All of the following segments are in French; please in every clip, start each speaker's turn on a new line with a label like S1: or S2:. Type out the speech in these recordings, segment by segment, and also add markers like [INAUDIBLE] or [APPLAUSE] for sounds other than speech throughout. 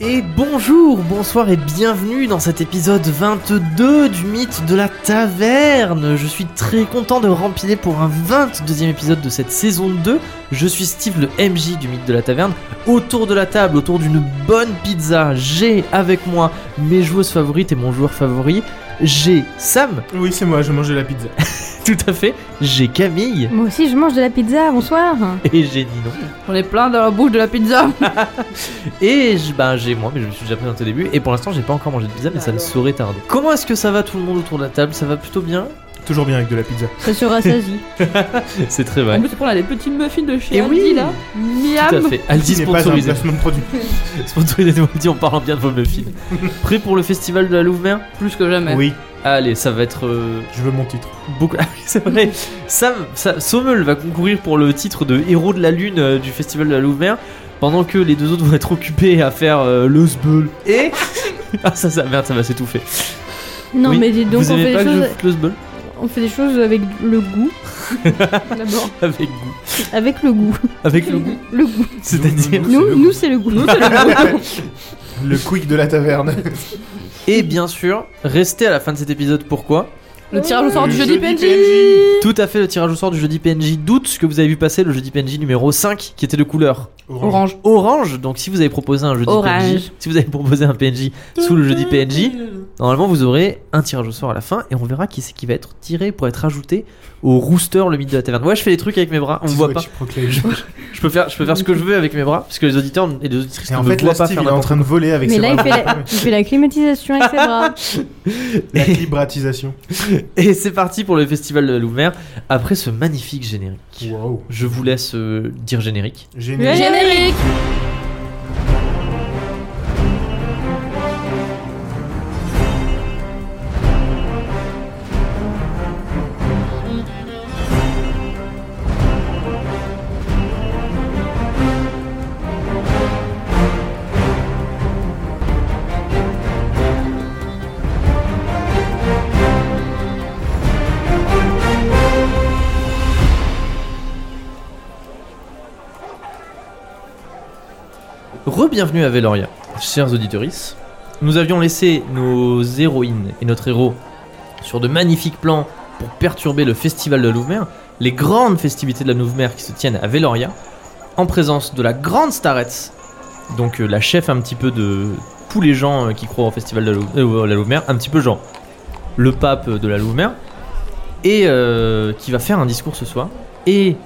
S1: Et bonjour, bonsoir et bienvenue dans cet épisode 22 du mythe de la taverne. Je suis très content de rempiler pour un 22e épisode de cette saison 2. Je suis Steve, le MJ du mythe de la taverne. Autour de la table, autour d'une bonne pizza, j'ai avec moi mes joueuses favorites et mon joueur favori. J'ai Sam, [LAUGHS]
S2: Oui, c'est moi, je mange de la pizza.
S1: tout à fait. J'ai Camille [LAUGHS]
S3: Moi aussi, je mange de la pizza, bonsoir.
S1: et j'ai Ninon.
S4: On est plein dans la bouche de la pizza. [LAUGHS]
S1: Et je- bah, j'ai moi, mais je me suis déjà présenté au début. Et pour l'instant, j'ai pas encore mangé de pizza, mais ça ne saurait tarder. Comment est-ce que ça va tout le monde autour de la table Ça va plutôt bien
S2: Toujours bien avec de la pizza.
S3: Ça se rassasie.
S1: C'est très
S4: En
S1: vrai.
S4: plus, on a des petites muffins de chez
S1: Et
S4: Aldi
S1: oui.
S4: là.
S1: Tout à
S4: Miam.
S1: fait. Aldi
S2: Ce n'est pas un
S1: sponsorisé.
S2: placement de produit.
S1: Sponsorisé, on dit en parlant bien de vos muffins.
S2: [LAUGHS]
S1: Prêt pour le festival de la Louve-Mer
S4: Plus que jamais.
S2: Oui,
S1: Allez, ça va être euh,
S2: je veux mon titre.
S1: beaucoup. [LAUGHS] Ah oui, c'est vrai. Sam, Sa- Sommel va concourir pour le titre de héros de la lune euh, du festival de la Louve-Mer. Pendant que les deux autres vont être occupés à faire euh, le sbeul et. [LAUGHS] Ah, ça, ça, merde, ça va s'étouffer.
S3: Non,
S1: Oui.
S3: mais dis donc,
S1: Vous
S3: on
S1: aimez
S3: fait,
S1: pas
S3: des
S1: que je
S3: choses,
S1: foute le sbeul
S3: on fait des choses avec le goût. D'abord,
S1: Avec goût.
S3: avec le goût.
S1: Avec le
S2: [LAUGHS]
S1: goût.
S3: Le goût.
S1: C'est-à-dire.
S2: Nous, C'est
S3: Nous,
S2: le
S3: nous
S2: goût.
S3: c'est le goût.
S4: Ah,
S2: Le quick de la taverne.
S1: Et bien sûr, restez à la fin de cet épisode. Pourquoi
S4: Le tirage au sort du
S2: Le jeudi
S4: jeudi PNJ.
S2: PNJ.
S1: Tout à fait le tirage au sort du jeudi PNJ d'août, ce que vous avez vu passer, le jeudi PNJ numéro 5, qui était de couleur
S4: Orange.
S1: orange. Donc si vous avez proposé un jeudi
S4: Orange.
S1: PNJ, si vous avez proposé un PNJ sous le jeudi PNJ, normalement vous aurez un tirage au sort à la fin et on verra qui c'est qui va être tiré pour être ajouté au rooster le mythe de la taverne. Ouais, je fais des trucs avec mes bras, on me voit pas. Je peux faire je peux faire ce que je veux avec mes bras parce que les auditeurs et les auditrices
S2: Et
S1: ne
S2: en
S1: me
S2: fait, là,
S1: voient pas
S2: Steve,
S1: faire
S2: il est en
S1: n'importe
S2: train de voler avec
S3: [LAUGHS] Mais
S2: ses
S3: là, il
S2: bras.
S3: fait, la, il fait la climatisation avec ses bras.
S2: La libratisation.
S1: Et c'est parti pour le festival de la Louve-Mer après ce magnifique générique.
S2: Waouh.
S1: Je vous laisse euh, dire générique.
S4: Le
S2: Génial.
S4: générique.
S1: Rebienvenue à Veloria, chers auditeurs. Nous avions laissé nos héroïnes et notre héros sur de magnifiques plans pour perturber le festival de la Louve-Mer, les grandes festivités de la Louve-Mer qui se tiennent à Veloria, en présence de la grande starette, donc euh, la chef un petit peu de tous les gens euh, qui croient au festival de la Lou- euh, la Louve-Mer, un petit peu genre le pape de la Louve-Mer, et euh, qui va faire un discours ce soir. Et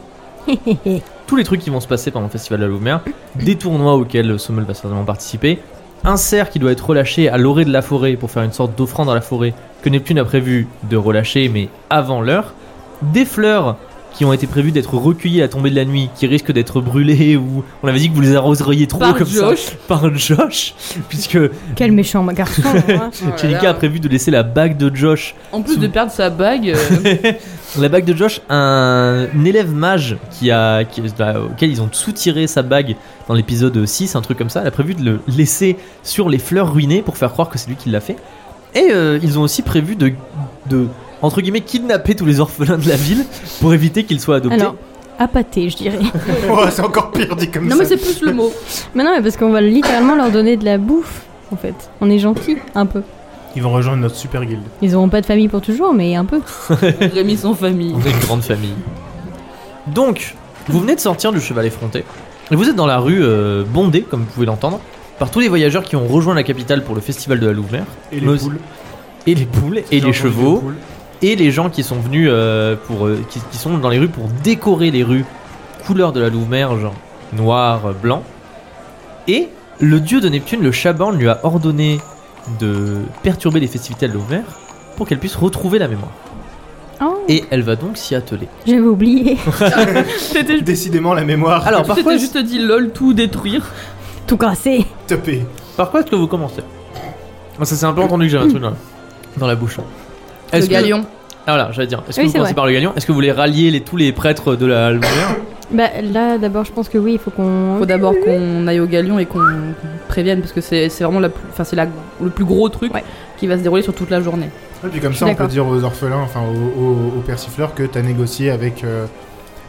S1: tous les trucs qui vont se passer pendant le festival de la Louve-Mer, des tournois auxquels Sommel va certainement participer, un cerf qui doit être relâché à l'orée de la forêt pour faire une sorte d'offrande à la forêt que Neptune a prévu de relâcher mais avant l'heure, des fleurs qui ont été prévues d'être recueillies à la tombée de la nuit, qui risquent d'être brûlées ou on avait dit que vous les arroseriez trop
S4: Par
S1: Oh, comme
S4: Josh.
S1: ça par Josh, [LAUGHS] puisque
S3: Quel méchant, ma garçon. hein.
S4: Oh là
S1: Chelika
S4: là.
S1: a prévu de laisser la bague de Josh
S4: En plus de perdre sa bague. euh,
S1: La bague de Josh, un élève mage qui a, qui- bah, auquel ils ont soutiré sa bague dans l'épisode 6, un truc comme ça, elle a prévu de le laisser sur les fleurs ruinées pour faire croire que c'est lui qui l'a fait. Et euh, ils ont aussi prévu de, de, entre guillemets, kidnapper tous les orphelins de la ville pour éviter qu'ils soient adoptés.
S3: Alors, appâté, je dirais. [LAUGHS]
S2: [LAUGHS] Oh, c'est encore pire dit comme
S4: Non mais
S2: ça.
S4: c'est plus le mot.
S3: Mais non, mais parce qu'on va littéralement leur donner de la bouffe, en fait. On est gentil, un peu.
S2: Ils vont rejoindre notre super guilde.
S3: Ils auront pas de famille pour toujours, mais un peu.
S4: Rémi sans
S1: [LAUGHS]
S4: famille.
S1: On est une grande famille. Donc, vous venez de sortir du cheval effronté. Et vous êtes dans la rue euh, bondée, comme vous pouvez l'entendre, par tous les voyageurs qui ont rejoint la capitale pour le festival de la Louvre
S2: Et les
S1: Nos-
S2: poules.
S1: et les poules et
S2: J'ai
S1: les
S2: entendu
S1: chevaux.
S2: des poules.
S1: et les gens qui sont venus euh, pour euh, qui, qui sont dans les rues pour décorer les rues couleur de la Louve-Mer genre noir euh, blanc et le dieu de Neptune le Chaban lui a ordonné de perturber les festivités de la Louve-Mer pour qu'elle puisse retrouver la mémoire
S3: Oh,
S1: et elle va donc s'y atteler
S3: j'avais oublié. [LAUGHS]
S4: C'était
S2: Décidément, la mémoire.
S1: alors par quoi,
S4: c'était juste dit lol tout détruire.
S3: Tout cassé.
S2: Topé.
S1: par quoi est-ce que vous commencez Ah, ça c'est un peu entendu que j'avais un truc dans la, dans la bouche
S4: Le
S1: Est-ce que-
S4: galion.
S1: Ah, voilà j'allais dire est-ce que
S3: Oui,
S1: vous
S3: c'est
S1: commencez
S3: vrai.
S1: par le galion est-ce que vous voulez rallier les, tous les prêtres de la Louve-Mer
S3: Bah là, d'abord, je pense que oui, il faut qu'on.
S4: Faut d'abord qu'on aille au galion et qu'on qu'on prévienne parce que c'est c'est vraiment la plus- enfin c'est la- le plus gros truc
S3: Ouais.
S4: qui va se dérouler sur toute la journée.
S2: Et puis comme
S3: Je suis
S2: ça, on peut
S3: d'accord.
S2: dire aux orphelins, enfin aux, aux, aux persifleurs, que t'as négocié avec euh,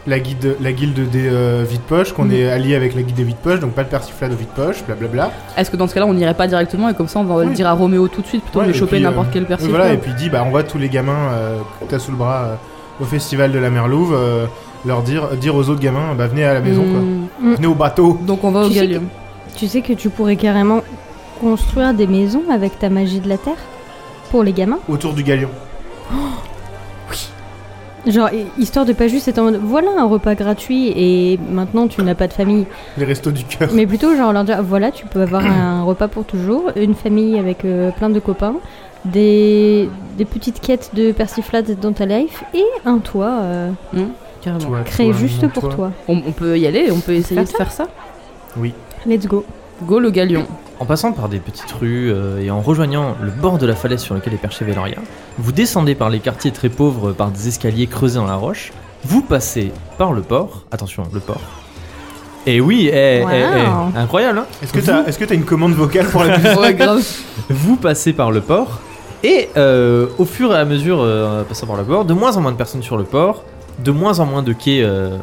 S2: la, guide, la guilde des euh, vides poches, qu'on
S4: Mhm.
S2: est allié avec la guilde des vides poches, donc pas le persiflade aux vides poches, blablabla.
S4: Est-ce que dans ce cas-là, on n'irait pas directement et comme ça, on va le
S2: Oui.
S4: dire à Roméo tout de suite plutôt que
S2: Ouais,
S4: de
S2: et
S4: choper
S2: puis,
S4: n'importe
S2: euh,
S4: quel persif
S2: voilà, et puis il dit bah on va tous les gamins euh, que t'as sous le bras euh, au festival de la Merlouve, euh, leur dire dire aux autres gamins bah venez à la maison
S3: Mhm.
S2: quoi.
S4: Hmm.
S2: Venez au bateau.
S4: Donc on va au
S3: Tu sais
S4: galion.
S3: Tu sais que tu pourrais carrément construire des maisons avec ta magie de la terre pour les gamins.
S2: Autour du galion.
S3: Genre, hi- histoire de pas juste être en mode voilà un repas gratuit et maintenant tu n'as pas de famille.
S2: Les restos du
S3: [LAUGHS]
S2: cœur.
S3: Mais plutôt, genre, leur dire voilà, tu peux avoir un repas pour toujours, une famille avec euh, plein de copains, des, des petites quêtes de persiflade dans ta life et un toit euh,
S4: Carrément.
S2: Toi,
S3: créé
S2: toi,
S3: juste
S2: mon
S3: pour toi.
S4: On, on peut y aller, on peut essayer de
S3: Faire ça
S4: faire ça.
S3: Let's go.
S4: Go le galion.
S3: [LAUGHS]
S1: En passant par des petites rues euh, et en rejoignant le bord de la falaise sur lequel est perché Veloria, vous descendez par les quartiers très pauvres par des escaliers creusés dans la roche, vous passez par le port, attention, le port. Et oui, eh, eh,
S3: Wow.
S1: eh, incroyable, hein
S2: Est-ce que t'as est-ce que t'as une commande vocale pour la
S4: Ouais, grave.
S1: Vous passez par le port, et euh, au fur et à mesure, euh, en passant par le port, de moins en moins de personnes sur le port, de moins en moins de quais euh,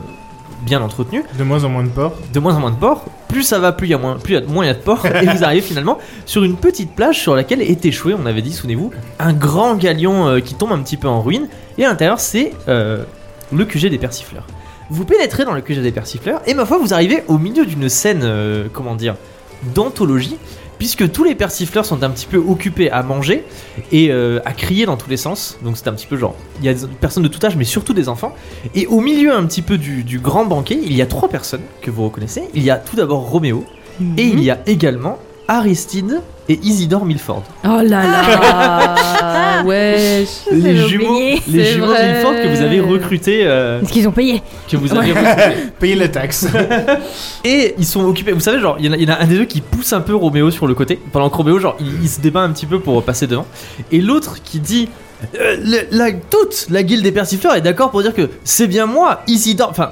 S1: bien entretenus,
S2: De moins en moins de porc.
S1: de moins en moins de ports, plus ça va, plus il y a moins, plus il y a, moins il y a de ports, et vous arrivez finalement sur une petite plage sur laquelle est échoué, on avait dit, souvenez-vous, un grand galion euh, qui tombe un petit peu en ruine, et à l'intérieur c'est euh, le QG des persifleurs. Vous pénétrez dans le QG des persifleurs, et ma foi, vous arrivez au milieu d'une scène, euh, comment dire, d'anthologie, puisque tous les persifleurs sont un petit peu occupés à manger et euh, à crier dans tous les sens, donc c'est un petit peu genre, il y a des personnes de tout âge, mais surtout des enfants. Et au milieu un petit peu du, du grand banquet, il y a trois personnes que vous reconnaissez. Il y a tout d'abord Roméo, et
S4: Mhm.
S1: il y a également Aristide et Isidore Milford.
S4: Oh là
S3: Ah.
S4: là. [LAUGHS] Wesh.
S3: Je l'avais
S1: jumeaux,
S3: oublié.
S1: les
S4: C'est
S1: jumeaux
S4: vrai.
S1: Milford que vous avez recrutés, euh,
S3: Est-ce qu'ils ont payé
S1: que vous avez
S2: Payez la
S3: [LAUGHS]
S2: taxe.
S1: Et ils sont occupés. Vous savez, genre, il y, en a- il y en a un des deux qui pousse un peu Roméo sur le côté. Pendant que Roméo, genre, il, il se débat un petit peu pour passer devant. Et l'autre qui dit. euh, le- la, toute la guilde des persifleurs est d'accord pour dire que c'est bien moi, Isidore. Enfin,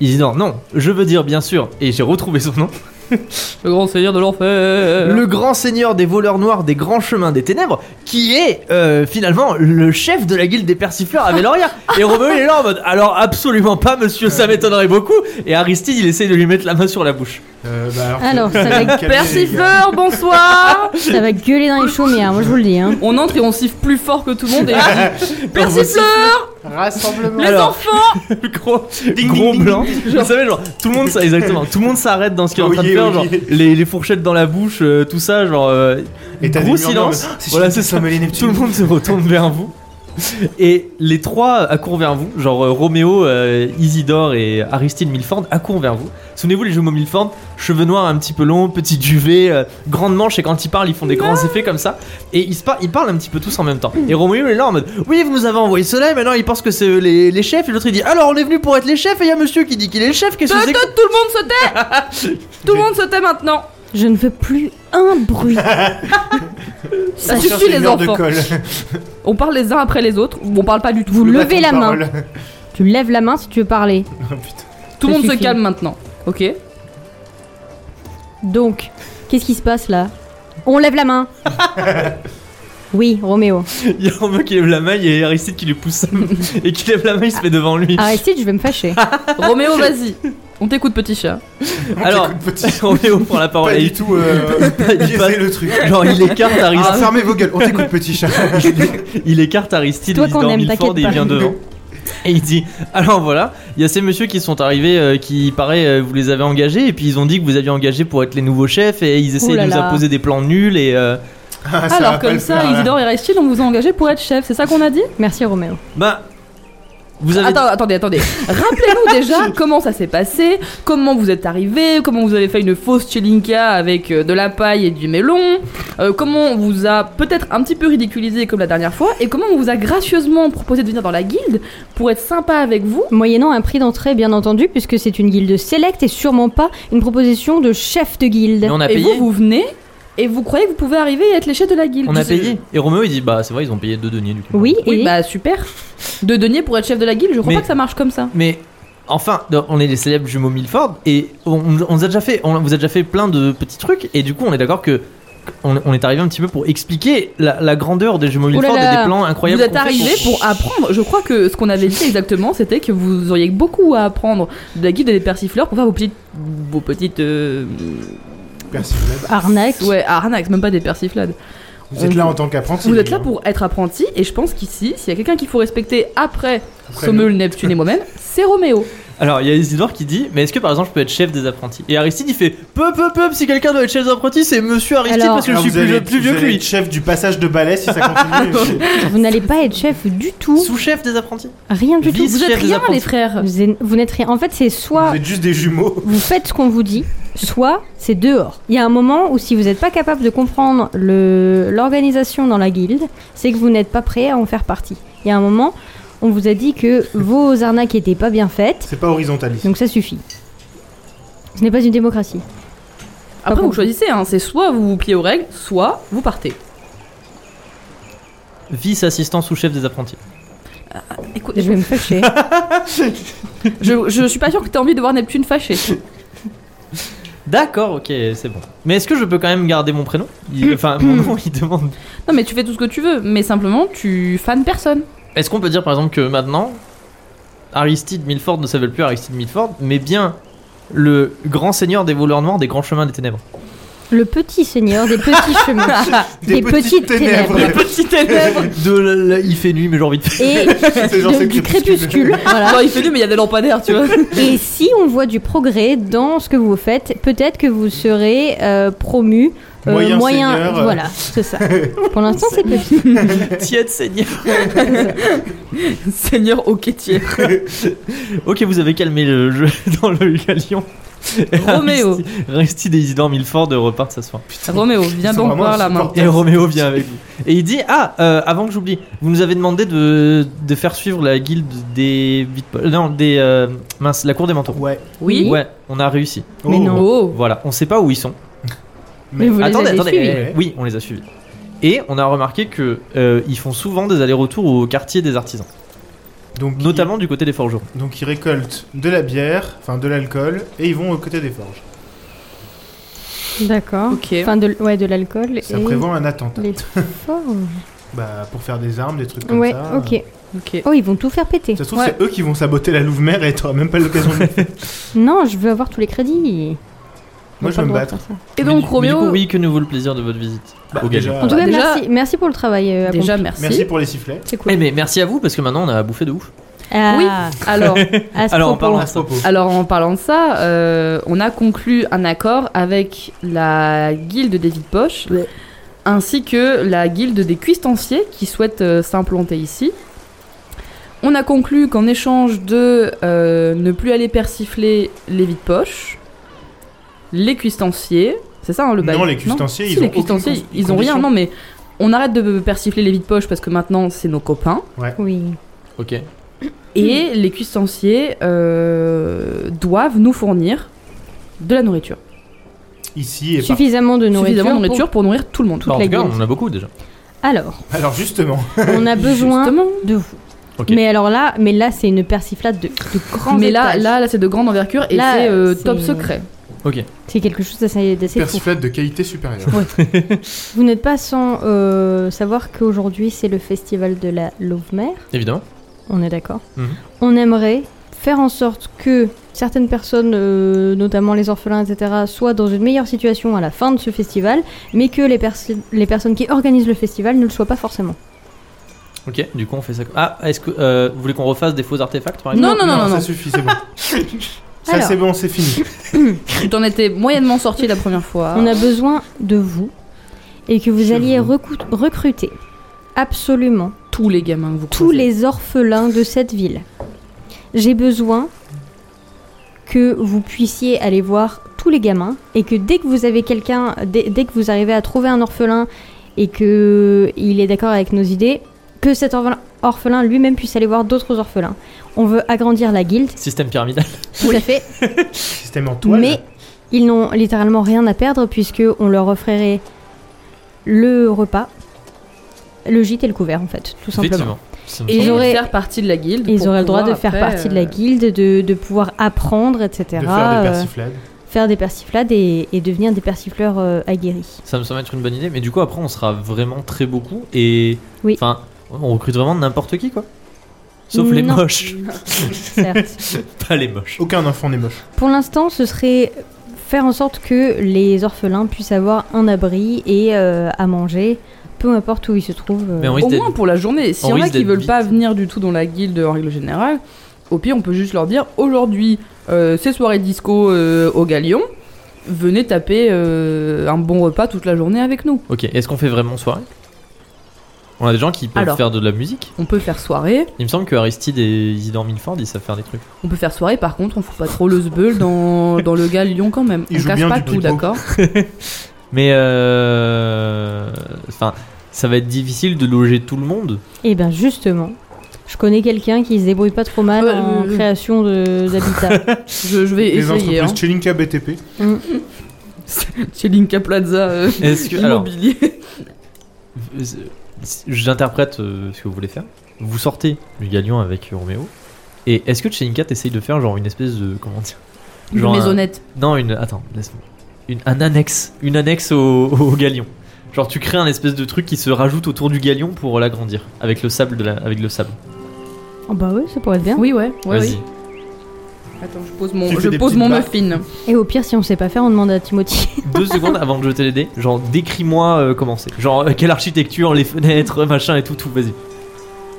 S1: Isidore, non, je veux dire bien sûr, et j'ai retrouvé son nom.
S4: Le grand seigneur de l'enfer.
S2: Euh.
S1: le grand seigneur des voleurs noirs des grands chemins des ténèbres, qui est euh, finalement le chef de la guilde des persifleurs à Veloria. Et Roméo il est là en mode alors absolument pas monsieur, ça m'étonnerait beaucoup. Et Aristide il essaye de lui mettre la main sur la bouche.
S2: Euh, bah,
S3: Alors,
S2: que-
S3: ça va être
S2: Calmez, les gars.
S4: Persifleur, bonsoir.
S3: Ça va gueuler dans les chaumières, moi je vous le dis. Hein.
S4: On entre et on siffle plus fort que tout le monde et on dit Persifleur,
S2: Rassemblement.
S4: les
S1: Alors.
S4: enfants.
S1: Le gros,
S2: Ding,
S1: gros
S2: ding, ding,
S1: blanc. Vous savez genre tout le monde ça exactement, tout le monde s'arrête dans ce qu'il est en
S2: Oh
S1: train de
S2: yeah,
S1: faire,
S2: oh
S1: genre
S2: yeah.
S1: les, les fourchettes dans la bouche, euh, tout ça genre euh,
S2: Et t'as des
S1: gros
S2: murmures,
S1: silence.
S2: mais-
S1: Voilà,
S2: chouette,
S1: c'est ça.
S2: Tom et les
S1: Tout le
S2: Neptunes.
S1: monde se retourne vers vous. Et les trois accourent vers vous, genre euh, Roméo, euh, Isidore et Aristide Milford accourent vers vous. Souvenez-vous les jumeaux Milford, cheveux noirs un petit peu longs, petit duvet, euh, grande manche et quand ils parlent ils font des grands effets comme ça. Et ils, se par- ils parlent un petit peu tous en même temps. Et Roméo est là en mode oui vous nous avez envoyé cela, maintenant ils pensent que c'est euh, les, les chefs et l'autre il dit alors on est venu pour être les chefs et il y a monsieur qui dit qu'il est le chef, qu'est-ce que
S4: Tout
S1: c'est que
S4: tout- tout le monde se tait. Tout le monde se tait maintenant.
S3: Je ne veux plus un bruit.
S4: Ça
S2: On cherche
S4: suffit
S2: une
S4: les
S2: heure de
S4: enfants.
S2: colle.
S4: On parle les uns après les autres ou on parle pas du
S2: [LAUGHS]
S4: tout.
S3: Vous
S2: Le bâton
S3: levez la
S2: de
S1: [LAUGHS]
S3: main.
S2: parole.
S3: Tu lèves la main si tu veux parler.
S2: Oh, putain.
S4: Tout le
S3: Ça
S4: monde se
S3: suffit.
S4: calme maintenant. Ok.
S3: Donc, qu'est-ce qui se passe là On lève la main. Oui, Roméo.
S1: Il y a Roméo qui lève la main, il y a Aristide qui lui pousse sa main, et qui lève la main il se met devant lui.
S3: Aristide, je vais me fâcher. [LAUGHS]
S4: Roméo, vas-y. On t'écoute, petit chat.
S1: Alors,
S2: Écoute,
S1: [LAUGHS] [LAUGHS]
S2: petit-
S1: Roméo prend la parole
S2: Pas
S1: à
S2: du tout. euh, [LAUGHS]
S1: il passe-
S2: biaisé le truc.
S1: Genre il écarte
S2: Ah,
S1: Aristide,
S2: fermez
S1: [LAUGHS]
S2: vos gueules, on t'écoute petit chat.
S1: il écarte Aristide,
S3: Toi
S1: il
S3: qu'on
S1: dort
S3: aime,
S1: mille
S3: t'inquiète
S1: fois, et il
S3: pas.
S1: vient devant. Et il dit alors voilà, il y a ces messieurs qui sont arrivés euh, qui paraît euh, vous les avez engagés et puis ils ont dit que vous aviez engagés pour être les nouveaux chefs et ils
S3: Oh
S1: essaient de
S3: là
S1: nous
S3: là.
S1: imposer des plans nuls et euh,
S2: Ah, ça va
S4: Alors
S2: pas
S4: comme
S2: le
S4: ça,
S2: faire, là.
S4: Isidore et Aristide, on vous a engagé pour être chef. C'est ça qu'on a dit
S3: Merci, Roméo.
S1: bah vous avez
S4: Attends, attendez, attendez. Rappelez-nous
S2: [LAUGHS]
S4: déjà comment ça s'est passé, comment vous êtes arrivé, comment vous avez fait une fausse chelinka avec euh, de la paille et du melon, euh, comment on vous a peut-être un petit peu ridiculisé comme la dernière fois, et comment on vous a gracieusement proposé de venir dans la guilde pour être sympa avec vous.
S3: Moyennant un prix d'entrée, bien entendu, puisque c'est une guilde select et sûrement pas une proposition de chef de guilde.
S1: Mais on a
S4: et
S1: payé.
S4: vous, vous venez et vous croyez que vous pouvez arriver et être les chefs de la guilde.
S1: On a
S4: C'est-
S1: payé et Roméo il dit bah c'est vrai ils ont payé deux deniers du coup.
S3: Oui,
S4: Oui,
S3: et
S4: bah super. De denier pour être chef de la guilde, je crois
S1: Mais-
S4: pas que ça marche comme ça.
S1: Mais enfin, on est les célèbres jumeaux Milford et on, on nous a déjà fait, on vous a déjà fait plein de petits trucs et du coup on est d'accord que on, on est arrivé un petit peu pour expliquer la, la grandeur des jumeaux
S4: là
S1: Milford et
S4: là.
S1: des plans incroyables.
S4: Vous êtes
S1: qu'on fait
S4: arrivé pour apprendre. Je crois que ce qu'on avait dit exactement, c'était que vous auriez beaucoup à apprendre de la guide des persifleurs pour faire vos petites, vos petites, euh,
S2: Persiflade.
S3: Arnaque.
S4: ouais, arnaques, même pas des persiflades.
S2: Vous êtes là en tant qu'apprenti.
S4: Vous
S2: les
S4: êtes là
S2: gars.
S4: pour être apprenti, et je pense qu'ici, s'il y a quelqu'un qu'il faut respecter après,
S2: Après,
S4: Sommel, Neptune et moi-même, c'est Roméo.
S1: Alors, il y a Isidore qui dit Mais est-ce que par exemple je peux être chef des apprentis Et Aristide il fait Peu, peu, peu, si quelqu'un doit être chef des apprentis, c'est monsieur Aristide
S3: Alors-
S1: parce que
S2: Alors,
S1: je suis
S2: Ah, vous
S1: plus,
S2: allez-
S1: plus vieux
S2: vous
S1: que
S2: allez
S1: lui.
S2: être chef du passage de balai si ça continue.
S3: Vous n'allez pas être chef du tout.
S1: Sous-chef des apprentis
S3: Rien du tout.
S1: Vice-
S4: Vous êtes
S1: chef des
S4: rien,
S1: apprentis.
S4: les frères.
S3: Vous êtes- vous n'êtes rien. En fait, c'est soit
S2: Vous êtes juste des jumeaux.
S3: vous faites ce qu'on vous dit, soit c'est dehors. Il y a un moment où si vous n'êtes pas capable de comprendre le- l'organisation dans la guilde, c'est que vous n'êtes pas prêt à en faire partie. Il y a un moment, on vous a dit que vos arnaques n'étaient pas bien faites,
S2: C'est pas horizontal ici.
S3: donc ça suffit. Ce n'est pas une démocratie.
S4: Après,
S3: bon.
S4: vous choisissez, hein, c'est soit vous vous pliez aux règles, soit vous partez.
S1: Vice-assistant sous-chef des apprentis.
S4: Écoute,
S3: Je vais me fâcher.
S4: je, je suis pas sûr que t'aies envie de voir Neptune fâché.
S1: D'accord, ok, c'est bon. Mais est-ce que je peux quand même garder mon prénom
S4: [CLEARS THROAT]
S1: Il- Enfin, mon nom, il demande.
S4: Non, mais tu fais tout ce que tu veux, mais simplement, tu fanes personne.
S1: Est-ce qu'on peut dire par exemple que maintenant, Aristide Milford ne s'appelle plus Aristide Milford, mais bien le grand seigneur des voleurs noirs des grands chemins des ténèbres
S3: Le petit seigneur des petits chemins. Des petites
S1: [LAUGHS]
S3: ténèbres.
S4: [LAUGHS] Les petites ténèbres
S1: De la- la- il fait nuit, mais j'ai envie
S4: [LAUGHS]
S1: de
S3: Et
S2: C'est genre,
S3: de-
S2: c'est
S3: du
S2: crépuscule.
S3: crépuscule. voilà.
S4: Genre, il fait nuit, mais il y a des lampadaires, tu
S3: [LAUGHS]
S4: vois.
S3: Et si on voit du progrès dans ce que vous faites, peut-être que vous serez euh, promu. euh,
S2: Moyen seigneur, euh.
S3: voilà,
S2: [LAUGHS]
S3: c'est ça. Pour l'instant, c'est petit.
S1: Tiède seigneur.
S4: Seigneur au quêtière.
S1: Ok, vous avez calmé le jeu [LAUGHS] dans le galion.
S4: Roméo.
S1: Aristide et Isidore Milford repartent s'asseoir.
S4: Roméo, viens
S2: Ils sont
S4: donc
S2: vraiment
S4: voir la main.
S2: insupportables.
S1: Et Roméo vient avec vous. Et il dit Ah, euh, avant que j'oublie, vous nous avez demandé de, de faire suivre la guilde des. bit- Non, des. euh, mince, la cour des manteaux.
S2: Ouais.
S4: Oui
S1: Ouais, on a réussi.
S3: Mais
S2: Oh.
S3: non.
S4: Oh
S1: Voilà, on sait pas où ils sont.
S3: Mais vous les
S1: attendez,
S3: avez
S1: attendez.
S3: suivis.
S1: eh, Oui, on les a suivis. Et on a remarqué que euh, ils font souvent des allers-retours au quartier des artisans,
S2: Donc,
S1: notamment du côté des forgerons.
S2: ils- donc ils récoltent de la bière, enfin de l'alcool, et ils vont aux côtés des forges.
S3: D'accord.
S4: Ok.
S3: Enfin, de, ouais, de l'alcool.
S2: Ça
S3: et
S2: prévoit un attentat.
S3: Les forges.
S2: Bah, pour faire des armes, des trucs [LAUGHS] comme
S3: Ouais,
S2: ça.
S3: ok.
S4: Ok.
S3: Oh, ils vont tout faire péter.
S2: Ça se trouve,
S4: Ouais.
S2: c'est eux qui vont saboter la Louve-Mère et t'auras même pas l'occasion de le
S4: [LAUGHS]
S2: faire.
S3: Non, je veux avoir tous les crédits. On
S2: Moi,
S3: a
S2: je
S3: pas
S2: vais
S3: le
S2: me
S3: droit de
S2: battre.
S3: faire ça.
S4: Et
S1: Mais
S4: donc,
S1: du- mais du
S4: Roméo.
S1: coup, oui, que nous vaut le plaisir de votre visite
S2: Bah,
S1: au galion.
S2: déjà,
S3: En tout cas,
S4: Déjà-
S3: merci, merci pour le travail. euh, accompli.
S4: Déjà, merci.
S2: merci pour les sifflets.
S3: C'est cool.
S1: Eh, mais merci à vous parce que maintenant on a bouffé de ouf.
S4: Oui,
S3: Ah,
S4: alors,
S3: à ce
S1: Alors, en
S3: propos,
S1: parlant-
S2: À ce propos.
S4: alors en parlant de ça, euh, on a conclu un accord avec la guilde des vides poches,
S3: Ouais.
S4: ainsi que la guilde des cuistanciers qui souhaitent euh, s'implanter ici. On a conclu qu'en échange de euh, ne plus aller persifler les vides poches, les cuistanciers, c'est ça hein, le bail
S2: Non, les custanciers,
S4: Si,
S2: ils ont
S4: les
S2: aucune
S4: cuistanciers,
S2: con-
S4: ils ont rien,
S2: condition.
S4: non mais on arrête de persifler les vides poches parce que maintenant c'est nos copains.
S3: oui.
S1: Ok.
S4: Et les cuistanciers euh, doivent nous fournir de la nourriture.
S2: Ici et pas.
S3: Suffisamment de nourriture.
S4: Suffisamment de
S3: pour-
S4: nourriture pour nourrir tout le monde.
S1: Bah, en
S3: la
S1: tout cas,
S3: guilde.
S1: on en a beaucoup déjà.
S2: [LAUGHS]
S3: Alors,
S2: Alors, justement,
S3: on a besoin
S4: Justement.
S3: de vous.
S1: Ok.
S3: Mais alors là, mais là c'est une persiflade de, de grand
S4: Mais là, là, là c'est de grande envergure et
S3: Là,
S4: c'est euh,
S3: c'est-
S4: top secret.
S3: c'est quelque chose d'assez d'assez fou.
S2: persiflette de qualité supérieure.
S3: Vous n'êtes pas sans euh, savoir qu'aujourd'hui c'est le festival de la Louve-Mer.
S1: Évidemment.
S3: On est d'accord.
S1: Mhm.
S3: On aimerait faire en sorte que certaines personnes, euh, notamment les orphelins, etc., soient dans une meilleure situation à la fin de ce festival, mais que les, perso- les personnes qui organisent le festival ne le soient pas forcément.
S1: Ok. Du coup, on fait ça. Ah, est-ce que euh, vous voulez qu'on refasse des faux artefacts par exemple
S4: Non, non, non, non,
S2: ça
S4: non.
S2: suffit, c'est bon.
S3: [LAUGHS]
S2: ça,
S3: Alors.
S2: c'est bon, c'est fini.
S4: Tu t'en étais moyennement sorti la première fois.
S3: On a besoin de vous et que vous
S2: Ah. Je
S3: alliez
S2: vous.
S3: recou- recruter absolument
S4: tous les gamins que vous
S3: tous
S4: croisez.
S3: les orphelins de cette ville. J'ai besoin que vous puissiez aller voir tous les gamins et que dès que vous avez quelqu'un, dès, dès que vous arrivez à trouver un orphelin et que il est d'accord avec nos idées, que cet orphelin, orphelin lui-même puisse aller voir d'autres orphelins. On veut agrandir la guilde,
S1: Système pyramidal.
S3: tout à fait,
S2: Système en toile.
S3: mais ils n'ont littéralement rien à perdre puisque on leur offrirait le repas, le gîte et le couvert en fait, tout simplement.
S1: Effectivement. Ça me
S3: Et
S4: Et
S1: semble-
S3: ils auraient-
S4: faire partie de la guilde.
S3: Et Ils
S4: pour
S3: auraient le droit de
S4: pouvoir
S3: faire
S4: après,
S3: partie de la
S4: euh,
S3: guilde, de, de pouvoir apprendre, etc.
S2: de faire des
S3: euh,
S2: persiflades.
S3: faire des persiflades et, et devenir des persifleurs euh,
S1: [LAUGHS]
S3: aguerris.
S1: Ça me semble être une bonne idée, mais du coup après on sera vraiment très beaucoup et
S3: Oui.
S1: enfin on recrute vraiment n'importe qui quoi. Sauf les
S3: Non.
S1: moches,
S3: Certes.
S1: pas les moches.
S2: Aucun enfant n'est moche.
S3: Pour l'instant, ce serait faire en sorte que les orphelins puissent avoir un abri et euh, à manger, peu importe où ils se trouvent. euh.
S1: Mais on risque
S4: Au
S1: d'être-
S4: moins pour la journée. S'il y
S1: on
S4: en a
S1: risque
S4: qui
S1: d'être
S4: veulent
S1: vite.
S4: pas venir du tout dans la guilde en règle générale, au pire, on peut juste leur dire aujourd'hui, euh, c'est soirée disco euh, au Galion, venez taper euh, un bon repas toute la journée avec nous.
S1: Ok, est-ce qu'on fait vraiment soirée On a des gens qui peuvent
S4: Alors.
S1: faire de la musique.
S4: On peut faire soirée.
S1: Il me semble que Aristide et Isidore Minford ils savent faire des trucs.
S4: On peut faire soirée, par contre, on fout pas trop le
S1: [LAUGHS]
S4: zbeul dans, dans le Galion quand même.
S2: Il
S4: on
S2: joue
S4: casse
S2: bien
S4: pas
S2: du
S4: tout,
S2: pipeau. [LAUGHS]
S4: d'accord
S1: Mais euh... enfin ça va être difficile de loger tout le monde.
S3: Et bien Eh ben, justement, je connais quelqu'un qui se débrouille pas trop mal
S4: Euh,
S3: en
S4: euh,
S3: création de- d'habitat. Mm.
S4: je, je vais
S2: Les
S4: essayer.
S2: entreprises Chelinka BTP.
S4: hein. Chez Linka Plaza euh,
S1: Est-ce que alors
S4: Immobilier.
S1: j'interprète euh, ce que vous voulez faire Vous sortez du galion avec Roméo et est-ce que Chelinka t'essaye de faire genre une espèce de comment dire
S4: Une
S1: Genre un-
S4: maisonnette.
S1: Non, une. Attends, laisse-moi. Une, un annexe. Une annexe au, [LAUGHS] au galion. Genre, tu crées un espèce de truc qui se rajoute autour du galion pour l'agrandir. Avec le sable. De la, avec le sable.
S3: oh bah oui, ça pourrait être bien.
S4: Oui, ouais. ouais,
S1: Vas-y.
S4: oui. Attends, je pose mon,
S2: Tu fais
S4: je
S2: des
S4: pose
S2: petites
S4: mon
S2: barres.
S4: muffin.
S3: Et au pire, si on sait pas faire, on demande à Timothy.
S1: Deux secondes avant de jeter les dés. Genre, décris-moi euh, comment c'est. Genre, euh, quelle architecture, les fenêtres, [LAUGHS] machin et tout, tout. Vas-y.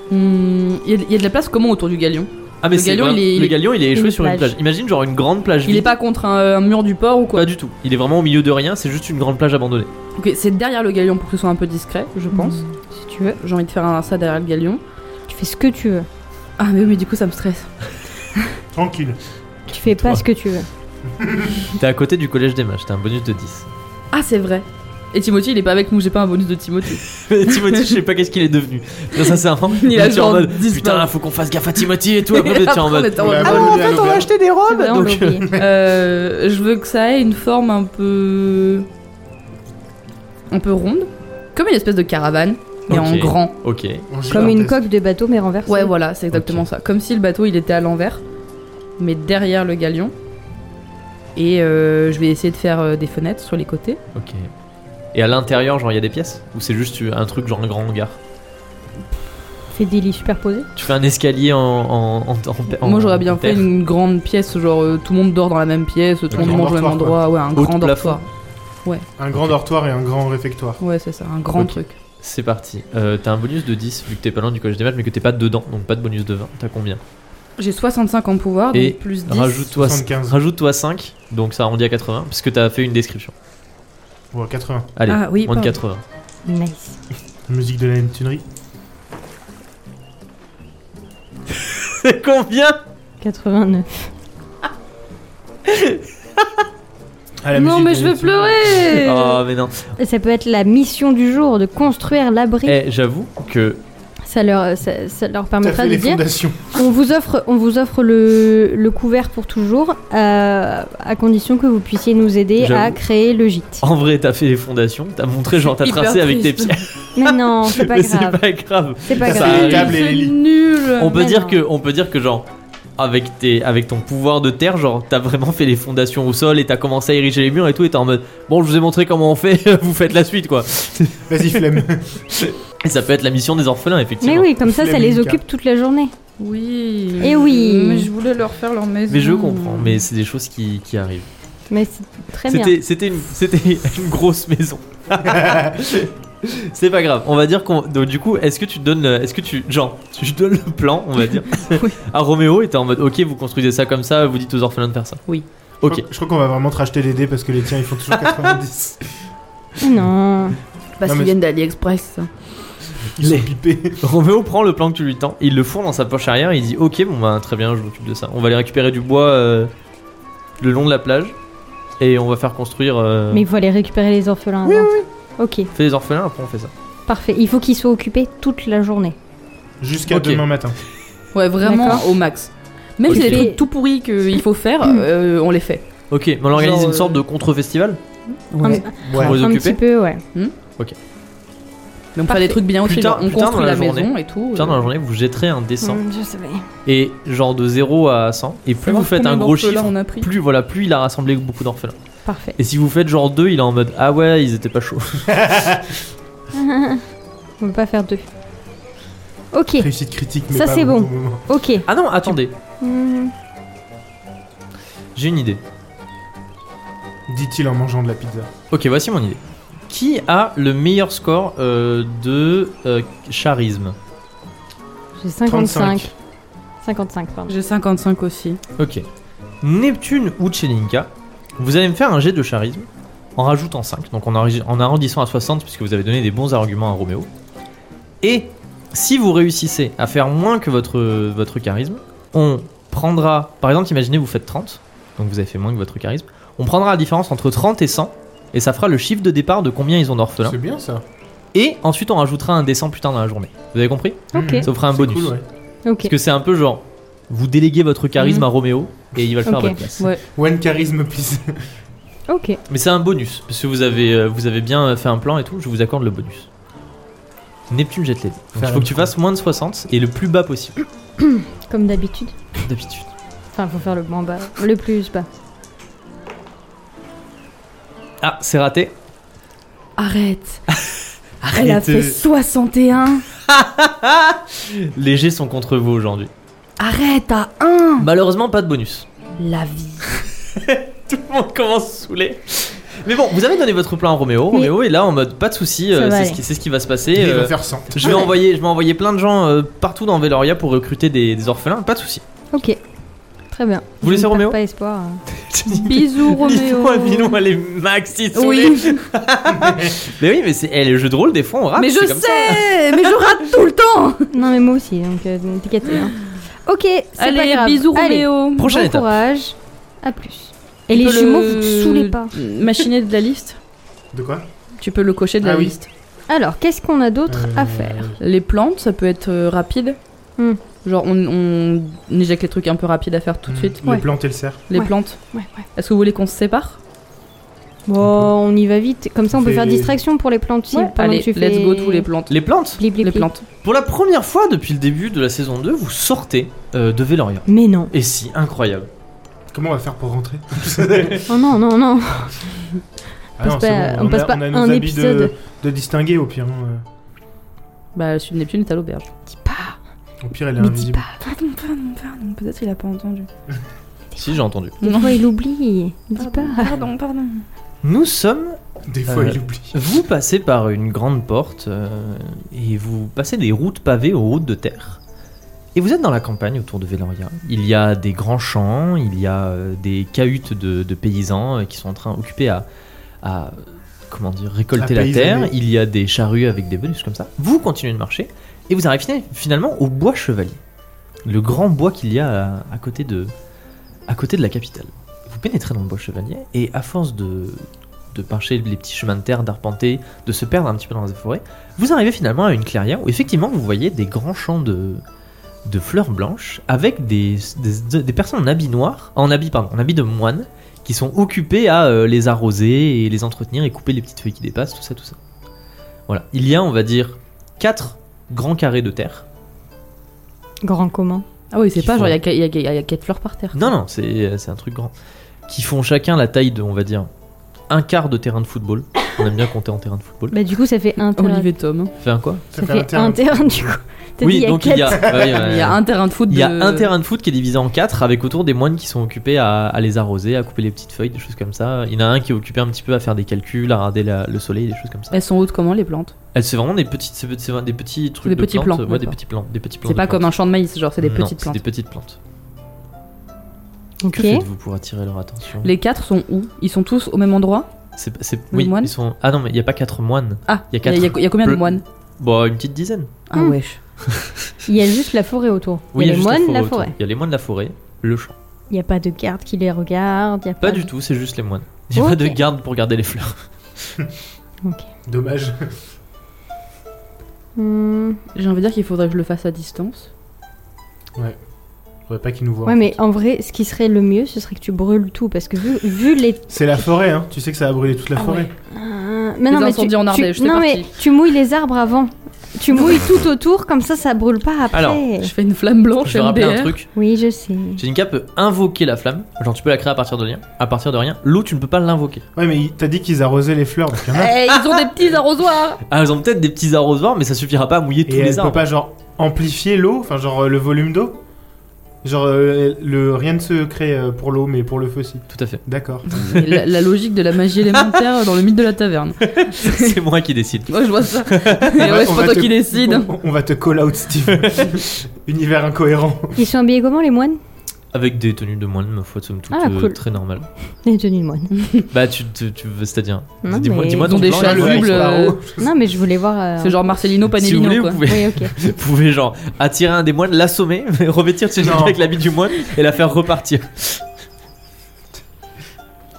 S4: Hmm, Il y, a- il y a de la place comment autour du Galion
S1: Ah, mais
S4: Le
S1: c'est
S4: galion,
S1: vraiment-
S4: il est-
S1: le
S4: il est-
S1: galion, il est échoué
S3: une
S1: sur une
S3: plage.
S1: plage. Imagine, genre, une grande plage
S4: Il
S1: vide.
S4: est pas contre un, un mur du port ou quoi
S1: Pas du tout. Il est vraiment au milieu de rien. C'est juste une grande plage abandonnée.
S4: Ok, c'est derrière le Galion pour que ce soit un peu discret, je pense.
S3: [LAUGHS] si tu veux,
S4: J'ai envie de faire un, ça derrière le Galion.
S3: tu fais ce que tu veux.
S4: Ah mais oui, mais du coup ça me stresse.
S2: Tranquille.
S3: Tu fais pas
S1: Toi.
S3: ce que tu veux.
S1: T'es à côté du collège des mages. T'as un bonus de 10.
S4: Ah c'est vrai. Et Timothy, il est pas avec nous, j'ai pas un bonus de Timothy.
S1: [LAUGHS] Mais Timothy, je sais pas qu'est-ce qu'il est devenu. Non, ça,
S4: [LAUGHS]
S1: c'est un
S4: Il a
S1: Tu es en
S4: genre
S1: mode,
S4: 10
S1: Putain,
S4: balles.
S1: faut qu'on fasse gaffe à Timothy et
S4: [LAUGHS]
S1: tout. Après,
S4: Et
S1: t'es en
S4: après, on
S1: mode.
S4: était en
S2: On
S4: mode,
S2: l'a
S4: ah,
S2: abandonné à l'auberge.
S1: des
S3: C'est vrai, on
S1: donc,
S3: l'a oublié.
S4: euh, je veux que ça ait une forme un peu... Un peu ronde. Comme une espèce de caravane, mais en
S1: Ok.
S4: grand.
S1: Ok.
S2: On gigantesque.
S3: Comme une coque de bateau, mais renversée.
S4: euh, Ouais, voilà, c'est exactement ça. Comme si le bateau il était à l'envers, mais derrière le galion. Et euh, je vais essayer de faire euh, des fenêtres sur les côtés.
S1: Ok. Et à l'intérieur, genre, il y a des pièces Ou c'est juste euh, un truc, genre un grand hangar
S3: Fais des lits superposés.
S1: Tu fais un escalier en. en, en- en- en-
S4: Moi j'aurais bien
S1: en
S4: fait
S1: terre.
S4: une grande pièce, genre euh, tout le monde dort dans la même pièce, tout
S1: Un
S4: le monde
S2: grand
S4: mange au même
S2: dortoir, quoi.
S4: endroit, ouais, un
S1: Haut de
S4: grand
S1: plafond.
S4: dortoir.
S2: Un grand dortoir et un grand réfectoire.
S4: Ouais, c'est ça, un grand
S1: Ok.
S4: truc.
S1: C'est parti. Euh, t'as un bonus de 10 vu que t'es pas loin du collège des maths, mais que t'es pas dedans, donc pas de bonus de 20. T'as combien
S4: J'ai 65 en pouvoir,
S1: Et
S4: donc plus 10.
S1: Rajoute-toi
S2: 75.
S1: rajoute 5, donc ça arrondit à 80, parce que t'as fait une description.
S2: Ou 80.
S1: Allez,
S4: Ah oui,
S1: moins de 80.
S4: pardon.
S3: Nice.
S2: Musique de la mutinerie.
S1: [LAUGHS] C'est combien
S3: 89.
S2: Ah, la
S4: Non,
S2: musique
S4: mais
S2: de
S4: je
S2: la
S4: veux
S2: mutinerie.
S4: pleurer
S1: Oh, mais non.
S3: [LAUGHS] Ça peut être la mission du jour de construire l'abri.
S1: Eh, j'avoue que.
S3: Ça leur, ça, ça leur
S2: T'as
S3: permettra
S2: fait
S3: de
S2: les
S3: dire
S2: fondations.
S3: on vous offre, on vous offre le, le couvert pour toujours, euh, à condition que vous puissiez nous aider à
S1: J'avoue. Oh.
S3: créer le gîte.
S1: En vrai, t'as fait les fondations, t'as montré, genre, t'as
S4: Hyper
S1: tracé avec tes
S4: triste.
S1: pieds.
S3: Mais
S1: [LAUGHS]
S3: non, c'est pas
S1: Mais c'est
S3: grave.
S1: pas grave.
S3: C'est pas
S2: Ça
S3: grave.
S2: arrive.
S4: C'est
S2: les tables et les lits.
S4: nul
S1: On peut
S3: Mais
S1: dire
S3: non.
S1: que, on peut dire que genre avec tes, avec ton pouvoir de terre, genre t'as vraiment fait les fondations au sol et t'as commencé à ériger les murs et tout, et t'es en mode bon, je vous ai montré comment on fait, [LAUGHS] vous faites la suite quoi.
S2: Vas-y, flemme.
S3: [LAUGHS]
S1: Et ça peut être la mission des orphelins effectivement.
S3: Mais oui, comme ça, ça les
S2: Flemming,
S3: occupe toute la journée.
S4: Oui.
S3: Eh oui.
S4: Mais je voulais leur faire leur maison.
S1: Mais je comprends, mais c'est des choses qui, qui arrivent.
S3: Mais c'est très bien.
S1: C'était, c'était une, c'était [LAUGHS] une grosse maison. c'est pas grave. On va dire qu'on, donc, du coup, est-ce que tu donnes, le- est-ce que tu, genre, tu [LAUGHS] donnes le plan, on va dire,
S4: [LAUGHS] Oui.
S1: à Roméo et t'es en mode ok, vous construisez ça comme ça, vous dites aux orphelins de faire ça.
S4: Oui.
S2: Je
S1: Ok.
S2: crois- Je crois qu'on va vraiment te racheter les dés parce que les tiens ils
S1: [LAUGHS]
S2: font toujours 90.
S3: Non.
S4: Parce
S2: Non,
S4: qu'ils
S2: mais-
S4: viennent d'AliExpress.
S2: Ils
S1: Les-
S2: sont pipés.
S1: Roméo prend le plan que tu lui tends, il le fourre dans sa poche arrière, il dit ok bon bah très bien je m'occupe de ça. On va aller récupérer du bois euh, le long de la plage et on va faire construire euh,
S3: Mais il faut aller récérer les orphelins. avant. Ok,
S1: on fait des orphelins après on fait ça.
S3: parfait. Il faut qu'ils soient occupés toute la journée.
S2: Jusqu'à
S1: Ok.
S2: demain matin.
S4: Ouais, vraiment
S3: D'accord.
S4: au max. Même si
S1: Ok.
S4: c'est des trucs tout pourris qu'il faut faire, euh, on les fait.
S1: Ok mais on organise
S4: Genre,
S1: une sorte
S4: euh,
S1: de contre-festival
S3: Ouais.
S1: pour les
S3: Un
S1: occuper
S3: petit peu, ouais.
S4: Mais on fait
S3: Parfait.
S4: des trucs bien aussi,
S1: Plus
S4: genre
S1: tard-
S4: on
S1: plus tard
S4: construit
S1: dans
S4: la,
S1: la
S4: maison
S1: journée.
S4: et tout.
S1: Putain, dans
S4: euh.
S1: la journée, vous jetterez un dessin.
S4: Mm,
S3: Hum, je savais.
S1: Et genre de 0 à 100. Et plus
S4: Savoir
S1: vous faites
S4: combien
S1: un gros
S4: d'orphelins
S1: chiffre,
S4: on a pris.
S1: plus, voilà, plus il a rassemblé beaucoup d'orphelins.
S3: Parfait.
S4: [LAUGHS]
S1: Et si vous faites genre 2, il est en mode Ah ouais, ils étaient pas chauds.
S3: on peut pas faire deux. Ok,
S2: Réussite critique, mais
S3: Ça,
S2: pas
S3: c'est
S2: bon.
S3: bon. ok.
S1: Ah non, attendez,
S4: Mm.
S3: Hum,
S1: j'ai une idée.
S2: Dit-il en mangeant de la pizza.
S1: Ok, voici mon idée. Qui a le meilleur score euh, de euh, charisme
S3: J'ai 55. 55, pardon.
S4: J'ai 55 aussi.
S1: Ok. Neptune ou Chelinka, vous allez me faire un jet de charisme en rajoutant 5, donc en, arri- en arrondissant à 60, puisque vous avez donné des bons arguments à Roméo. Et si vous réussissez à faire moins que votre, votre charisme, on prendra, par exemple, imaginez vous faites 30, donc vous avez fait moins que votre charisme, on prendra la différence entre 30 et 100, et ça fera le chiffre de départ de combien ils ont d'orphelins.
S2: C'est bien ça.
S1: Et ensuite on rajoutera un dessin plus tard dans la journée. Vous avez compris
S3: Ok,
S1: Ça vous fera un
S2: Hmm. C'est
S1: bonus.
S2: cool, ouais.
S3: ok.
S1: Parce que c'est un peu genre, vous déléguez votre charisme
S4: Mhm.
S1: à Roméo, et il va le faire
S3: Ok.
S1: à votre place.
S2: One charisme, please.
S3: Ok,
S1: Mais c'est un bonus, parce que vous avez, euh, vous avez bien fait un plan et tout, je vous accorde le bonus. Neptune jette les dés. Donc,
S2: Faire
S1: il faut
S2: une
S1: que tu fasses moins de 60 et le plus bas possible,
S3: comme d'habitude.
S1: [COUGHS] d'habitude.
S3: Enfin, faut faire le moins bas, le plus bas.
S1: Ah, c'est raté.
S4: Arrête Elle a
S1: Arrêtez.
S4: fait 61
S1: Les G sont contre vous aujourd'hui.
S4: Arrête à 1
S1: Malheureusement, pas de bonus.
S4: La vie.
S1: [LAUGHS] Tout le monde commence saoulé. Mais bon, vous avez donné votre plan à Roméo.
S3: Mais-
S1: Roméo est là en mode pas de soucis,
S3: Ça
S1: euh, c'est
S3: va
S1: ce,
S3: aller.
S1: qui- c'est ce qui va se passer.
S2: Il
S1: euh,
S2: va faire 100.
S1: [LAUGHS] je, vais envoyer, je vais envoyer plein de gens euh, partout dans Veloria pour recruter des, des orphelins, pas de soucis.
S3: Ok, très bien.
S1: Vous
S3: Je
S1: laissez
S3: ne perds
S1: Roméo
S3: Pas espoir. hein.
S1: [LAUGHS]
S3: Bisous Roméo.
S1: Dis-moi, Milou, elle est maxi saoulée.
S4: Oui
S1: Mais oui, mais c'est eh, les jeux de rôle, des fois on rate.
S4: Mais je
S1: c'est comme ça.
S4: sais Mais je rate tout le temps
S3: Non mais moi aussi, donc euh, t'inquiète. hein. Ok, c'est pas
S4: [LAUGHS] Allez,
S3: grave.
S4: bisous
S3: Allez,
S4: Roméo
S1: Prochaine
S3: bon
S1: étape.
S3: courage, à plus. Et
S4: Tu
S3: les
S4: peux
S3: jumeaux,
S4: le-
S3: vous ne saoulez pas.
S4: Machiner de la liste
S2: De quoi
S4: Tu peux le cocher de la
S2: Ah oui.
S4: liste.
S3: Alors, qu'est-ce qu'on a d'autre à
S2: Euh,
S3: faire
S4: Les plantes, ça peut être euh, rapide.
S3: Hmm.
S4: Genre, on, on éjecte les trucs un peu rapides à faire tout de
S2: Mm.
S4: suite.
S2: Les
S3: Ouais.
S2: plantes et le cerf.
S4: Les
S3: Ouais.
S4: plantes.
S3: Ouais, ouais.
S4: Est-ce que vous voulez qu'on se sépare
S3: Bon, on y va vite. Comme ça, on peut
S2: Fais-
S3: faire distraction pour les plantes. si, pendant
S4: Allez,
S3: que tu fais...
S4: let's go tous les plantes.
S1: Les plantes.
S3: Pli, pli,
S4: Les
S3: pli.
S4: plantes.
S1: Pour la première fois depuis le début de la saison 2, vous sortez euh, de Veloria.
S3: Mais [LAUGHS] non.
S1: Et si, incroyable.
S2: Comment on va faire pour rentrer
S3: Oh non, non, non.
S2: Ah non,
S3: passe pas-
S2: c'est
S3: on
S2: bon,
S3: passe
S2: a-
S3: pas
S2: on a
S3: un
S2: nos habits de,
S3: épisode.
S2: de distinguer au pire. hein.
S4: Bah, Sud Neptune est à l'auberge.
S3: Dis pas.
S2: Au pire, elle est
S3: Mais dis
S2: invisible.
S3: pas.
S4: Pardon, pardon, pardon. Peut-être il a pas [LAUGHS] entendu.
S1: Si, j'ai entendu.
S3: Des
S4: Non.
S3: fois, il oublie. Dis pas.
S4: Pardon, pardon.
S1: Nous sommes.
S2: Des fois,
S1: Euh,
S2: il oublie.
S1: Vous passez par une grande porte euh, et vous passez des routes pavées aux routes de terre. Et vous êtes dans la campagne autour de Veloria. Il y a des grands champs, il y a euh, des cahutes de, de paysans euh, qui sont en train occupés à, à, comment dire, récolter
S2: À
S1: la terre.
S2: paysanner.
S1: Il y a des charrues avec des bonus comme ça. Vous continuez de marcher et vous arrivez fina- finalement au bois chevalier, le grand bois qu'il y a à, à côté de, à côté de la capitale. Vous pénétrez dans le bois chevalier et à force de, de marcher les petits chemins de terre, d'arpenter, de se perdre un petit peu dans la forêt, vous arrivez finalement à une clairière où effectivement vous voyez des grands champs de, de fleurs blanches avec des, des, des personnes en habit noir, en habit, pardon, en habit de moine qui sont occupées à euh, les arroser et les entretenir et couper les petites feuilles qui dépassent, tout ça, tout ça. Voilà. Il y a, on va dire, quatre grands carrés de terre.
S3: Grand comment
S4: Ah oui, c'est
S1: Qui
S4: pas
S1: font-
S4: genre il y a qu- il y a- il y a 4 fleurs par terre.
S1: Non, non, c'est euh, c'est un truc grand. Qui font chacun la taille de, on va dire, un quart de terrain de football. On aime bien compter en terrain de football.
S3: Bah du coup, ça fait un terrain.
S4: Olive et Tom.
S1: Fait un quoi
S3: Ça fait un terrain du [LAUGHS] coup. T'as dit,
S1: Oui,
S3: il y a
S1: donc
S3: quatre.
S1: il y a, [LAUGHS] ouais, ouais,
S4: Ah, Il y a un terrain de foot.
S1: Il y a
S4: de-
S1: un terrain de foot qui est divisé en quatre avec autour des moines qui sont occupés à, à les arroser, à couper les petites feuilles, des choses comme ça. Il y en a un qui est occupé un petit peu à faire des calculs, à regarder la- le soleil, des choses comme ça.
S4: Elles sont hautes comment les plantes
S1: Elle c'est vraiment des petites, c'est- c'est des petits trucs
S4: Des
S1: de
S4: petits
S1: plantes,
S4: plants,
S1: ouais, des
S4: d'accord.
S1: petits plants, des petits plants.
S4: C'est
S1: de
S4: pas comme un
S1: plantes.
S4: champ de maïs, genre c'est des
S1: Non,
S4: petites
S1: c'est
S4: plantes.
S1: des petites plantes.
S3: Ok.
S1: Que faites-vous pour attirer leur attention
S4: Les quatre sont où Ils sont tous au même endroit
S1: C'est, c'est-
S4: les
S1: oui,
S4: moines
S1: ils sont. Ah non, mais il y a pas quatre moines.
S4: Ah,
S1: Il y a
S4: il y, a-
S1: quatre.
S4: il y a combien de
S1: Bleu.
S4: moines
S1: Bon, une petite dizaine.
S4: Ah
S3: Hmm.
S4: wesh.
S3: Il y a juste la forêt autour.
S1: Oui,
S3: il y a les
S1: juste
S3: moines, la
S1: autour.
S3: forêt.
S1: Il y a les moines de la forêt, le champ.
S3: Il n'y a pas de garde qui les regarde. il Y a
S4: Ah
S1: Pas
S3: de-
S1: du tout, c'est juste les moines. [LAUGHS] Il y a
S3: Ok.
S1: pas de garde pour garder les fleurs.
S2: Dommage.
S3: Hmm.
S4: J'ai envie de dire qu'il faudrait que je le fasse à distance.
S2: Faudrait pas qu'ils nous voient.
S3: Ouais, mais en vrai, ce qui serait le mieux, ce serait que tu brûles tout. Parce que vu, vu les.
S2: C'est la forêt, hein. Tu sais que ça a brûlé toute la
S4: Ah
S2: forêt.
S4: ouais.
S3: Ah, mais
S4: Les
S3: non, mais
S4: incendies
S3: tu,
S4: en
S3: tu-
S4: Ardèche, c'est
S3: non,
S4: parti.
S3: mais tu mouilles les arbres avant. Tu mouilles tout autour, comme ça, ça brûle pas après.
S1: Alors,
S4: Je fais une flamme blanche,
S1: Je vais rappeler un
S4: MDR.
S1: truc.
S3: Oui, je sais.
S1: Jenica peut invoquer la flamme. Genre, tu peux la créer à partir de rien. À partir de rien. L'eau, tu ne peux pas l'invoquer.
S2: Ouais, mais il- t'as dit qu'ils arrosaient les fleurs, donc
S4: [LAUGHS]
S2: il y en a.
S4: Eh, ils ont des
S1: [LAUGHS]
S4: petits arrosoirs
S1: Ah, elles ont peut-être des petits arrosoirs, mais ça suffira pas à mouiller tous
S2: Et elle
S1: les
S2: peut
S1: arbres.
S2: pas, genre, amplifier l'eau, enfin, genre, euh, le volume d'eau Genre, euh, le, rien ne se crée euh, pour l'eau, mais pour le feu, si.
S1: Tout à fait. [LAUGHS]
S2: D'accord.
S4: Mais la, la logique de la magie élémentaire dans le mythe de la taverne.
S1: C'est moi qui décide.
S4: Moi je vois ça.
S1: [LAUGHS]
S4: Mais
S2: On va-
S4: ouais,
S2: on
S4: c'est pas
S2: va
S4: toi
S2: te-
S4: qui décide.
S2: On, on va te call out, Steve. Univers incohérent.
S3: Ils sont habillés comment, les moines
S1: Avec des tenues de moine, ma foi, somme toute,
S3: Ah,
S1: euh,
S3: cool.
S1: très normales.
S3: Les tenues de moine.
S1: Bah, tu, tu, tu veux, c'est-à-dire.
S3: Non,
S1: Dis-moi
S3: mais
S1: dis-moi
S3: ils
S1: ton
S4: ont des
S1: plan,
S4: chats
S1: là,
S4: horribles.
S2: Sparrow.
S3: Non, mais je voulais voir. euh,
S4: C'est genre Marcelino
S1: Si vous
S4: Panellino
S1: voulez,
S4: quoi.
S1: vous pouvez,
S3: Oui, ok.
S1: vous [LAUGHS] pouvez, genre attirer un des moines, l'assommer, [LAUGHS] revêtir Tchelinka
S2: Non.
S1: avec l'habit du moine et la faire repartir. [LAUGHS]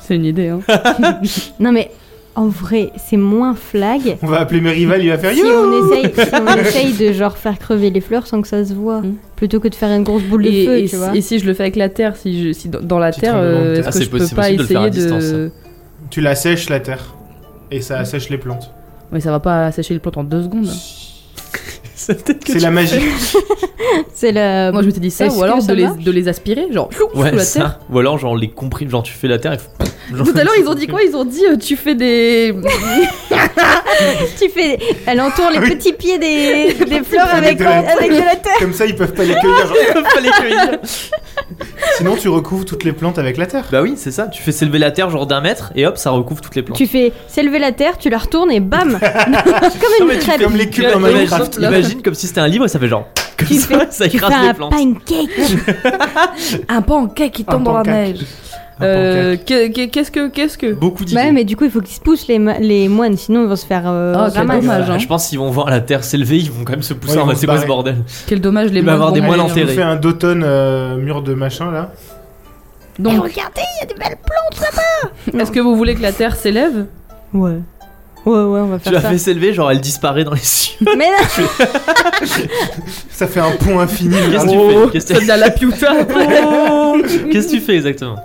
S4: C'est une idée hein.
S3: Non, mais en vrai, c'est moins flag.
S2: On va appeler mes rivales, il va faire
S3: Si
S2: you
S3: on, essaye, si on essaye de genre faire crever les fleurs sans que ça se voit,
S4: Mm.
S3: plutôt que de faire une grosse boule de
S4: Et,
S3: feu,
S4: et
S3: tu
S4: si-
S3: vois.
S4: et si je le fais avec la terre, si, je, si dans, dans la
S2: Tu
S4: terre,
S2: te rends
S4: euh,
S2: compte.
S4: est-ce
S1: Ah,
S4: que
S1: c'est
S4: je peux
S1: possible
S4: pas
S1: aussi de le faire à
S4: essayer de.
S1: distance.
S2: Tu la sèches, la terre. Et ça assèche les plantes.
S1: hein.
S4: Mais ça va pas sécher les plantes en deux secondes.
S1: C'est peut-être que
S2: C'est
S1: tu-
S2: la magie.
S3: C'est la. [LAUGHS]
S4: Moi je m'étais dit ça,
S3: Est-ce
S4: ou alors
S3: que ça
S4: de les,
S3: marche
S4: de les aspirer, genre plouf,
S1: Ouais,
S4: sous la
S1: ça.
S4: terre.
S1: Ou alors, genre, les compris, genre, tu fais la terre et. f- [LAUGHS] genre-
S4: Tout à l'heure ils ont dit quoi Ils ont dit euh, tu
S3: [LAUGHS]
S4: fais des.
S3: tu fais. Elle entoure
S4: Ah
S3: les petits pieds des,
S4: [LAUGHS]
S3: des fleurs avec,
S2: de la-
S3: avec de la terre.
S2: Comme ça, ils peuvent pas les cueillir.
S1: Fallait cueillir.
S2: Sinon, tu recouvres toutes les plantes avec la terre.
S1: Bah oui, c'est ça. Tu fais s'élever la terre, genre d'un mètre, et hop, ça recouvre toutes les plantes.
S3: Tu fais s'élever la terre, tu la retournes
S1: [LAUGHS]
S3: et bam Comme une crêpe.
S2: Comme les cubes dans
S1: Imagine-
S2: Minecraft.
S1: Imagine comme si c'était un livre et ça fait genre. Comme
S3: Tu
S1: ça, [LAUGHS] ça
S3: Tu fais
S1: écrase les
S3: un
S1: plantes. [LAUGHS]
S3: pancake.
S4: Un pancake qui
S2: Un
S4: tombe dans la
S2: pancake.
S4: neige.
S2: Un
S4: Euh,
S2: pancake.
S4: que- que- Qu'est-ce que. Qu'est-ce que.
S1: Beaucoup d'idées.
S3: Bah ouais, mais du coup, il faut qu'ils se poussent les, ma- les moines, sinon ils vont se faire. euh,
S4: Ah, quel
S3: ramasser.
S4: dommage, hein.
S1: Je pense qu'ils vont voir la terre s'élever, ils vont quand même se pousser
S2: Ouais,
S1: en
S2: ils
S1: mode
S2: vont
S1: c'est
S2: se
S1: quoi ce
S2: barrer.
S1: bordel
S4: Quel dommage les
S1: Il va
S4: moines
S1: avoir des
S4: vont
S1: moines
S4: mourir.
S1: enterrés.
S2: On fait un d'automne euh, mur de machin là.
S3: Et
S4: hein.
S3: [LAUGHS]
S4: Donc,
S3: Eh, regardez, il y a des belles
S4: est-ce que vous voulez que la terre s'élève
S3: Ouais. Ouais, ouais, on va
S1: Tu
S3: faire
S1: la
S3: ça.
S1: fais s'élever, genre elle disparaît dans les cieux.
S4: [LAUGHS]
S3: Mais non,
S2: Ça fait un pont infini.
S1: Qu'est-ce que
S2: là.
S1: tu fais Qu'est-ce
S4: C'est de Oh, la
S3: [LAUGHS]
S4: lapiuta
S1: que- Qu'est-ce que tu fais exactement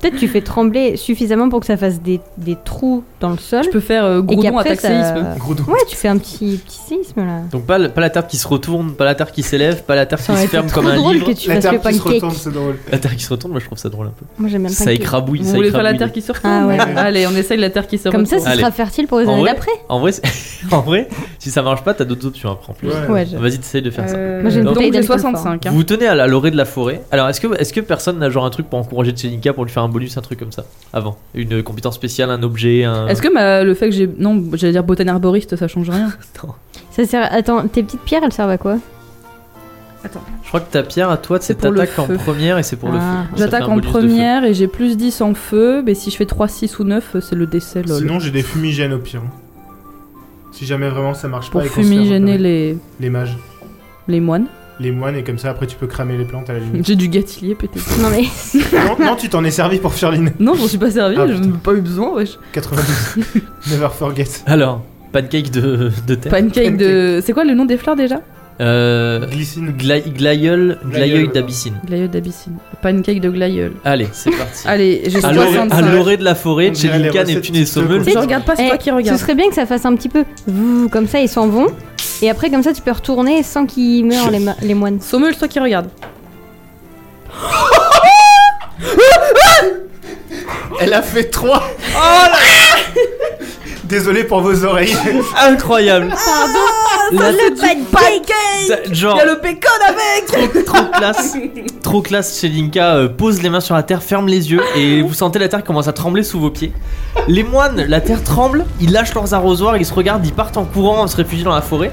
S3: peut-être tu fais trembler suffisamment pour que ça fasse des, des trous dans le sol.
S4: Je peux faire euh,
S3: Et
S4: Groudon
S3: qu'après,
S4: attaque séisme.
S3: ça...
S2: Gros dos.
S3: Ouais, tu fais un petit, petit séisme là.
S1: Donc pas, le- pas la terre qui se retourne, pas la terre qui s'élève, pas la terre
S3: Ça
S1: qui
S3: aurait
S1: se
S3: été
S1: ferme
S3: trop
S1: comme un
S3: drôle
S1: livre.
S3: que tu
S2: La
S3: fasses le
S2: terre qui se
S3: pancake.
S2: retourne, c'est drôle.
S1: La terre qui se retourne, moi je trouve ça drôle un peu.
S3: Moi j'aime bien le
S1: Ça
S3: pancake.
S1: écrabouille,
S4: Vous
S1: ça
S4: voulez faire la
S1: écrabouille.
S4: terre qui se retourne
S3: Ah ouais.
S4: Allez, on essaye la terre qui se
S3: Comme ça,
S4: retourne.
S3: ce
S1: Allez.
S3: sera fertile pour les
S1: En
S3: années
S1: vrai,
S3: d'après.
S1: en vrai, c'est- [LAUGHS] en vrai, si ça marche pas, t'as d'autres options après en plus.
S2: Ouais.
S3: Ouais, je-
S1: Vas-y, essaye de faire ça.
S4: Euh,
S3: Moi, j'ai une
S4: donc
S3: bouteille
S4: j'ai
S3: d'alcool
S4: 65. hein.
S1: Vous tenez à la l'orée de la forêt. Alors, est-ce que, est que personne n'a genre un truc pour encourager Tchelinka pour lui faire un bonus, un truc comme ça Avant Une compétence spéciale, un objet, un.
S4: Est-ce que ma- le fait que j'ai. Non, j'allais dire botan arboriste, ça change
S1: [LAUGHS]
S4: rien.
S1: Non.
S3: Ça sert. Attends, tes petites pierres, elles servent à quoi
S1: Je crois que ta pierre à toi,
S4: C'est
S1: c'est
S4: pour le
S1: t'attaques en
S4: feu.
S1: première et c'est pour le
S3: Ah.
S1: feu. Ça fait
S4: J'attaque
S1: un
S4: en
S1: bonus de feu.
S4: première et j'ai plus 10 en feu, mais si je fais 3, 6 ou 9, c'est le décès lol.
S2: Sinon, j'ai des fumigènes au pire. hein. Si jamais vraiment ça marche
S4: Pour
S2: pas. et qu'on se fait repérer.
S4: fumigéner les,
S2: les mages,
S4: les moines.
S2: les moines, et comme ça après tu peux cramer les plantes à la
S1: Mm.
S4: [LAUGHS]
S2: limite.
S4: J'ai du gâtillier peut-être.
S1: [LAUGHS]
S3: Non mais.
S2: non, non, tu t'en es servi pour Firline.
S4: Non, j'en suis pas servi,
S2: Ah,
S4: j'en ai
S2: putain.
S4: pas eu besoin, wesh.
S2: 92. Never forget.
S1: Alors, pancake de, de terre.
S4: Pancake de. C'est quoi le nom des fleurs déjà
S1: Euh,
S2: Glycine.
S1: gla- glaïeul, glaïeul
S2: Glaïeul.
S1: d'abyssine.
S4: Glaïeul d'abyssine. Pancake de glaïeul.
S1: Allez, c'est parti.
S4: Allez, j'ai
S1: À l'orée- à
S4: 65.
S1: l'orée de la forêt,
S2: On dirait les
S1: Tchelinka,
S2: recettes
S1: Neptune et
S2: de
S1: Sommel.
S2: Coco.
S4: Je regarde pas, Ah, c'est
S3: Eh,
S4: toi qui
S3: Ce
S4: regarde.
S3: serait bien que ça fasse un petit peu. vous, Comme ça, ils s'en vont. Et après, comme ça, tu peux retourner sans qu'ils meurent les, ma- les moines.
S4: Sommel, c'est toi qui regarde.
S2: Elle a fait 3 Désolé pour vos oreilles.
S1: Incroyable La-
S4: Ah, pancake
S1: ça- Genre,
S4: le bacon avec
S1: trop, trop classe Trop classe, Tchelinka euh, pose les mains sur la terre, ferme les yeux et vous sentez la terre qui commence à trembler sous vos pieds. Les moines, la terre tremble, ils lâchent leurs arrosoirs, ils se regardent, ils partent en courant, en se réfugient dans la forêt.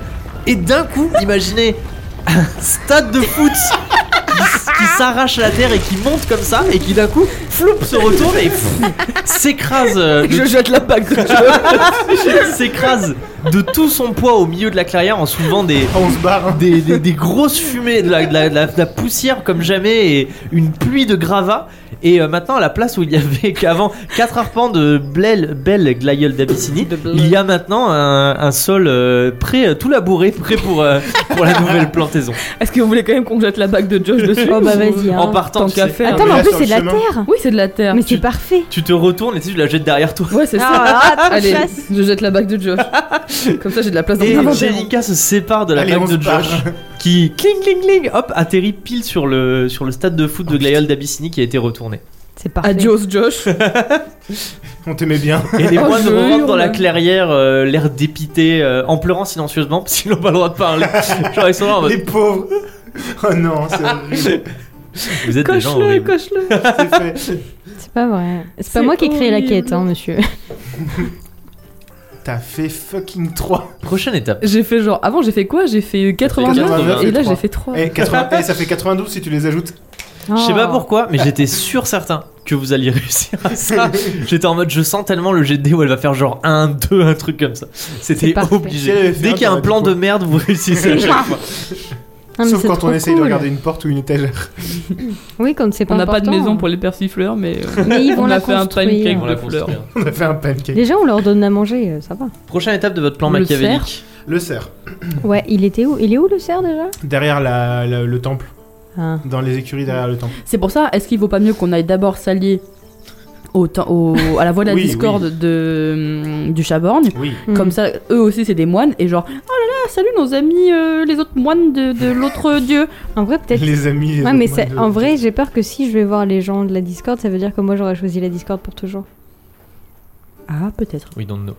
S1: Et d'un coup, imaginez un stade de foot qui, s- qui s'arrache à la terre et qui monte comme ça et qui d'un coup, floup, se retourne et pff, s'écrase euh, de
S4: Je jette la bague
S1: [LAUGHS] s'écrase de tout son poids au milieu de la clairière en soulevant des,
S2: On se barre. hein.
S1: des, des- des grosses fumées, de la, de la- de la- de la poussière comme jamais et une pluie de gravats. Et euh, maintenant, à la place où il y avait qu'avant 4 arpents de blel- belle glaïeul d'Abyssinie, il y a maintenant un, un sol euh, prêt, euh, tout labouré, prêt pour, euh, pour la nouvelle plantaison.
S4: Est-ce que vous voulez quand même qu'on jette la bague de Josh dessus
S3: Oh, bah,
S4: ou-
S3: vas-y, hein.
S1: En partant,
S4: Tant
S1: tu,
S4: qu'à
S1: sais,
S4: faire.
S3: Attends, mais
S2: là,
S3: en plus,
S2: sur
S3: c'est
S2: le
S3: de la
S2: chemin.
S3: terre.
S4: Oui, c'est de la terre.
S3: Mais c'est parfait.
S1: tu te retournes et tu sais, tu la jettes derrière toi.
S4: Ouais, c'est ça.
S3: Ah, ah,
S4: Allez,
S3: chasse.
S4: je jette la bague
S3: [LAUGHS]
S4: de Josh. Comme ça, j'ai de la place dans
S1: Et
S4: mon inventaire.
S1: Jenica se sépare de la
S2: Allez,
S1: bague
S2: on se
S1: de Josh
S2: barre.
S1: qui cling cling cling hop atterrit pile sur le sur le stade de foot de Glaïol d'Abyssinie qui a été retourné.
S3: C'est parfait.
S4: Adios, Josh.
S2: On t'aimait bien.
S1: Et les
S4: Oh,
S1: moines
S4: je
S1: rentrent
S4: hurle.
S1: dans la clairière, euh, l'air dépité, euh, en pleurant silencieusement parce qu'ils n'ont pas le droit de
S2: [LAUGHS]
S1: parler. Genre ils sont là en mode,
S2: Les pauvres. Oh non, c'est horrible.
S1: Vous êtes des gens
S4: Coche-le,
S1: horribles.
S4: coche-le.
S2: C'est fait.
S3: C'est pas vrai. C'est pas
S4: C'est
S3: moi qui ai créé la
S4: horrible.
S3: quête, hein, monsieur. [LAUGHS]
S2: T'as fait fucking 3.
S1: Prochaine étape.
S4: J'ai fait genre. Avant, j'ai fait quoi J'ai fait 89
S2: 89,
S4: et là,
S2: c'est
S4: j'ai fait 3.
S2: Eh, 80 eh, ça fait 92 si tu les ajoutes.
S1: Je sais pas
S3: Oh.
S1: pourquoi, mais j'étais sûr certain que vous alliez réussir à
S2: [LAUGHS]
S1: ça. J'étais en mode je sens tellement le GD où elle va faire genre 1, 2, un truc comme ça.
S3: C'est
S1: C'était
S3: parfait.
S2: Si elle
S1: obligé.
S2: avait fait
S1: Dès
S2: un,
S1: qu'il y a un
S2: t'aurais
S1: plan
S2: dit quoi
S1: de merde, vous réussissez
S2: [LAUGHS]
S1: à chaque fois.
S3: Ah, mais
S2: Sauf
S3: c'est
S2: quand
S3: trop
S2: on essaye
S3: cool.
S2: de regarder une porte ou une étagère. [LAUGHS]
S3: Oui, quand c'est pas
S4: On n'a pas de
S3: important. hein.
S4: maison pour les persifleurs, mais. euh,
S3: Mais ils vont
S4: on
S3: la
S4: a fait un
S3: construire.
S4: pancake
S1: On la
S4: de fleurs.
S1: construire.
S2: On a fait un pancake.
S3: Déjà, on leur donne à manger, euh, ça va.
S1: Prochaine étape de votre plan
S4: Le
S1: machiavélique.
S2: Le cerf.
S4: Mm.
S3: Ouais, il était où Il est où le cerf déjà
S2: Derrière la- la- le temple.
S3: Ah.
S2: Dans les écuries derrière le temple.
S4: C'est pour ça, est-ce qu'il vaut pas mieux qu'on aille d'abord s'allier au, temps- au- à la voix de la
S2: Oui,
S4: discorde de, hum, du Chaborgne
S2: Oui.
S3: Hmm.
S4: Comme ça, eux aussi, c'est des moines. Et genre, oh là là, salut nos amis, euh, les autres moines de, de l'autre dieu.
S3: En vrai, peut-être.
S2: Les amis. les
S3: Ouais,
S2: autres
S3: mais
S2: moines
S3: c'est-
S2: de-
S3: en vrai, j'ai peur que si je vais voir les gens de la Discord, ça veut dire que moi j'aurais choisi la Discord pour toujours.
S4: Ah, peut-être.
S1: We don't know.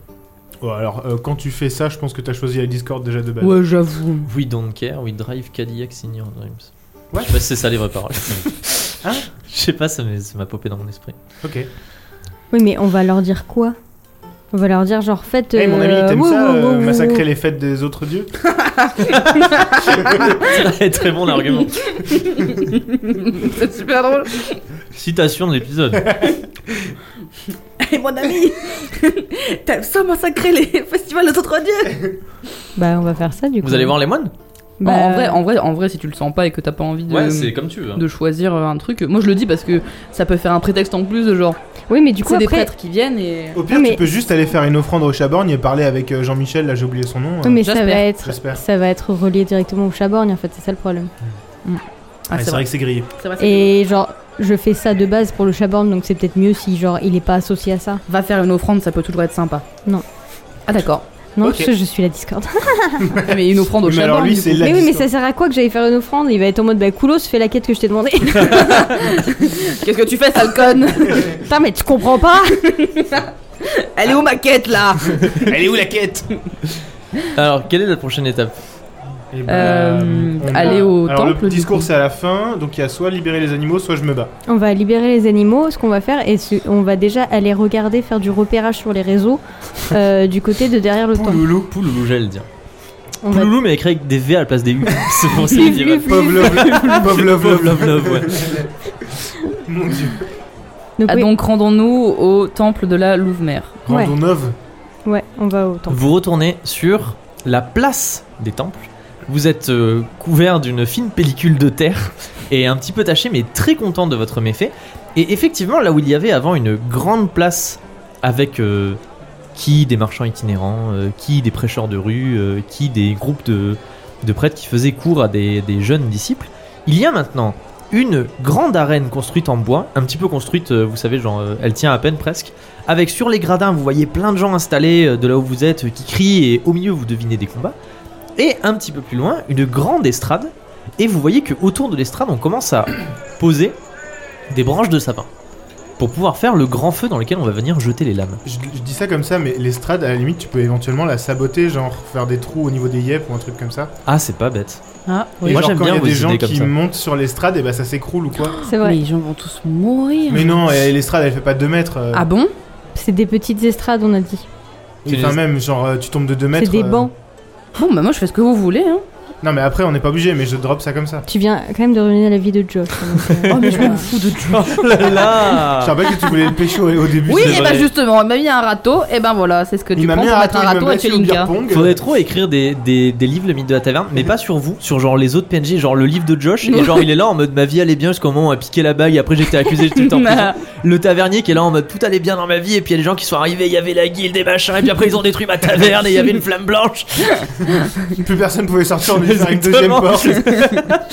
S2: Oh, alors, euh, quand tu fais ça, je pense que t'as choisi la Discord déjà de base.
S4: Ouais, j'avoue.
S1: We don't care, we drive Cadillac senior dreams.
S2: What
S1: Je sais pas si c'est ça les vraies paroles.
S2: Hein
S1: Je sais pas, ça m'est- ça m'a popé dans mon esprit.
S2: Ok.
S3: Oui, mais on va leur dire quoi On va leur dire genre faites.
S2: Eh, mon ami,
S3: euh,
S2: t'aimes
S3: wouh,
S2: ça,
S3: wouh,
S2: euh,
S3: wouh,
S2: massacrer
S3: wouh.
S2: les fêtes des autres dieux
S1: C'est très bon l'argument.
S4: c'est super drôle.
S1: Citation de l'épisode.
S4: Et mon ami, [LAUGHS] t'as ça massacré les festivals des autres dieux.
S3: Bah, on va faire ça du coup.
S1: Vous allez voir les moines
S3: Bah,
S4: en, vrai, en, vrai, en vrai, si tu le sens pas et que t'as pas envie de.
S1: comme tu veux.
S4: de choisir euh, un truc. Moi je le dis parce que ça peut faire un prétexte en plus de genre
S3: Oui, mais du coup
S4: c'est des
S3: après.
S4: prêtres qui viennent et
S2: Au pire,
S3: Mais-
S2: tu peux juste aller faire une offrande au Chaborgne et parler avec euh, Jean-Michel, là j'ai oublié son nom.
S3: Oui,
S2: euh,
S3: mais ça va
S4: J'espère.
S3: être.
S2: J'espère.
S3: Ça va être relié directement au Chaborgne en fait, c'est ça le problème.
S4: Ah,
S2: Ouais, c'est vrai que c'est grillé.
S4: c'est vrai, c'est vrai.
S3: Et genre, je fais ça de base pour le Chaborgne, donc c'est peut-être mieux si genre il est pas associé à ça.
S4: va faire une offrande, ça peut toujours être sympa.
S3: Non.
S4: Ah d'accord.
S3: Non,
S2: Ok.
S3: parce que je suis la Discord.
S4: Mais une offrande au
S2: Oui, mais alors
S4: chaban.
S2: lui,
S4: du
S2: c'est
S4: coup.
S2: la
S3: mais oui, mais
S2: Discord.
S3: ça sert à quoi que j'aille faire une offrande Il va être en mode bah Koulos, fais la quête que je t'ai
S2: [LAUGHS]
S3: demandé.
S4: Qu'est-ce que tu fais sale conne
S3: Putain, mais tu comprends pas
S4: Elle est où ma quête là
S2: Elle est où la quête
S1: Alors, quelle est la prochaine étape
S2: Eh ben,
S4: Euh,
S2: on-
S4: aller au
S2: Alors,
S4: temple,
S2: Le
S4: du
S2: discours
S4: coup.
S2: c'est à la fin, donc il y a soit libérer les animaux, soit je me
S3: [LAUGHS]
S2: bats.
S3: On va libérer les animaux, ce qu'on va faire, et ce- on va déjà aller regarder, faire du repérage sur les réseaux
S4: [LAUGHS]
S3: euh, du côté de derrière le temple.
S1: Pouloulou, pouloulou, j'allais dire.
S3: On va...
S1: Pouloulou, mais écrit avec des V à la place des U. C'est bon, c'est
S3: Luf,
S1: médiéval.
S3: luf,
S2: Pauvre
S3: luf. [LAUGHS]
S2: love, pauvre love,
S1: Pauvre
S2: love.
S1: love, love, ouais.
S2: [LAUGHS] Mon dieu.
S3: Donc,
S4: Ah,
S3: oui,
S4: donc rendons-nous au temple de la Louve-Mère.
S3: Ouais.
S2: Rendons neuve.
S3: ouais, on va au temple.
S1: Vous retournez sur la place des temples. Vous êtes euh, couvert d'une fine pellicule de terre et un petit peu taché, mais très content de votre méfait. Et effectivement, là où il y avait avant une grande place avec euh, qui des marchands itinérants, euh, qui des prêcheurs de rue, euh, qui des groupes de, de prêtres qui faisaient cours à des, des jeunes disciples, il y a maintenant une grande arène construite en bois, un petit peu construite, euh, vous savez, genre euh, elle tient à peine presque avec sur les gradins, vous voyez plein de gens installés euh, de là où vous êtes euh, qui crient et au milieu vous devinez des combats. Et un petit peu plus loin, une grande estrade et vous voyez que autour de l'estrade, on commence à [COUGHS] poser des branches de sapin pour pouvoir faire le grand feu dans lequel on va venir jeter les lames.
S2: Je, je dis ça comme ça, mais l'estrade, à la limite, tu peux éventuellement la saboter, genre faire des trous au niveau des yeux ou un truc comme ça.
S1: Ah, c'est pas bête.
S4: Ah
S2: Et
S1: oui. Moi,
S2: genre,
S1: j'aime
S2: quand il
S1: bien
S2: y a
S1: vos
S2: des
S1: idées
S2: gens
S1: comme
S2: qui
S1: ça.
S2: montent sur l'estrade, et bah ça s'écroule ou quoi.
S3: C'est vrai.
S4: les gens vont tous mourir.
S2: Mais euh, non, eh, et l'estrade elle fait pas 2 mètres. euh,
S4: Ah bon
S3: C'est des petites estrades, on a dit.
S2: Enfin, même, genre, euh, tu tombes de 2 mètres.
S3: C'est des
S2: euh,
S3: bancs.
S4: Bon bah moi je fais ce que vous voulez hein.
S2: Non, mais après, on n'est pas obligé, mais je drop ça comme ça.
S3: Tu viens quand même de ruiner la vie de Josh. donc,
S4: [LAUGHS]
S3: euh,
S4: Oh, mais je
S3: voilà.
S4: m'en fous de tout.
S1: [LAUGHS] Oh là là
S2: Je te rappelle que tu voulais le pécho au au début.
S4: Oui,
S1: c'est
S4: et ben
S1: vrai.
S4: justement, il m'a mis un râteau, et ben voilà, c'est ce que tu
S2: il m'a
S4: prends
S2: mis
S4: pour
S2: un
S4: mettre
S2: râteau,
S4: un
S2: il
S4: râteau
S2: m'a
S4: à
S2: mis sur le beer
S4: Chelinka.
S2: pong.
S1: Faudrait trop écrire des, des, des livres, le mythe de la taverne, mais pas sur vous, sur genre les autres PNJ, genre le livre de Josh, [LAUGHS] et genre il est là en mode ma vie allait bien jusqu'au moment où on a piqué la bague, et après j'étais accusé, j'étais [LAUGHS]
S4: [LAUGHS]
S1: en prison. Le tavernier qui est là en mode tout allait bien dans ma vie, et puis il y a des gens qui sont arrivés, il y avait la guilde et machin, et puis après ils ont détruit ma taverne, et il y avait une flamme blanche.
S2: Plus personne pouvait sortir, on est sur une deuxième
S1: Exactement.
S2: porte.
S1: [LAUGHS]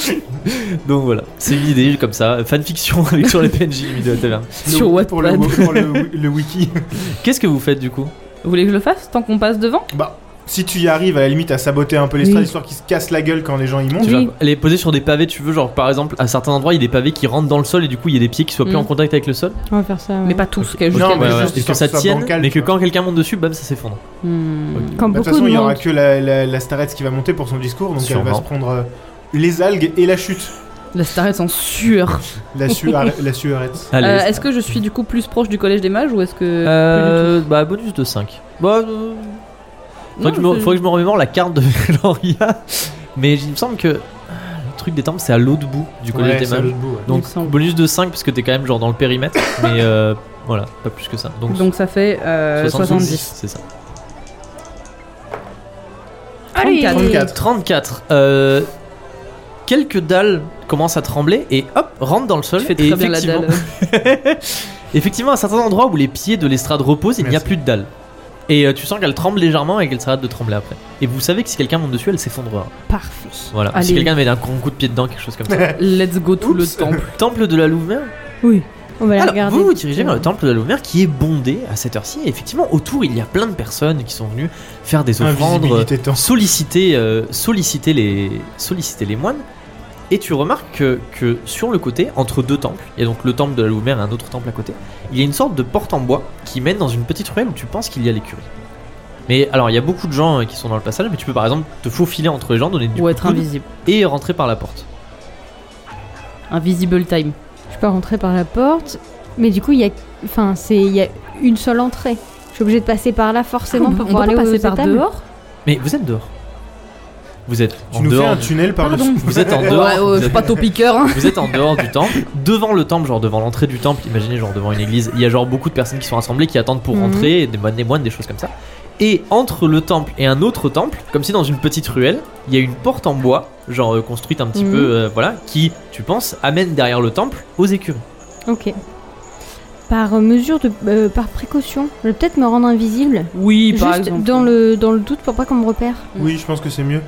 S1: Donc voilà, c'est une idée comme ça, fanfiction [LAUGHS] avec sur les PNJ, le mythe de la taverne.
S4: Sur
S2: Le- pour le,
S4: Wattpad.
S2: pour le- le wiki.
S1: Qu'est-ce que vous faites du coup
S4: Vous voulez que je le fasse tant qu'on passe devant
S2: Bah, si tu y arrives à la limite à saboter un peu les strats,
S3: Oui.
S2: histoire qu'ils se cassent la gueule quand les gens y montent.
S1: Tu
S3: Oui.
S1: vas les poser sur des pavés, tu veux, genre par exemple à certains endroits il y a des pavés qui rentrent dans le sol, et du coup il y a des pieds qui soient plus
S4: Mm.
S1: en contact avec le sol,
S3: On va faire ça. ouais.
S4: Mais pas tous, quel-
S2: Non,
S4: juste quel-
S2: mais
S1: bah Ouais, ouais,
S2: juste
S1: et que
S2: histoire
S1: ça
S2: que ce soit
S1: tienne,
S2: bancal,
S1: mais que
S2: quoi.
S1: quand quelqu'un monte dessus, bam, ça s'effondre.
S4: Hmm.
S3: Quand
S2: Bah, De
S3: beaucoup
S2: toute façon,
S3: de
S2: il y
S3: monde.
S2: aura que la, la, la starette qui va monter pour son discours, donc elle
S1: Sûrement.
S2: va se prendre euh, les algues et la chute.
S4: La starette en sueur.
S2: La,
S3: [LAUGHS]
S2: suare- la suarette.
S1: Allez,
S4: Euh, est-ce que je suis du coup plus proche du collège des mages ou est-ce que.
S1: Euh, bah bonus de 5. Bah, euh,
S4: Non,
S1: faudrait, que je me,
S4: c'est-
S1: faudrait que je me remémore la carte de [LAUGHS] Gloria. Mais il me semble que ah, le truc des temples c'est à l'autre bout du collège
S2: Ouais,
S1: des
S2: c'est à
S1: mages.
S2: l'autre bout, ouais.
S4: Il me
S1: Donc
S4: semble.
S1: bonus de 5 parce que t'es quand même genre dans le
S2: [LAUGHS]
S1: périmètre. mais euh, voilà, pas plus que ça. Donc,
S4: Donc ça fait euh,
S1: 70,
S4: 70.
S1: c'est ça.
S3: Allez
S2: 34.
S1: 34. Euh, quelques dalles commencent à trembler et hop, rentrent dans le sol.
S4: Tu fais
S1: et
S4: très bien la
S1: effectivement-
S4: dalle.
S1: [LAUGHS] Effectivement, à certains endroits où les pieds de l'estrade reposent, il n'y a
S2: Merci.
S1: plus de dalle. Et euh, tu sens qu'elle tremble légèrement et qu'elle s'arrête de trembler après. Et vous savez que si quelqu'un monte dessus, elle s'effondrera.
S3: Parfait.
S1: Voilà. Ou Si
S4: Allez.
S1: quelqu'un met un grand coup de pied dedans, quelque chose comme
S2: [LAUGHS]
S1: ça. [LAUGHS]
S4: Let's go tout le
S2: Oups.
S4: temple.
S1: temple de la Louve-Mère.
S3: On va la
S1: Alors,
S3: regarder.
S1: vous vous dirigez vers le temple de la Louve-Mère qui est bondé à cette heure-ci. Et effectivement, autour, il y a plein de personnes qui sont venues faire des offrandes, euh,
S2: Invisibilité temps.
S1: solliciter, euh, solliciter, les, solliciter les moines. Et tu remarques que, que sur le côté, entre deux temples, il y a donc le temple de la Louve-Mère et un autre temple à côté, il y a une sorte de porte en bois qui mène dans une petite ruelle où tu penses qu'il y a l'écurie. Mais alors, il y a beaucoup de gens euh, qui sont dans le passage, mais tu peux par exemple te faufiler entre les gens, donner du
S4: Ou
S1: coup
S4: être
S1: de coude
S4: invisible.
S1: et rentrer par la porte.
S4: Invisible time.
S3: Je peux rentrer par la porte, mais du coup, il y a, enfin, c'est, il y a une seule entrée. Je suis obligée de passer par là forcément
S4: Ah, on peut-
S3: pour
S4: on
S3: pouvoir
S4: peut
S3: aller
S4: pas
S3: aux
S4: passer par
S3: étables.
S4: dehors
S1: Mais vous êtes dehors. Vous êtes en
S2: Tu nous fais
S1: dehors.
S2: un
S1: du-
S2: tunnel par
S4: Pardon.
S2: dessus.
S1: Vous êtes en
S4: Ouais,
S1: dehors.
S4: ouais,
S1: vous
S4: je suis
S1: êtes-
S4: pas ton piqueur. hein.
S1: Vous êtes en dehors du temple, devant le temple, genre devant l'entrée du temple, imaginez genre devant une église, il y a genre beaucoup de personnes qui sont rassemblées, qui attendent pour
S3: Mhm.
S1: rentrer, des moines, des moines, des choses comme ça. Et entre le temple et un autre temple, comme si dans une petite ruelle, il y a une porte en bois, genre euh, construite un petit
S3: Mhm.
S1: peu, euh, voilà, qui, tu penses, amène derrière le temple aux écuries.
S3: Ok. Par mesure de, euh, par précaution, je vais peut-être me rendre invisible.
S4: Oui, par
S3: juste
S4: exemple.
S3: dans
S1: euh,
S3: le, dans le doute pour pas qu'on me repère.
S2: [LAUGHS] Oui, je pense que c'est mieux.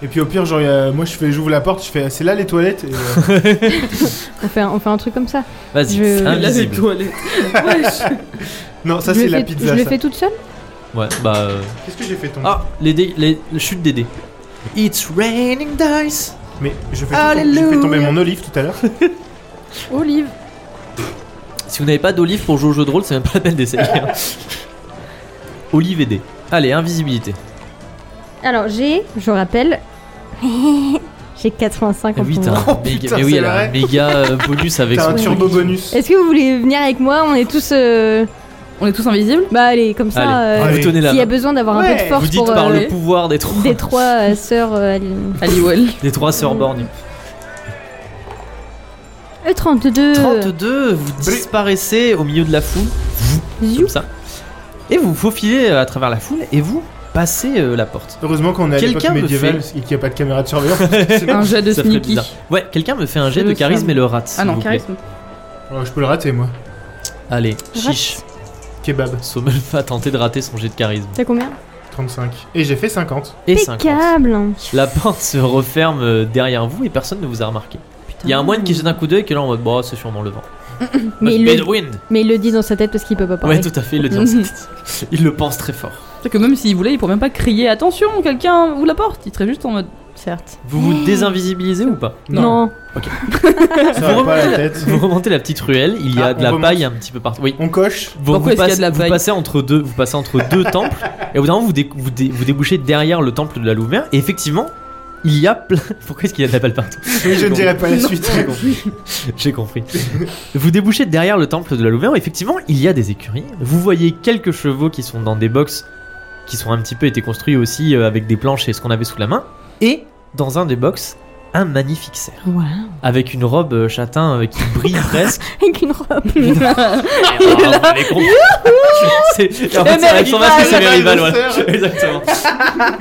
S2: Et puis au pire, genre, il y a- moi je fais, j'ouvre la porte, je fais, c'est là les toilettes. Et,
S3: [LAUGHS]
S2: euh,
S3: On fait, un, on fait un truc comme ça.
S1: Vas-y,
S3: Je-
S1: c'est
S3: Là, les
S1: invisible.
S4: toilettes.
S2: non, ça
S3: je le
S2: c'est la
S3: fais-
S2: pizza.
S3: Je le
S2: ça.
S3: fais toute seule.
S1: Ouais, bah. euh,
S2: Qu'est-ce que j'ai fait tomber
S1: Ah, les dés, les les chutes des dés. It's raining dice.
S2: Mais je fais, tout tom- j'ai fait
S1: Alléluia.
S2: tomber mon olive tout à l'heure.
S4: Olive.
S1: Si vous n'avez pas d'olive pour jouer au jeu de rôle, c'est même pas la peine d'essayer.
S3: [LAUGHS]
S1: hein. Olive et dés. Allez, invisibilité.
S3: Alors j'ai, je rappelle, [LAUGHS] j'ai 85
S1: Ah
S3: en
S1: oui,
S3: ce
S1: t'as
S3: moment.
S1: un
S2: Oh,
S1: méga,
S2: putain,
S1: mais oui,
S2: c'est
S1: elle a un
S2: vrai.
S1: méga euh, bonus avec
S2: T'as
S1: son
S2: un
S1: truc.
S2: turbo bonus.
S3: Est-ce que vous voulez venir avec moi On est tous, euh,
S4: On est tous invisibles
S3: bah allez, comme ça.
S1: Allez,
S3: euh,
S1: vous
S2: Allez.
S1: tenez la
S3: S'il y a
S1: main.
S3: besoin d'avoir un peu de
S2: Ouais.
S3: force
S1: Vous dites
S3: pour
S1: par
S3: euh,
S1: le pouvoir des trois,
S3: des trois euh, sœurs. euh,
S4: Aliwell.
S1: des trois sœurs borgnes.
S3: euh, 32.
S1: 32, vous disparaissez au milieu de la foule,
S3: Zou.
S1: comme ça. Et vous vous faufilez euh, à travers la foule et vous passez euh, la porte.
S2: Heureusement qu'on est à l'époque
S1: Quelqu'un me
S2: médiévale et qu'il n'y a pas de caméra
S1: [LAUGHS]
S2: de surveillance. parce que sinon-
S4: Un jet de
S1: Ça ferait
S4: sneaky.
S1: bizarre. Ouais, quelqu'un me fait un jet
S4: Je
S1: de
S4: le
S1: charisme
S4: ferme.
S1: et le rat. s'il
S4: Ah non,
S1: vous plaît.
S4: charisme.
S2: Oh, je peux le rater moi.
S1: Allez,
S3: Rat.
S1: chiche.
S2: Kebab,
S1: Sommel va tenter de rater son jet de charisme.
S3: T'as combien
S2: 35. Et j'ai fait 50.
S1: Et 50.
S3: Impeccable.
S1: La porte se referme euh, derrière vous et personne ne vous a remarqué. Il y a un moine qui jette un coup d'œil qui est là en mode, bon, c'est sûrement le vent. Bah,
S3: Mais il,
S1: Bad
S3: le,
S1: wind.
S3: mais il le dit dans sa tête parce qu'il peut pas parler.
S1: Ouais, tout à fait, il le dit en tête. Il le pense très fort.
S4: [LAUGHS] C'est que même s'il voulait, il pourrait même pas crier attention, quelqu'un ouvre la porte. Il serait juste en mode certes.
S1: Vous vous désinvisibilisez ou pas
S3: non. [LAUGHS]
S2: Ça va pas à la tête.
S1: Vous remontez la petite ruelle, il y a
S2: Ah,
S1: de la
S2: on remonte.
S1: paille un petit peu partout. Oui.
S2: On coche.
S1: Vous,
S4: Pourquoi
S1: vous
S4: est-ce qu'il y a de la
S1: vous
S4: paille
S1: passez entre deux, vous passez entre deux [LAUGHS] temples, et au bout d'un moment vous, dé- vous, dé- vous débouchez derrière le temple de la Louve-Mère, et effectivement, il y a plein. [LAUGHS] Pourquoi est-ce qu'il y a de la paille partout [LAUGHS]
S2: Mais je ne dirai pas la
S4: Non.
S2: suite.
S1: J'ai compris. J'ai compris. Vous débouchez derrière le temple de la Louve-Mère, effectivement, il y a des écuries. Vous voyez quelques chevaux qui sont dans des box qui sont un petit peu été construits aussi euh, avec des planches et ce qu'on avait sous la main. Et dans un des box, un magnifique cerf
S3: Wow.
S1: avec une robe euh, châtain euh, [LAUGHS] qui brille presque.
S3: Avec une robe.
S4: [LAUGHS]
S1: Et alors, vous avez compris. C'est- et en fait, c'est avec son
S4: Mérival.
S1: masque que c'est
S2: Le
S1: Mérival,
S2: cerf.
S1: voilà. Exactement. [LAUGHS]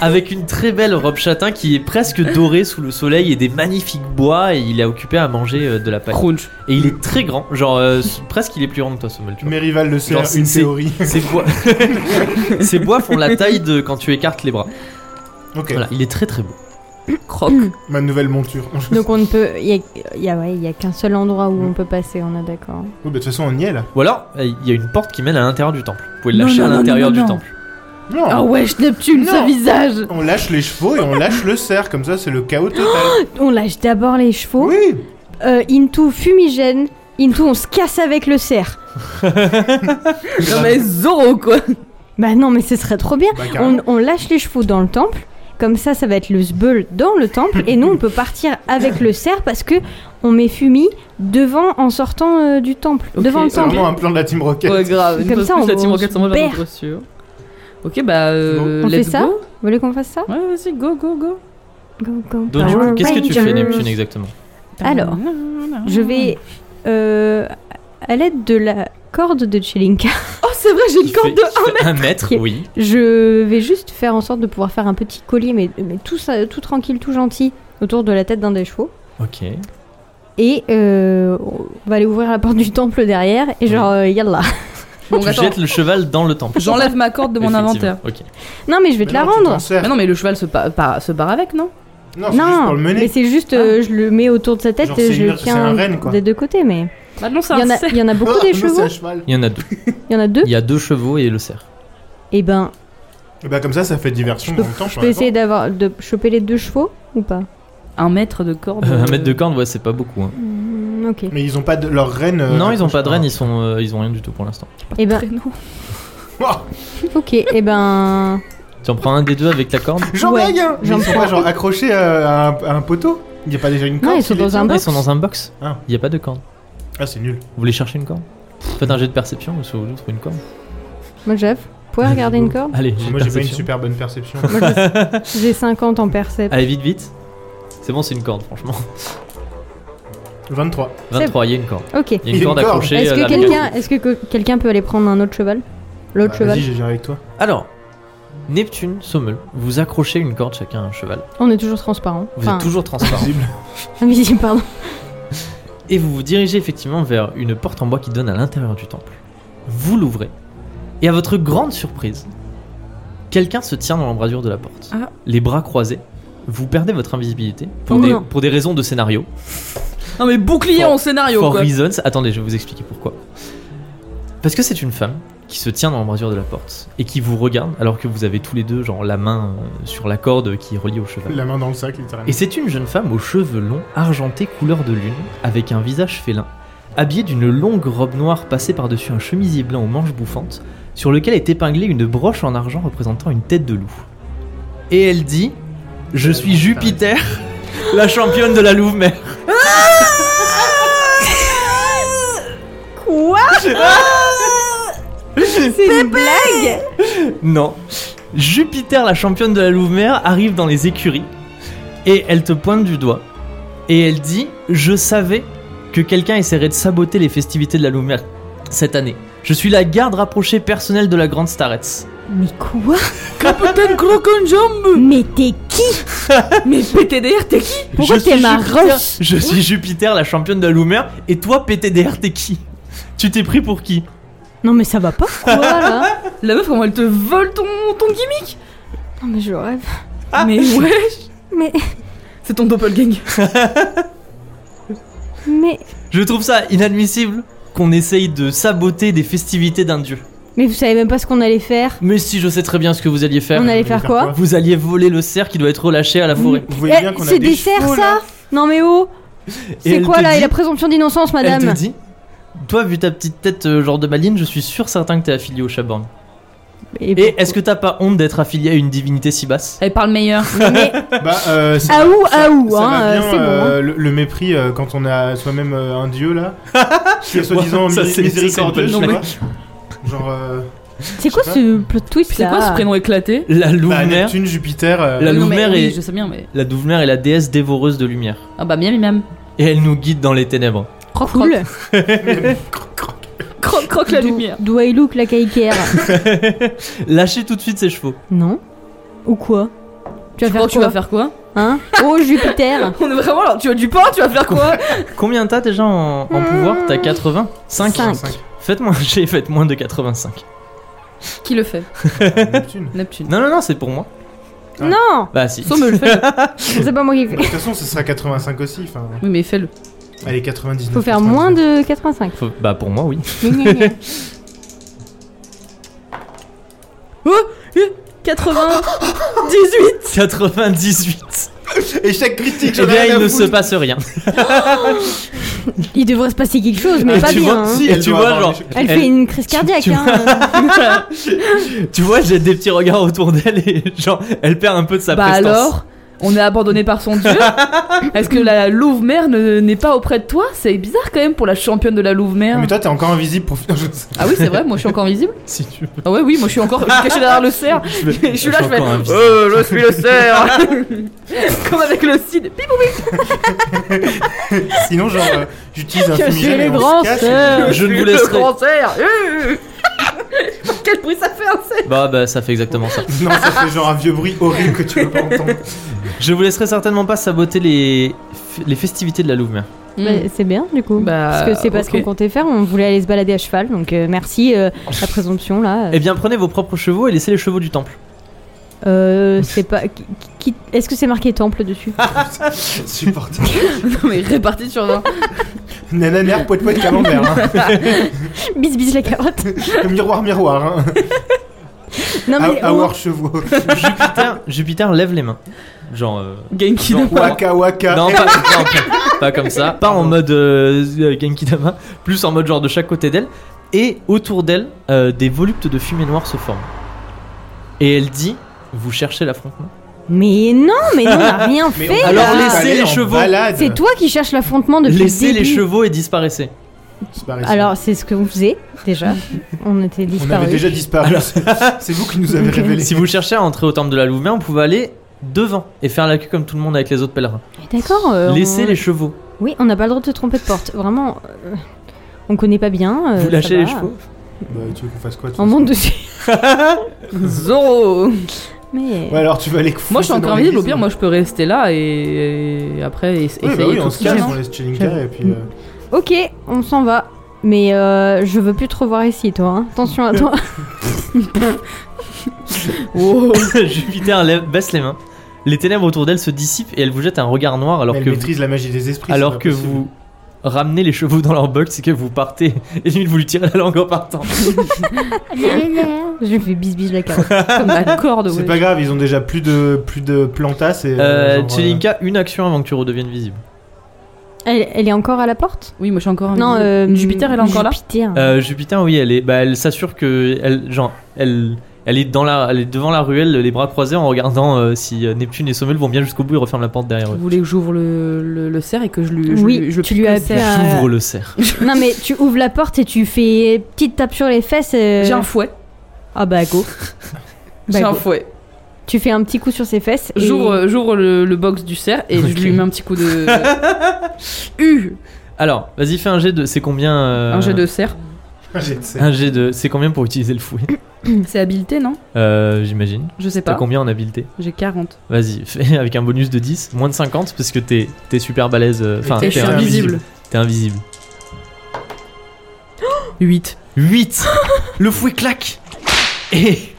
S1: Avec une très belle robe châtain qui est presque dorée sous le soleil et des magnifiques bois, et il est occupé à manger euh, de la paille.
S4: Crunch.
S1: Et il est très grand, genre euh, s- presque il est plus grand que toi, Sommel, tu vois.
S2: Mérival le cerf,
S1: Genre, c'est-
S2: une
S1: c'est-
S2: théorie.
S1: Ces bois... [LAUGHS] Ces bois font la taille de quand tu écartes les bras.
S2: Ok,
S1: Voilà, il est très très beau.
S4: Croc.
S2: ma nouvelle monture. Oui,
S3: Donc on ne peut. Il y a, il y a- ouais, il y a qu'un seul endroit
S2: Mm.
S3: où on peut passer, on est d'accord.
S2: bah, de toute façon, on y est là.
S1: Ou alors, euh, il y a une porte qui mène à l'intérieur du temple. Vous pouvez le
S4: Non,
S1: lâcher
S4: non,
S1: à
S4: non,
S1: l'intérieur
S4: non,
S1: du
S4: non.
S1: temple.
S2: Non,
S4: Ah ouais, je Neptune,
S2: Non.
S4: ce visage.
S2: on lâche les chevaux et on lâche le cerf, comme ça c'est le chaos
S3: [GASPS]
S2: total.
S3: On lâche d'abord les chevaux.
S2: Oui,
S3: Euh, into fumigène. Into on se casse avec le cerf.
S4: Non mais Zoro quoi.
S3: Bah non, mais ce serait trop bien.
S2: bah
S3: On,
S2: carrément.
S3: on lâche les chevaux dans le temple. Comme ça, ça va être le zbeul dans le temple. et nous, on peut partir avec le cerf parce que on met Fumi devant en sortant euh, du temple.
S4: Ok.
S3: Devant le
S2: C'est
S3: temple.
S2: vraiment un plan de la Team Rocket.
S4: Ouais, grave.
S3: Comme
S4: Une
S3: ça,
S4: fois de
S3: on-
S4: plus, la team
S3: on
S4: Rocket
S3: se
S4: sans moi,
S3: perd.
S4: j'en sûr. Ok, bah, euh,
S3: On fait
S4: let's
S3: ça
S4: go.
S3: Vous voulez qu'on fasse ça Ah,
S4: Ouais, vas-y, go, go, go.
S3: Go, go,
S1: Donc,
S4: Bah
S1: du
S3: Power
S1: coup, qu'est-ce que tu fais,
S3: Rangers.
S1: Neptune, exactement
S3: Alors,
S4: Ah.
S3: Je vais, euh, à l'aide de la corde de Chelinka,
S4: [LAUGHS] Oh, c'est vrai, j'ai une
S1: Il fait-
S4: corde de.
S1: il fait un mètre,
S3: Ok.
S1: oui.
S3: je vais juste faire en sorte de pouvoir faire un petit collier, mais, mais tout, ça, tout tranquille, tout gentil, autour de la tête d'un des chevaux.
S1: Ok.
S3: Et euh, on va aller ouvrir la porte du temple derrière, et genre, euh, yallah.
S4: Bon,
S1: tu
S4: attends,
S1: jettes le cheval dans le temple.
S4: J'enlève ma corde de mon
S1: Effectivement,
S4: inventaire.
S1: Ok.
S3: Non, mais je vais te la
S2: non, tu
S3: rendre
S2: t'en sers.
S4: Mais non, mais le cheval se, pa- pa- se barre avec, non
S2: Non, c'est juste pour
S3: Non,
S2: le
S3: mais
S2: mener. Hein
S3: c'est juste, euh, je le mets autour de sa tête,
S2: Genre,
S3: et
S2: c'est
S3: je
S2: une-
S3: le
S2: c'est un
S3: tiens
S2: renne, quoi.
S3: des deux côtés, mais
S4: Bah non, c'est
S3: il y, en
S4: un
S3: a,
S4: cerf.
S3: il y en a beaucoup
S2: Ah,
S3: des
S2: non, c'est
S3: chevaux,
S2: un cheval.
S1: Il y en a deux.
S3: il y en a deux,
S1: Il y a deux chevaux et le cerf.
S3: et ben,
S2: Et bah comme ça, ça fait diversion dans le temps.
S3: je peux essayer d'avoir de choper les deux chevaux, ou pas
S4: Un mètre de corde.
S1: Euh, [LAUGHS] un mètre de corde, ouais, c'est pas beaucoup. hein.
S3: Hmm, Ok.
S2: Mais ils ont pas de... leur reine. euh,
S1: non, ils ont
S2: accroche
S1: pas de reine, ils, sont, euh, ils ont rien du tout pour l'instant.
S3: Et ben,
S4: Traîneau.
S2: Oh,
S3: ok, et ben...
S1: Tu en prends un des deux avec la corde
S2: J'en
S3: Ouais,
S2: blague, hein. Mais
S3: j'en
S2: Ils sont pas genre accrochés euh, à un, à un poteau Il y a pas déjà une corde
S3: Non, ils
S2: qui
S3: sont
S2: les
S3: dans
S2: tient
S3: un
S1: Ah, Ils
S3: box.
S1: sont dans un box. Il
S2: Ah.
S1: y a pas de corde.
S2: Ah, c'est nul.
S1: Vous voulez chercher une corde Faites un jet de perception, ou si vous voulez trouver une corde.
S3: Moi, Jeff, vous pouvez regarder une corde
S1: Allez, jet de
S2: Moi, j'ai pas une
S1: perception.
S2: super
S1: [LAUGHS]
S2: bonne perception.
S3: Moi, je- j'ai 50 en percep.
S1: Allez, vite, vite. C'est bon, c'est une corde, franchement.
S2: 23.
S1: 23, il y a une corde.
S3: Ok.
S1: Il y a une corde accrochée
S3: Est-ce
S1: à euh, la
S3: que
S1: corde.
S3: quelqu'un est-ce que que- quelqu'un peut aller prendre un autre cheval L'autre
S2: Bah,
S3: cheval
S2: Vas-y, j'ai avec toi.
S1: Alors, Neptune, Sommel, vous accrochez une corde chacun à un cheval.
S3: On est toujours transparent.
S1: Vous
S3: Enfin,
S1: êtes
S3: [LAUGHS]
S1: toujours transparent.
S2: Visible.
S3: invisible, pardon.
S1: et vous vous dirigez effectivement vers une porte en bois qui donne à l'intérieur du temple. Vous l'ouvrez, et à votre grande surprise, quelqu'un se tient dans l'embrasure de la porte.
S4: Ah.
S1: Les bras croisés, vous perdez votre invisibilité pour,
S3: Oh
S1: des,
S3: non.
S1: pour des raisons de scénario.
S4: Non, mais bouclier
S1: For-
S4: en scénario,
S1: For
S4: Ah, quoi.
S1: reasons, attendez, je vais vous expliquer pourquoi. Parce que c'est une femme qui se tient dans l'embrasure de la porte et qui vous regarde alors que vous avez tous les deux genre la main euh, sur la corde qui est reliée au cheval.
S2: La main dans le sac, littéralement.
S1: Et c'est une jeune femme aux cheveux longs, argentés couleur de lune, avec un visage félin, habillée d'une longue robe noire passée par-dessus un chemisier blanc aux manches bouffantes, sur lequel est épinglée une broche en argent représentant une tête de loup. Et elle dit Je suis Jupiter, la championne de la Louve-Mère.
S3: Quoi
S1: [LAUGHS]
S3: C'est une blague
S1: Non. Jupiter, la championne de la Louve-Mère, arrive dans les écuries et elle te pointe du doigt. Et elle dit Je savais que quelqu'un essaierait de saboter les festivités de la Louve-Mère cette année. Je suis la garde rapprochée personnelle de la Grande Starette.
S3: Mais quoi
S4: Capitaine Croc en jambe.
S3: Mais t'es qui
S4: Mais PTDR, t'es qui
S3: Pourquoi
S1: Je suis
S3: t'es ma
S1: Jupiter-
S3: roche
S1: Je suis Jupiter, la championne de la Louve-Mère, et toi, PTDR, t'es qui Tu t'es pris pour qui
S3: Non mais ça va pas
S1: [LAUGHS]
S3: quoi là
S4: La meuf, comment elle te vole ton, ton gimmick
S3: Non mais je rêve.
S1: Ah.
S4: Mais wesh
S3: Mais
S4: C'est ton doppelgang.
S3: mais
S1: Je trouve ça inadmissible qu'on essaye de saboter des festivités d'un dieu.
S3: mais vous savez même pas ce qu'on allait faire.
S1: Mais si, je sais très bien ce que vous alliez faire.
S3: On allait
S2: allait
S3: faire
S2: faire
S3: quoi
S2: quoi
S1: Vous alliez voler le cerf qui doit être relâché à la forêt.
S2: Vous voyez
S3: Eh,
S2: bien qu'on a
S3: C'est des
S2: chevaux,
S3: cerfs
S2: là.
S3: ça Non mais oh
S1: Et
S3: C'est
S1: elle
S3: quoi
S1: te
S3: là Et
S1: dit-
S3: la présomption d'innocence madame
S1: Elle te dit Toi, vu ta petite tête euh, genre de maline, je suis sûr certain que t'es affilié au Chaborn. Et est-ce que t'as pas honte d'être affilié à une divinité si basse
S4: Elle parle meilleur.
S3: Mais
S2: Bah, euh, c'est-
S3: Aou, aou,
S2: ça
S3: Ah hein,
S2: va
S3: euh,
S2: bien,
S3: c'est bon. hein.
S2: euh, le, le mépris euh, quand on a
S1: [LAUGHS]
S2: soi-même euh, un dieu là, qui est soi-disant
S1: Ouais, ça,
S2: mi-
S1: c'est-
S2: miséricordieux,
S1: c'est une
S2: je sais
S1: bonne
S2: pas. Genre, euh,
S3: C'est quoi
S2: sais
S3: ce plot twist
S4: C'est
S3: là
S4: quoi ce prénom éclaté
S1: La
S2: Bah,
S1: Louve-Mère
S2: Neptune, Jupiter. euh,
S1: La
S4: Oui, non,
S1: Louve
S4: mais
S1: Mère
S4: oui,
S1: est-
S4: Je sais bien, mais.
S1: la Douve-Mère est la déesse dévoreuse de lumière.
S4: Ah bah, miam, miam.
S1: Et elle nous guide dans les ténèbres.
S3: Oh, cool.
S4: [LAUGHS] Croque, croque Oh, la
S3: Do-
S4: lumière.
S3: Do I look like I care
S4: [LAUGHS]
S1: Lâchez tout de suite ses chevaux.
S3: Non. Ou quoi Tu vas faire
S4: Tu crois
S3: quoi
S4: que tu vas faire quoi
S3: Hein Oh
S4: [LAUGHS]
S3: Jupiter
S4: On est vraiment là, tu as du pain, tu vas faire quoi
S1: Combien t'as déjà en, en pouvoir T'as 80 5
S3: Euh, Cinq.
S1: [LAUGHS] Faites-moi un jet, faites moins de 85.
S4: Qui le fait
S2: Ah, Neptune.
S4: Neptune.
S1: Non, non, non, c'est pour moi.
S2: Ah.
S3: Non
S1: Bah si.
S4: Somme le fait.
S3: [LAUGHS] C'est pas
S2: [LAUGHS]
S3: moi qui
S2: De
S3: fais.
S2: toute façon, ce sera 85 aussi. Enfin,
S4: Oui, mais fais-le.
S2: allez, 99.
S3: Faut faire moins de 85.
S1: Faut- Bah pour moi,
S3: [LAUGHS]
S1: oui.
S3: Gna, gna, gna.
S4: Oh 80 18
S1: 98.
S2: Échec critique,
S1: Eh
S2: j'en ai
S1: bien,
S2: rien
S1: il
S2: à
S1: ne
S2: foutre.
S1: se passe rien.
S3: Il devrait se passer quelque chose, mais
S1: Et
S3: pas
S1: Ah, tu
S3: bien.
S1: vois,
S3: hein.
S1: si, et
S2: Elle
S1: tu
S2: doit
S1: vois,
S2: avoir
S1: genre,
S2: l'échec.
S3: Elle fait une crise cardiaque.
S1: tu-
S3: [LAUGHS] hein.
S1: [LAUGHS] tu vois, j'ai des petits regards autour d'elle et genre, elle perd un peu de sa
S4: Bah
S1: prestance.
S4: alors on est abandonné par son dieu Est-ce que la Louve-Mère ne- n'est pas auprès de toi C'est bizarre quand même pour la championne de la Louve-Mère.
S2: Mais toi, t'es encore invisible pour. Non, je sais.
S4: Ah oui, c'est vrai, moi je suis encore invisible
S1: Si
S4: [LAUGHS]
S1: tu veux.
S4: Ah ouais, oui, moi je suis encore je suis caché derrière le cerf.
S1: Je,
S4: Je suis là, je fais.
S1: encore un-
S4: Euh, je suis le cerf [LAUGHS] Comme avec le cid. Pip,
S2: [LAUGHS] Sinon, genre, euh, j'utilise un
S4: Cachez
S2: fumigène
S4: les
S2: et on se
S4: grands
S2: cache,
S4: sœurs.
S2: et-
S1: Je ne
S4: le
S1: vous laisserai.
S4: grand cerf Euh. Quel bruit ça fait un cerf
S1: Bah, bah, ça fait exactement ça.
S2: Non, ça fait genre un vieux bruit horrible que tu veux pas entendre.
S1: Je vous laisserai certainement pas saboter les, les festivités de la Louve-Mère.
S3: Bah, c'est bien du coup.
S4: Mm. Bah,
S3: parce que c'est pas ce
S4: ok.
S3: qu'on comptait faire. On voulait aller se balader à cheval, donc euh, merci euh, la présomption là.
S1: Eh bien, prenez vos propres chevaux et laissez les chevaux du
S4: [LAUGHS]
S1: temple.
S3: Euh, c'est pas. qui- qui- Est-ce que c'est marqué temple dessus
S2: Supportable. [LAUGHS]
S4: Non mais réparti sur 20.
S2: Nananer, poète, poète, camembert.
S4: [LAUGHS]
S2: hein.
S3: Bis bis la carotte.
S2: miroir, miroir. Hein.
S3: Non mais
S2: Ah,
S3: oh,
S2: Our chevaux.
S1: Jupiter, Jupiter lève les mains. Genre. euh,
S4: Genki
S1: genre,
S4: Dama.
S2: Waka, waka.
S1: Non, pas, non, pas- pas comme ça. Pas en mode euh, euh, Genkidama, plus en mode genre de chaque côté d'elle. Et autour d'elle, euh, des voluptes de fumée noire se forment. Et elle dit Vous cherchez l'affrontement
S3: mais non, mais non,
S1: [LAUGHS]
S3: on a rien
S2: Mais
S3: fait.
S2: on va
S1: alors
S2: pas
S3: là.
S1: laissez
S2: aller
S1: les
S2: en
S1: chevaux.
S2: balade.
S3: C'est toi qui cherches l'affrontement depuis
S1: Laissez
S3: le
S1: les
S3: début.
S1: chevaux et disparaissez.
S2: Disparition.
S3: Alors c'est ce que vous faisiez
S1: [LAUGHS]
S3: déjà. on était
S2: on
S3: disparus.
S2: avait déjà disparu. [LAUGHS] C'est vous qui nous avez
S3: Ok.
S2: révélé.
S1: Si vous cherchez à entrer au temple de la Louvain, vous pouvez aller devant et faire la queue comme tout le monde avec les autres pèlerins.
S3: D'accord. euh,
S1: Laissez
S3: on-
S1: les chevaux.
S3: Oui, on n'a pas le droit de se tromper de porte. Vraiment, euh, on connaît pas bien. euh,
S1: vous
S3: ça
S1: lâchez
S3: va.
S1: les chevaux. [LAUGHS]
S2: Bah, tu veux qu'on fasse quoi de toute
S3: On
S2: façon
S3: monte dessus. [LAUGHS]
S4: Zoro
S3: Mais
S2: Ouais, alors tu vas aller foutre
S4: Moi je suis
S2: dans
S4: encore
S2: l'église,
S4: invisible, au pire
S2: ou-
S4: moi je peux rester là et, et après es- essayer
S2: Oui, bah oui, on
S4: tout
S2: se
S4: seul,
S2: cache,
S4: hein.
S2: on laisse Chelinka et puis. euh,
S3: ok, on s'en va. Mais euh, je veux plus te revoir ici, toi. hein. Attention à
S4: [LAUGHS]
S3: toi.
S1: [LAUGHS]
S4: Wow.
S1: Jupiter lève- baisse les mains. Les ténèbres autour d'elle se dissipent et elle vous jette un regard noir alors
S2: elle
S1: que vous
S2: maîtrise la magie des esprits. c'est
S1: Alors
S2: pas
S1: que
S2: possible.
S1: vous ramenez les chevaux dans leur box et que vous partez, [LAUGHS] et limite vous lui tirez la langue en partant.
S2: Euh,
S3: je fais bis bis la carotte.
S4: Comme la corde,
S2: C'est
S4: Ah, ouais.
S2: pas grave, ils ont déjà plus de plus de plantas et.
S1: Euh,
S2: genre,
S1: Tchelinka, une action avant que tu redeviennes visible.
S3: Elle, elle est encore à la porte
S4: Oui, moi je suis encore
S3: Non,
S4: invisible.
S3: euh,
S4: Jupiter elle est encore là
S3: Jupiter. hein.
S4: Ah.
S1: Euh, Jupiter, oui, elle est, bah, elle s'assure que, elle, genre, elle, elle est dans la, elle est devant la ruelle, les bras croisés, en regardant euh, si euh, Neptune et Sommel vont bien jusqu'au bout et referment la porte derrière
S4: Vous
S1: eux.
S4: voulez que j'ouvre le, le, le cerf et que je lui je,
S3: Oui,
S4: lui- je
S3: tu lui
S4: pique le
S3: as
S4: cerf
S3: fait un-
S1: J'ouvre le cerf.
S3: non mais tu ouvres la porte et tu fais petite tape sur les fesses. euh,
S4: J'ai un fouet.
S3: Ah bah
S4: [LAUGHS]
S3: go. Bah,
S4: J'ai un
S3: go.
S4: fouet.
S3: Tu fais un petit coup sur ses fesses. et-
S4: J'ouvre euh, j'ouvre le, le box du cerf et je
S1: Ok.
S4: lui mets un petit
S1: [LAUGHS]
S4: coup de. U
S1: Alors, vas-y, fais un jet de, c'est combien euh,
S4: Un jet de cerf.
S2: euh, [LAUGHS] j'ai- c'est-
S1: Un jet de, c'est combien pour utiliser le fouet
S4: C'est habilité, non
S1: euh, J'imagine.
S4: Je sais
S1: T'as
S4: pas.
S1: combien en habileté
S4: J'ai 40.
S1: Vas-y, fais [LAUGHS] avec un bonus de 10, moins de 50, parce que t'es t'es super balèze. euh, Enfin,
S2: Et
S4: Et
S1: t'es
S4: je suis
S2: un-
S4: invisible.
S1: T'es invisible.
S4: [LAUGHS] 8.
S1: 8 Le fouet claque Et [LAUGHS]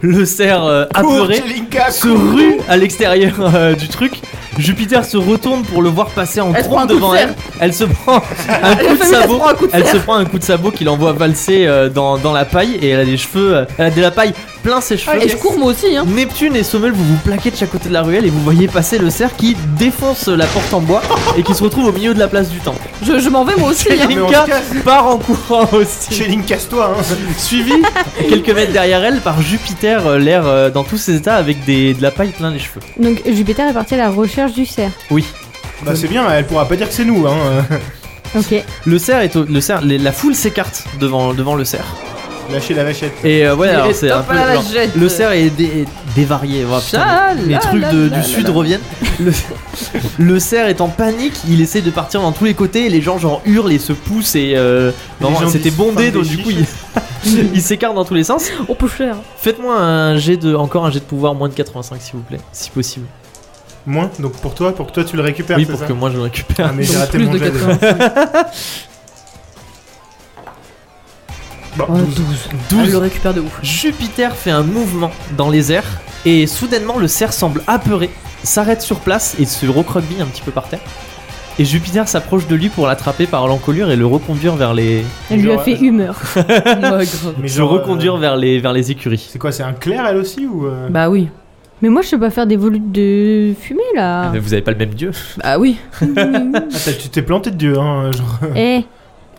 S1: le cerf euh,
S2: Cours,
S1: apeuré
S2: Tchelinka,
S1: se
S2: cours.
S1: rue à l'extérieur euh, du truc. Jupiter se retourne pour le voir passer en
S4: Elle se
S1: trompe
S4: prend un coup de
S1: devant
S4: fer.
S1: elle. Elle se
S4: [LAUGHS]
S1: prend un coup de sabot. Elle se prend un coup de sabot qui l'envoie valser euh, dans, dans la paille et elle a des cheveux, euh, elle a de la paille plein ses cheveux.
S4: Et je cours moi aussi, hein.
S1: Neptune et Sommel, vous vous plaquez de chaque côté de la ruelle et vous voyez passer le cerf qui défonce la porte en bois et qui se retrouve au milieu de la place du temple.
S4: Je, je m'en vais moi aussi. hein.
S2: mais on
S1: Linka
S2: se casse.
S1: part en courant aussi,
S2: Tchelinka, casse-toi. hein.
S1: suivi quelques mètres derrière elle par Jupiter, euh, l'air euh, dans tous ses états avec des, de la paille plein les cheveux.
S3: Donc Jupiter est parti à la recherche du cerf.
S2: Bah, c'est bien, elle pourra pas dire que c'est nous. Hein. [LAUGHS]
S3: Ok.
S4: [LAUGHS]
S1: Le cerf est au- le cerf, les- la foule s'écarte devant, devant le cerf
S2: Lâchez la vachette.
S1: Et euh, ouais, alors c'est un
S4: Top
S1: peu.
S4: à la
S1: genre,
S4: vachette.
S1: le cerf est, dé- est dévarié. Voilà, putain,
S4: Chalala,
S1: les trucs de-
S4: la,
S1: du
S4: la,
S1: sud
S4: la.
S1: reviennent. Le, le cerf est en panique, il essaie de partir dans tous les côtés. Et les gens, genre, hurlent et se poussent. Et euh, normalement,
S2: gens
S1: c'était
S2: qui se
S1: bondé,
S2: fendent
S1: donc
S2: des
S1: du coup, il, il [LAUGHS] s'écarte dans tous les sens.
S3: On peut faire.
S1: Faites-moi un jet de, encore un jet de pouvoir moins de 85, s'il vous plaît, si possible.
S2: Moins, donc pour toi, pour que toi tu le récupères.
S1: oui,
S2: c'est
S1: pour
S2: ça [LAUGHS]
S1: que moi je le récupère.
S2: Ah, mais
S4: Donc,
S2: j'ai raté
S4: plus
S2: mon
S4: de
S2: jet déjà. Bon,
S4: Oh,
S2: 12.
S1: 12.
S4: Elle le récupère de ouf.
S1: Jupiter fait un mouvement dans les airs et soudainement le cerf semble apeuré, s'arrête sur place et se recroqueville un petit peu par terre. Et Jupiter s'approche de lui pour l'attraper par l'encolure et le reconduire vers les,
S3: Elle lui a
S2: Genre,
S3: fait
S2: euh,
S3: humeur.
S4: [LAUGHS] Ouais, grave.
S2: Mais
S1: se
S2: genre,
S1: reconduire
S2: euh,
S1: vers les vers les écuries.
S2: C'est quoi, c'est un clair elle aussi ou. euh,
S4: Bah oui.
S3: Mais moi, je sais pas faire des volutes de fumée
S4: Ah.
S3: là.
S1: Mais vous avez pas le même
S2: [LAUGHS]
S1: dieu.
S4: Bah oui.
S2: Ah, t'as- tu t'es planté de Dieu, hein, genre.
S3: Eh,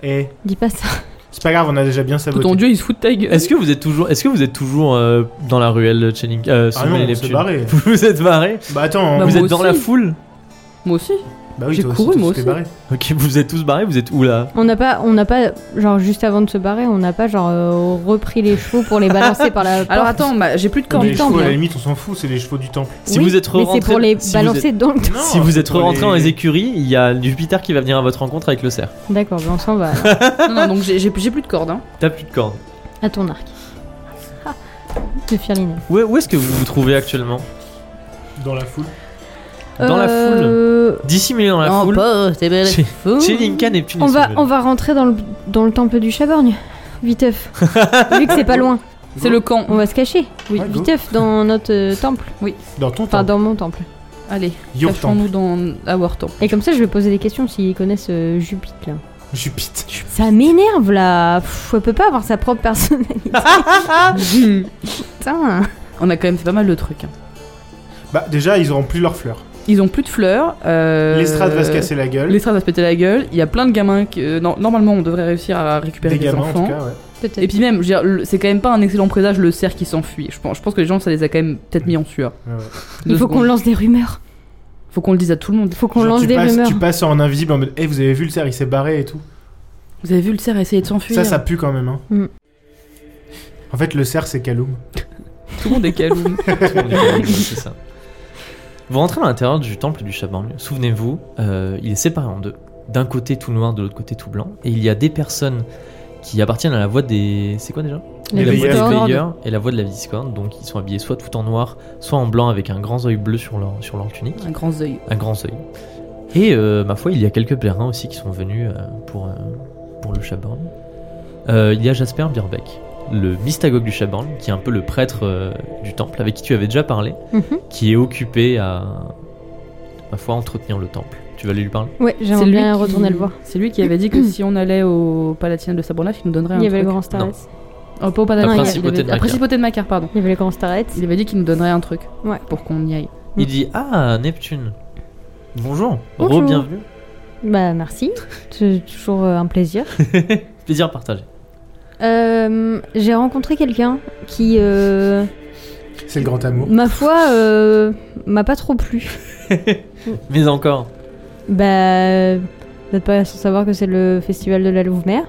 S2: Eh,
S3: dis pas ça.
S2: c'est pas grave, on a déjà bien saboté.
S4: Ton dieu, il se fout de ta gueule.
S1: Est-ce que vous êtes toujours est-ce que vous êtes toujours euh, dans la ruelle Channing euh,
S2: Ah
S1: Sommel et
S2: non, on s'est
S1: Neptune
S2: barré.
S1: Vous [LAUGHS] vous êtes barré
S2: Bah attends,
S4: Bah,
S1: Vous
S4: moi
S1: êtes dans la
S4: aussi.
S1: foule
S4: Moi aussi.
S2: bah oui,
S4: j'ai
S2: toi aussi,
S4: couru,
S2: toi,
S4: moi
S2: tu t'es barré.
S4: aussi.
S1: OK, vous êtes tous barrés, vous êtes où là
S3: On n'a pas, on n'a pas, genre juste avant de se barrer, on n'a pas genre euh, repris les chevaux pour les balancer par la.
S4: [LAUGHS] Alors
S3: porte.
S4: attends, bah, j'ai plus de corps
S2: Mais
S4: du
S2: les
S4: temps.
S2: chevaux, à la
S4: moi.
S2: limite, on s'en fout, c'est les chevaux du temple.
S1: Si
S3: Oui,
S1: vous êtes
S3: Mais c'est
S1: rentré-
S3: pour les
S1: si vous
S3: balancer dans le.
S2: Non,
S1: Si vous
S2: c'est
S1: êtes
S2: pour
S1: rentré
S2: les-
S1: dans les écuries, il y a Jupiter qui va venir à votre rencontre avec le cerf.
S3: D'accord, ben on s'en va. alors.
S4: Non, non, donc j'ai j'ai- j'ai plus de cordes. Hein.
S1: T'as plus de cordes.
S3: à ton arc. [LAUGHS] De Firlina.
S1: Où, est- où est-ce que vous vous trouvez actuellement
S2: Dans la foule.
S1: Dans la
S3: Euh,
S1: foule Dissimulé dans la foule Chez- Chez Lincoln et Neptune.
S3: On
S1: et
S3: va,
S1: Sommel.
S3: on va rentrer dans le, dans le temple du Chaborgne.
S2: [LAUGHS]
S3: Viteuf. Vu que c'est pas loin,
S4: C'est le camp.
S3: on va se cacher. Oui,
S2: Ouais, go.
S3: viteuf dans notre euh, temple.
S2: Dans ton
S3: Enfin,
S2: temple.
S3: dans mon temple.
S4: Allez,
S2: Your temple.
S4: cachons-nous dans Our
S3: [LAUGHS]
S4: Temple.
S3: Et comme ça, je vais poser des questions s'ils connaissent euh, Jupiter. là.
S2: Jupiter.
S3: Ça m'énerve là. Pff, elle peut pas avoir sa propre personnalité. hein. Putain.
S4: On a quand même fait pas mal de trucs. hein.
S2: Bah déjà, ils auront plus leurs fleurs.
S4: Ils ont plus de fleurs. Euh...
S2: L'estrade va se casser la gueule.
S4: L'estrade va se péter la gueule. Il y a plein de gamins qui. euh, non, normalement, on devrait réussir à récupérer
S2: Des
S4: les
S2: gamins, en
S4: enfants.
S2: tout cas, ouais.
S4: Et
S3: Peut-être.
S4: puis même, je veux dire, le- c'est quand même pas un excellent présage le cerf qui s'enfuit. Je pense, je pense que les gens, ça les a quand même peut-être mis en sueur.
S2: Ouais, ouais.
S3: Il
S4: Deux
S3: faut qu'on
S4: secondes.
S3: lance des rumeurs.
S4: Faut qu'on le dise à tout le monde.
S3: Faut qu'on
S2: Genre,
S3: lance
S2: tu
S3: des
S2: passes,
S3: rumeurs.
S2: Tu passes en invisible en mode, eh, vous avez vu le cerf, il s'est barré et tout.
S4: Vous avez vu le cerf essayer de s'enfuir
S2: Ça, ça pue quand même, hein.
S3: Mm.
S2: En fait, le cerf, c'est Kaloum.
S4: Tout le monde
S2: [LAUGHS]
S4: est calme.
S1: [LAUGHS] C'est ça. Vous rentrez à l'intérieur du temple du Chaborgne. Souvenez-vous, euh, il est séparé en deux. D'un côté tout noir, de l'autre côté tout blanc. Et il y a des personnes qui appartiennent à la voix des. C'est quoi déjà La
S3: La
S1: voix
S2: veilleurs.
S1: des
S3: discorde.
S1: veilleurs et la voix de la discorde. Donc ils sont habillés soit tout en noir, soit en blanc avec un grand œil bleu sur leur, sur leur tunique.
S4: Un grand œil.
S1: un grand seuil. Et euh, ma foi, il y a quelques pèlerins aussi qui sont venus euh, pour, euh, pour le Chaborn. Euh, il y a Jasper Birbeck, le mystagogue du Chaborn, qui est un peu le prêtre euh, du temple, avec qui tu avais déjà parlé,
S3: Mhm.
S1: qui est occupé à, ma foi, entretenir le temple. Tu vas aller lui parler
S3: Ouais, j'aimerais
S4: lui
S3: bien
S4: qui-
S3: retourner le voir.
S4: C'est lui qui avait dit que si on allait au Palatinat de Sabornaf, il nous donnerait un
S3: Mm. Il y avait le
S4: truc.
S3: grand Starlet.
S4: Oh, pas au Palatinat,
S3: La
S4: il avait-
S1: Principauté de
S4: la
S1: Macar.
S4: Principauté de Macar, pardon.
S3: Il y avait le grand Starlet.
S4: Il avait dit qu'il nous donnerait un truc
S3: Ouais.
S4: pour qu'on y aille.
S1: Il dit Ah, Neptune Bonjour,
S3: Bonjour.
S1: re-bienvenue.
S3: Bah merci, c'est toujours euh, un plaisir.
S1: Plaisir partagé.
S3: Euh, J'ai rencontré quelqu'un qui, euh,
S2: C'est le grand amour.
S3: ma foi, euh, m'a pas trop plu.
S1: Mais encore,
S3: Bah, vous n'êtes pas sans savoir que c'est le festival de la Louve-Mère.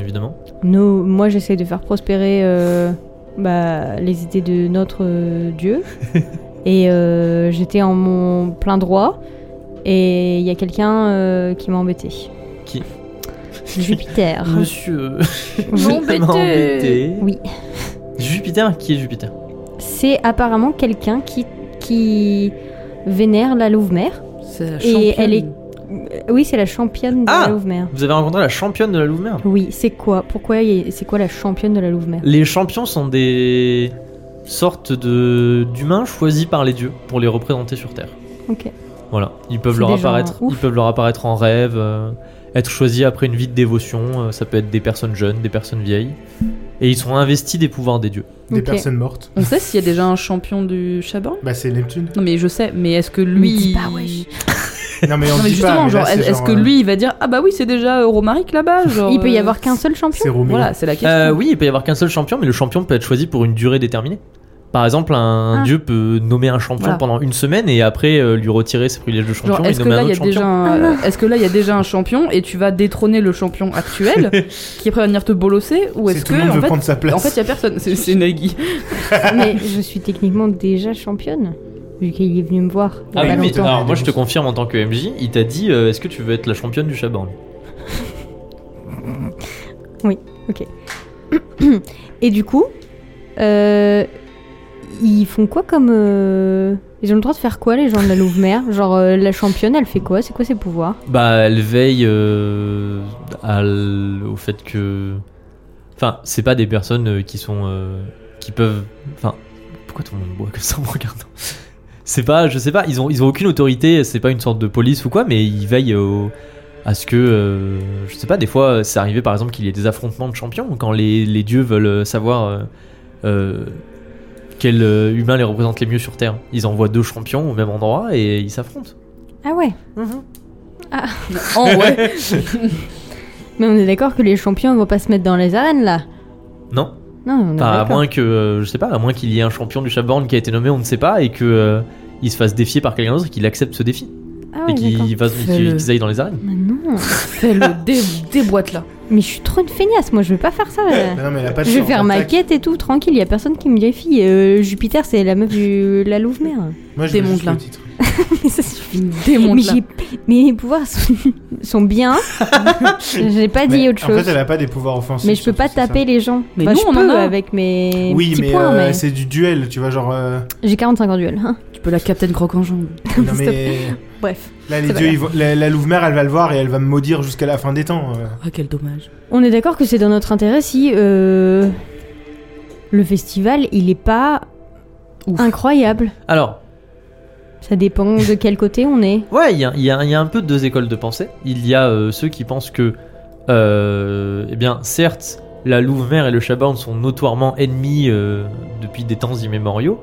S1: évidemment.
S3: Nous, moi, j'essaye de faire prospérer euh, bah, les idées de notre
S1: [LAUGHS]
S3: euh, Dieu. Et euh, j'étais en mon plein droit. Et il y a quelqu'un euh, qui m'a embêté.
S1: Qui
S3: Jupiter.
S1: Monsieur, [LAUGHS]
S3: Oui.
S1: Ah. vous m'embêtez.
S3: Oui.
S1: Jupiter, qui est Jupiter
S3: C'est apparemment quelqu'un qui, qui vénère la Louve-Mère.
S4: C'est la
S3: Et elle est- Euh, Oui, c'est la championne de
S1: Ah
S3: la Louve-Mère.
S1: Vous avez rencontré la championne de la Louve-Mère
S3: Oui, c'est quoi Pourquoi il y a- c'est quoi la championne de la Louve-Mère
S1: Les champions sont des sortes de d'humains choisis par les dieux pour les représenter sur Terre.
S3: Ok.
S1: Voilà, ils peuvent
S3: C'est
S1: leur
S3: des gens
S1: apparaître,
S3: ouf.
S1: ils peuvent leur apparaître en rêve, euh, être choisis après une vie de dévotion. euh, ça peut être des personnes jeunes, des personnes vieilles, et ils sont investis des pouvoirs des dieux.
S2: Des
S3: Mm. Ok.
S2: personnes mortes.
S4: On sait s'il y a déjà un champion du Chaban
S2: Bah, c'est Neptune.
S4: Non mais je sais, mais est-ce que lui...
S3: Mais dis pas, wesh.
S2: Non, mais on
S4: Non mais
S2: dit pas.
S4: justement,
S2: mais là,
S4: genre,
S2: c'est
S4: est-ce
S2: genre,
S4: que
S2: euh,
S4: lui il va dire ah bah oui c'est déjà euh, Romaric là-bas genre,
S3: Il peut y
S1: [LAUGHS]
S4: euh,
S3: avoir qu'un seul champion
S2: C'est Roméo.
S4: Voilà, c'est la question.
S1: Euh, oui, il peut y avoir qu'un seul champion, mais le champion peut être choisi pour une durée déterminée. Par exemple, un
S3: Ah.
S1: dieu peut nommer un champion
S4: Voilà.
S1: pendant une semaine et après euh, lui retirer ses privilèges de champion
S4: Genre,
S1: et
S4: est-ce que
S1: nommer
S4: là,
S1: un
S4: il y a
S1: autre champion.
S4: déjà
S3: Ah
S4: un- euh, est-ce que là, il y a déjà un champion et tu vas détrôner le champion
S2: [LAUGHS]
S4: actuel qui est prêt à venir te bolosser ou
S2: C'est
S4: est-ce
S2: tout
S4: que
S2: le monde
S4: en
S2: veut
S4: fait,
S2: prendre sa place.
S4: en fait, il y a personne. C'est, c'est Nagui.
S3: Mais je suis techniquement déjà championne, vu qu'il est venu me voir. il y a
S1: Ah oui,
S3: pas
S1: mais
S3: longtemps.
S1: alors moi je te confirme en tant que MJ, il t'a dit euh, est-ce que tu veux être la championne du Chaborn
S3: Et du coup, euh, ils font quoi comme. euh, Ils ont le droit de faire quoi, les gens de la Louvre-Mère Genre, euh, la championne, elle fait quoi C'est quoi ses pouvoirs
S1: Bah, elle veille euh, à l- au fait que. Enfin, c'est pas des personnes euh, qui sont. euh, qui peuvent. Enfin, pourquoi tout le monde boit comme ça en me regardant C'est pas. Je sais pas, ils ont, ils ont aucune autorité, c'est pas une sorte de police ou quoi, mais ils veillent au- à ce que. euh, je sais pas, des fois, c'est arrivé par exemple qu'il y ait des affrontements de champions, quand les, les dieux veulent savoir. euh, euh, quel euh, humain les représente les mieux sur Terre Ils envoient deux champions au même endroit et ils s'affrontent.
S3: Ah ouais
S4: Oh ouais. [LAUGHS]
S3: Mais on est d'accord que les champions ils vont pas se mettre dans les arènes, là
S1: Non
S3: Non, on est
S1: Enfin, à
S3: d'accord.
S1: moins que, euh, je sais pas, à moins qu'il y ait un champion du Chaborn qui a été nommé, on ne sait pas, et que euh, il se fasse défier par quelqu'un d'autre et qu'il accepte ce défi.
S3: Ah ouais,
S1: et
S3: d'accord.
S1: qu'il va-
S4: Fais-le.
S1: qu'ils aillent dans les arènes.
S3: Mais non
S4: Fais le dé- déboîte là.
S3: Mais je suis trop une feignasse, moi je veux pas faire ça
S2: Mais Bah non, mais elle a pas de
S3: Je vais
S2: chance,
S3: faire
S2: en
S3: ma
S2: tac.
S3: quête et tout, tranquille, y a personne qui me défie. Euh, Jupiter, c'est la meuf de la
S2: [LAUGHS]
S3: Louvre-Mère.
S2: Moi, je veux
S4: Démonte,
S2: juste le
S4: là.
S2: titre.
S3: Mais ça suffit. Mais,
S4: Démonte là.
S3: j'ai- mais mes pouvoirs sont,
S2: [LAUGHS]
S3: sont bien. J'ai pas dit
S2: Mais
S3: autre
S2: En
S3: chose.
S2: fait, elle a pas des pouvoirs offensifs.
S3: mais je peux
S2: surtout,
S3: pas
S2: c'est ça.
S3: taper les gens.
S4: Mais
S3: Enfin,
S4: nous,
S3: je
S4: on en
S3: peux
S4: a.
S3: avec mes
S2: Oui,
S3: petits
S2: mais
S3: points,
S2: euh,
S3: mais
S2: c'est du duel, tu vois, genre. euh,
S3: j'ai 45 en duel. hein.
S4: Tu peux la Captain Croc en jambe.
S2: non, mais.
S3: [LAUGHS] Bref,
S2: Là, les
S3: C'est pas
S2: dieux, ils vont- la, la Louve-Mère, elle va le voir et elle va me maudire jusqu'à la fin des temps. euh.
S4: Ah quel dommage.
S3: on est d'accord que c'est dans notre intérêt si euh, le festival, il est pas
S4: Ouf.
S3: incroyable.
S1: Alors,
S3: Ça dépend de quel côté on est.
S1: ouais, il y a, il y a- il y a un peu deux écoles de pensée. Il y a euh, ceux qui pensent que, euh, eh bien, certes, la Louve-Mère et le Chaborn sont notoirement ennemis euh, depuis des temps immémoriaux,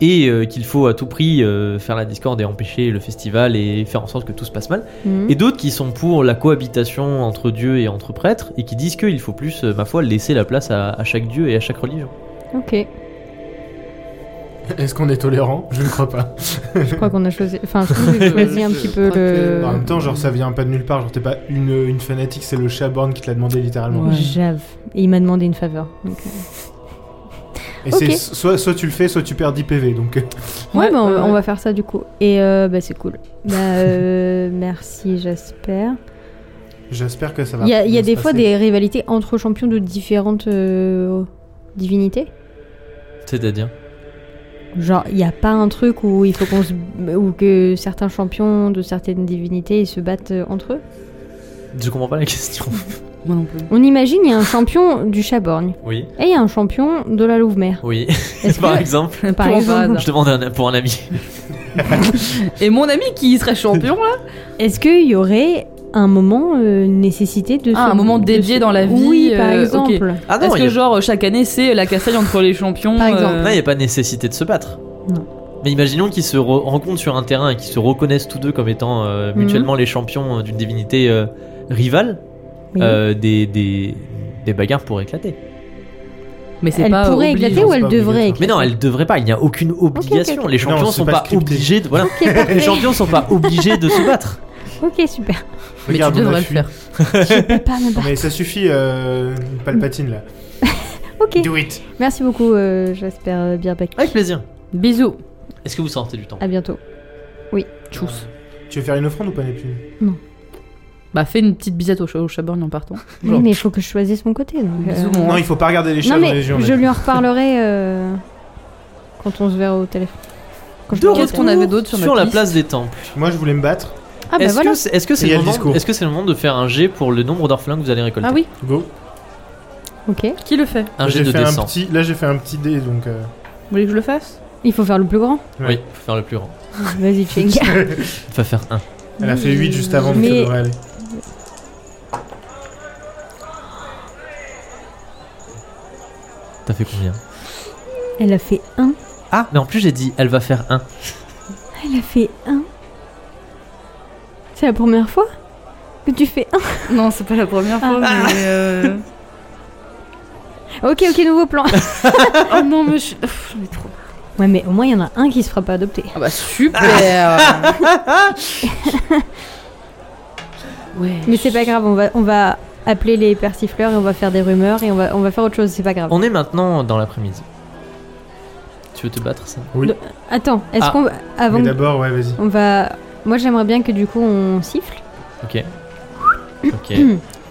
S1: et euh, qu'il faut à tout prix euh, faire la discorde et empêcher le festival et faire en sorte que tout se passe mal.
S3: Hmm.
S1: Et d'autres qui sont pour la cohabitation entre dieux et entre prêtres et qui disent qu'il faut plus, euh, ma foi, laisser la place à, à chaque dieu et à chaque religion.
S3: Ok,
S2: Est-ce qu'on est tolérant Je ne crois pas.
S3: je crois qu'on a choisi. Enfin, je trouve que j'ai choisi un
S4: Je
S3: petit peu
S4: crois que-
S3: le.
S2: En même temps, genre,
S3: Euh,
S2: ça vient pas de nulle part. Genre, t'es pas une, une fanatique, c'est le Chaborn qui te l'a demandé littéralement.
S4: Ouais.
S3: J'avoue. Et il m'a demandé une faveur. donc, euh.
S2: Et
S3: Ok.
S2: c'est soit, soit tu le fais, soit tu perds 10 PV. Donc, euh,
S3: Ouais,
S4: Ouais,
S3: bah, on,
S4: ouais, ouais.
S3: on va faire ça du coup. Et euh, bah, c'est cool. Bah, euh, merci, j'espère.
S2: j'espère que ça va.
S3: Il y a, il y
S2: bien
S3: a des
S2: se
S3: fois
S2: passer.
S3: des rivalités entre champions de différentes euh, divinités.
S1: C'est-à-dire
S3: Genre, il n'y a pas un truc où il faut qu'on se. ou que certains champions de certaines divinités ils se battent euh, entre eux.
S1: Je comprends pas la
S2: [LAUGHS]
S1: question.
S4: Moi non plus.
S3: On imagine, il y a un champion du Chaborgne
S1: Oui.
S3: et il y a un champion de la Louve-Mère.
S1: Oui. [LAUGHS]
S3: Est-ce
S1: Par
S3: que.
S1: exemple,
S3: Par
S4: Purement
S3: exemple.
S4: hasard.
S1: je demande un- pour un ami.
S4: Et mon ami qui serait champion là
S3: Est-ce qu'il y aurait un moment euh, nécessité de.
S4: Ah,
S3: se-
S4: un moment
S3: de
S4: dédié
S3: se-
S4: dans la vie,
S3: Oui, par
S4: euh, ok.
S3: exemple.
S1: Ah non,
S4: Est-ce
S1: il
S4: que
S1: y a,
S4: genre chaque année c'est la cassagne entre les champions euh,
S3: Par exemple.
S1: non, il y a pas nécessité de se battre.
S3: Non.
S1: Mais imaginons qu'ils se re- rencontrent sur un terrain et qu'ils se reconnaissent tous deux comme étant euh, mutuellement les champions euh, d'une divinité euh, rivale,
S3: Oui.
S1: euh, des, des, des bagarres pourraient éclater.
S4: Mais c'est
S3: Elle
S4: pas
S3: pourrait
S4: obligatoire.
S3: éclater ou
S2: c'est
S3: elle
S2: pas
S3: devrait
S2: obligatoire.
S3: éclater
S1: Mais non, elles devraient pas, il n'y a aucune obligation. Les
S2: Non,
S1: champions
S2: c'est
S1: sont
S2: pas
S1: pas,
S2: scripté.
S1: obligés de. Voilà.
S3: Ok, parfait.
S1: Les champions sont pas obligés de se battre.
S3: Ok, super.
S4: Mais
S2: Regarde,
S4: tu
S2: on a
S4: devrais le
S2: fui.
S4: faire.
S3: Je peux pas me
S2: Non,
S3: battre.
S2: mais ça suffit, euh, Palpatine là.
S3: Ok.
S2: Do it.
S3: Merci beaucoup, euh, Jasper euh, Birbeck.
S1: Avec plaisir.
S4: Bisous.
S1: Est-ce que vous sortez du temps
S3: À bientôt.
S4: Tchuss.
S2: Tu veux faire une offrande ou pas, Neptune
S4: Bah fais une petite bisette au, cha- au chaborgne en partant.
S3: Oui, mais il faut que je choisisse mon côté. donc, euh,
S4: Bisous, mon
S2: Non,
S4: roi.
S2: il faut pas regarder les chats
S3: Non,
S2: dans
S3: mais
S2: les yeux. en
S3: je
S2: fait.
S3: lui en reparlerai euh, quand on se verra au téléphone. Quand je
S1: De
S3: l'aurai au
S4: Qu'est-ce qu'on
S3: téléphone.
S4: avait d'autre sur, notre
S1: la
S4: liste
S1: place des temples.
S2: Moi, je voulais me battre.
S3: Ah, bah
S1: Est-ce
S3: voilà.
S1: que c'est est-ce que c'est
S2: Et il y a
S1: le
S2: le
S1: moment
S2: discours.
S1: Est-ce que c'est le moment de faire un jet pour le nombre d'orphelins que vous allez récolter
S4: Ah oui,
S2: Go.
S3: Ok.
S4: qui le fait Vous
S1: Un
S2: Là,
S1: jet
S2: j'ai
S1: de
S2: fait un
S1: descente.
S2: petit- Là, j'ai fait un petit dé, donc. euh,
S4: voulez que je le fasse
S3: Il faut faire le plus grand.
S1: Oui, faut faire le plus grand.
S3: Vas-y, check.
S1: Faut faire un.
S2: Elle a fait 8 juste avant, donc ça
S3: Mais-
S2: devrait aller.
S1: T'as fait combien
S3: Elle a fait un.
S1: Ah, mais en plus j'ai dit, elle va faire un.
S3: Elle a fait un. C'est la première fois que tu fais un.
S4: Ah. [LAUGHS] Non, c'est pas la première fois, mais. euh,
S3: Ok, ok, nouveau plan. [LAUGHS]
S5: Oh non, mais je. Pff, j'en ai trop.
S3: ouais, mais au moins, il y en a un qui se fera pas adopter.
S4: Ah bah super
S1: Ah.
S4: [LAUGHS]
S5: Ouais.
S3: Mais c'est pas grave, on va, on va appeler les persifleurs et on va faire des rumeurs et on va, on va faire autre chose, c'est pas grave.
S1: On est maintenant dans l'après-midi. Tu veux te battre, ça
S3: Attends, est-ce
S1: Ah.
S3: qu'on. Avant.
S2: Mais d'abord, ouais,
S3: [LAUGHS]
S2: vas-y.
S3: On va. Moi, j'aimerais bien que du coup, on siffle. Mm.
S1: Ok.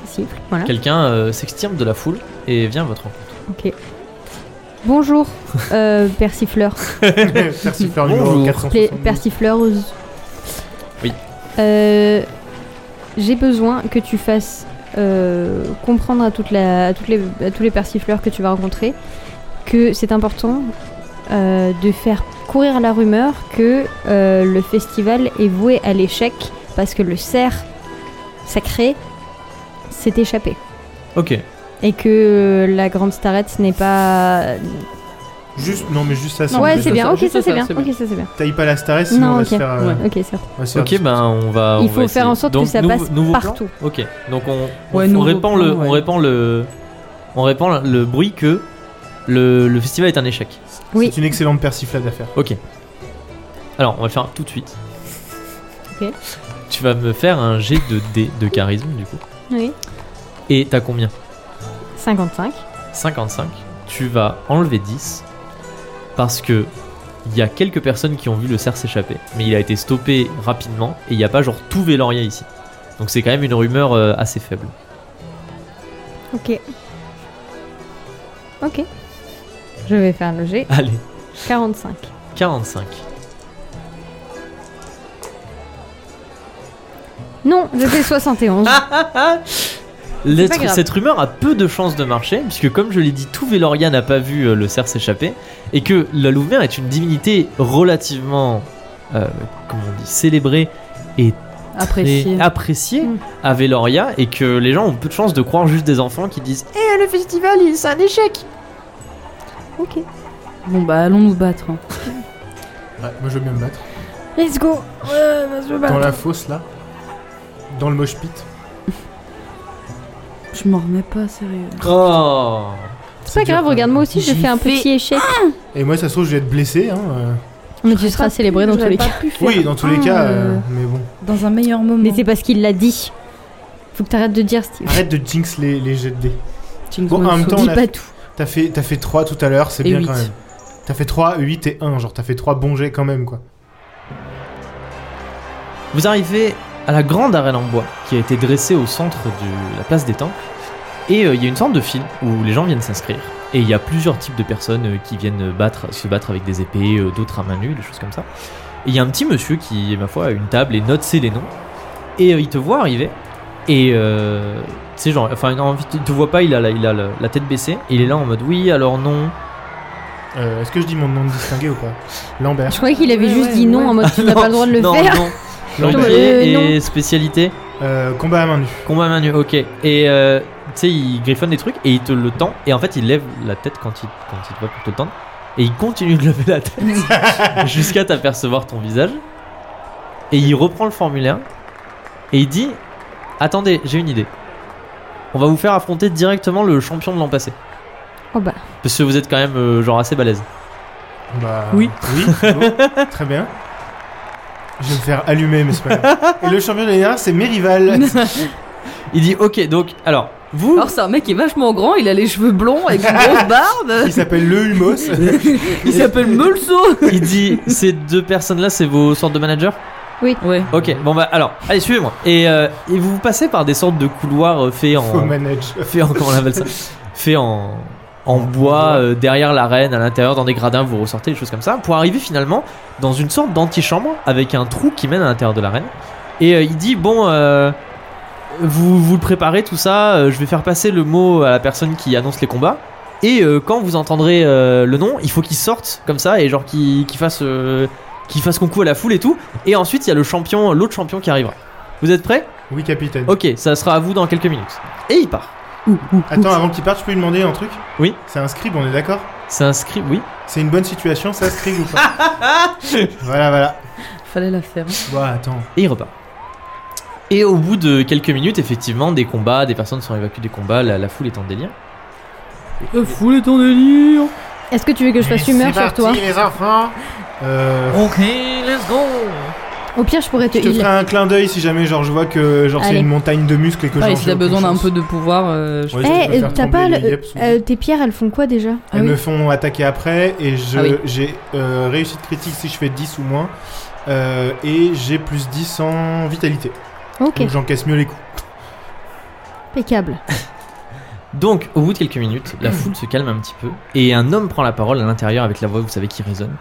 S3: Siffle, voilà.
S1: Quelqu'un euh, s'extirpe de la foule et vient à votre rencontre.
S3: Bonjour, euh, persifleur.
S2: Persifleur numéro
S1: Bonjour.
S3: Play-
S2: 460.
S3: persifleuse.
S1: Oui.
S3: Euh, J'ai besoin que tu fasses euh, comprendre à, toute la, à, toutes les, à tous les persifleurs que tu vas rencontrer que c'est important euh, de faire courir la rumeur que euh, le festival est voué à l'échec parce que le cerf sacré s'est échappé
S1: Ok.
S3: et que la grande starette n'est pas.
S2: Juste, non, mais juste ça. c'est
S3: ouais,
S2: juste
S3: c'est
S2: ça.
S3: bien.
S4: ça,
S3: Ok,
S4: juste
S3: ça c'est
S4: ça,
S3: bien.
S4: c'est
S3: Ok,
S4: bien.
S3: ça c'est bien.
S2: Taille pas la staresse, sinon
S3: Non,
S2: on va
S3: ok.
S2: se faire. euh,
S4: Ouais.
S3: Ok, c'est
S2: on va se faire
S1: Ok, ben on va. on
S3: Il
S1: va
S3: faut faire en
S1: essayer.
S3: sorte
S1: Donc,
S3: que ça
S1: nouveau-
S3: passe
S1: nouveau plan
S3: partout.
S1: Ok. Donc on, on-
S4: Ouais,
S1: on
S4: nouveau
S1: répand
S4: plan,
S1: le,
S4: ouais.
S1: on répand le, on répand le bruit que le, le festival est un échec.
S3: Oui.
S2: C'est une excellente persiflade à faire.
S1: Alors on va le faire tout de suite.
S3: Ok.
S1: Tu vas me faire un jet de dé de charisme du coup.
S3: Oui.
S1: Et t'as combien
S3: 55.
S1: 55. Tu vas enlever 10 parce que il y a quelques personnes qui ont vu le cerf s'échapper, mais il a été stoppé rapidement et il n'y a pas genre tout Véloria ici. Donc c'est quand même une rumeur euh, assez faible.
S3: Ok. Ok. Je vais faire le G.
S1: Allez,
S3: 45.
S1: 45.
S3: Non, je fais 71.
S1: Ah. L'être-
S3: pas grave.
S1: cette rumeur a peu de chances de marcher, puisque comme je l'ai dit, tout Véloria n'a pas vu euh, le cerf s'échapper, et que la Louve-Mère est une divinité relativement, euh, comment on dit, célébrée et
S4: Apprécié.
S1: très appréciée
S3: Mm.
S1: à Véloria, et que les gens ont peu de chances de croire juste des enfants qui disent Eh, le festival, il- c'est un échec
S3: ok.
S4: Bon bah allons nous battre. hein.
S2: Ouais, moi je veux bien me battre.
S3: Let's go. Ouais, vas-y, je me
S2: Dans
S3: bats.
S2: la fosse là. Dans le mosh pit.
S4: Je m'en remets pas, sérieux.
S1: Oh
S3: C'est pas grave, regarde-moi aussi, je
S4: J'ai
S3: fais un
S4: fait-
S3: petit échec.
S2: Et moi, ça se trouve, je vais être blessé. Hein. euh.
S3: Mais tu seras célébré dans tous les cas.
S2: Oui, dans tous les
S4: Ah,
S2: cas.
S4: euh,
S2: euh, Mais bon.
S4: Dans un meilleur moment.
S3: Mais c'est parce qu'il l'a dit. Faut que t'arrêtes de dire, Steve.
S2: Arrête de jinx les, les jets de dés.
S4: Jingle
S2: Bon, en même
S4: Bells.
S2: temps, on
S3: Dis
S2: a-
S3: pas tout.
S2: T'as fait, t'as fait 3 tout à l'heure, c'est
S4: Et
S2: bien
S4: huit.
S2: quand même. T'as fait 3, 8 et 1. Genre, t'as fait 3 bons jets quand même, quoi.
S1: Vous arrivez à la grande arène en bois qui a été dressée au centre de la place des temples. Et euh, il y a une sorte de file où les gens viennent s'inscrire. Et il y a plusieurs types de personnes euh, qui viennent battre, se battre avec des épées, euh, d'autres à main nue, des choses comme ça. Et il y a un petit monsieur qui, ma foi, a une table et note ses les noms. Et euh, il te voit arriver. Et euh, tu sais, genre, enfin, non, il te voit pas, il a, la, il a la, la tête baissée. Il est là en mode oui, alors non.
S2: Euh, Est-ce que je dis mon nom distingué ou pas Lambert.
S3: Je croyais qu'il avait
S4: Ouais,
S3: juste
S4: ouais,
S3: dit non
S4: ouais.
S3: en mode tu n'as pas le droit de
S1: [LAUGHS]
S3: le
S1: non,
S3: faire.
S1: Non,
S2: Non,
S1: Lambert.
S3: mais-
S1: et spécialité
S2: Euh, combat à main nue.
S1: Combat à main nue, ok. Et euh, tu sais, il griffonne des trucs et il te le tend. Et en fait, il lève la tête quand il, quand il te va pour te le tendre. Et il continue de lever la tête jusqu'à t'apercevoir ton visage. Et il reprend le formulaire. Et il dit Attendez, j'ai une idée. On va vous faire affronter directement le champion de l'an passé.
S3: Oh bah.
S1: Parce que vous êtes quand même euh, genre assez balèze.
S2: Bah,
S4: Oui.
S2: Oui, c'est bon. très bien. Je vais me faire allumer, mais c'est pas grave. Et le champion de l'année dernière, c'est mes
S4: [LAUGHS]
S2: rivales.
S1: Il dit Ok, donc, alors, vous.
S4: Alors c'est un mec qui est vachement grand, il a les cheveux blonds avec une grosse barbe.
S2: Il s'appelle le Humos.
S4: Il s'appelle Meulso.
S1: Il dit Ces deux personnes-là, c'est vos sortes de managers
S4: Ouais.
S1: Ok, bon bah alors, allez suivez-moi. Et, euh, et vous passez par des sortes de couloirs euh, faits
S2: Faut [LAUGHS]
S1: en,
S2: manage.
S1: fait en comment on appelle ça Fait en en bois euh, derrière l'arène, à l'intérieur dans des gradins, vous ressortez des choses comme ça, pour arriver finalement dans une sorte d'antichambre avec un trou qui mène à l'intérieur de l'arène. Et euh, il dit bon, euh, vous vous le préparez tout ça, euh, je vais faire passer le mot à la personne qui annonce les combats. Et euh, quand vous entendrez euh, le nom, il faut qu'il sorte comme ça et genre qu'il qu'il fasse euh, qu'il fasse concours à la foule et tout. Et ensuite il y a le champion, l'autre champion qui arrivera. Vous êtes prêts
S2: Oui, capitaine.
S1: Ok, ça sera à vous dans quelques minutes. Et il part.
S2: Attends, avant qu'il parte, je peux lui demander un truc
S1: Oui.
S2: C'est un scribe, on est d'accord
S1: C'est inscrit, oui.
S2: C'est une bonne situation, ça, scribe ou pas Voilà, voilà.
S4: Fallait la faire. hein.
S2: Bon, attends.
S1: Et il repart. Et au bout de quelques minutes, effectivement, des combats, des personnes sont évacuées des combats, la, la foule est en délire.
S4: Foulez ton délire
S3: Est-ce que tu veux que je fasse humeur sur toi
S2: les enfants. Euh,
S1: Ok, let's go
S3: Au pire, je pourrais te
S2: je te ferai
S3: heal.
S2: un clin d'œil si jamais genre je vois que genre c'est
S3: Allez.
S2: une montagne de muscles et que
S4: Ah,
S2: genre,
S4: et s'il
S2: j'ai
S4: a
S2: aucune
S4: besoin d'un
S2: chance.
S4: peu de pouvoir. euh, je-
S2: Ouais, je
S3: Eh,
S2: peux faire
S3: t'as
S2: tomber
S3: pas
S2: les
S3: le-
S2: guêpes sous-
S3: euh, tes pierres, elles font quoi déjà
S4: Ah
S2: Elles
S4: oui.
S2: me font attaquer après et je-
S4: Ah oui.
S2: j'ai euh, réussite critique si je fais 10 ou moins. Euh, et j'ai plus 10 en vitalité.
S3: Ok,
S1: Ah.
S2: Donc j'encaisse mieux les coups. [LAUGHS]
S3: impeccable.
S1: Donc, au bout de quelques minutes, la foule se calme un petit peu et un homme prend la parole à l'intérieur avec la voix, vous savez, qui résonne.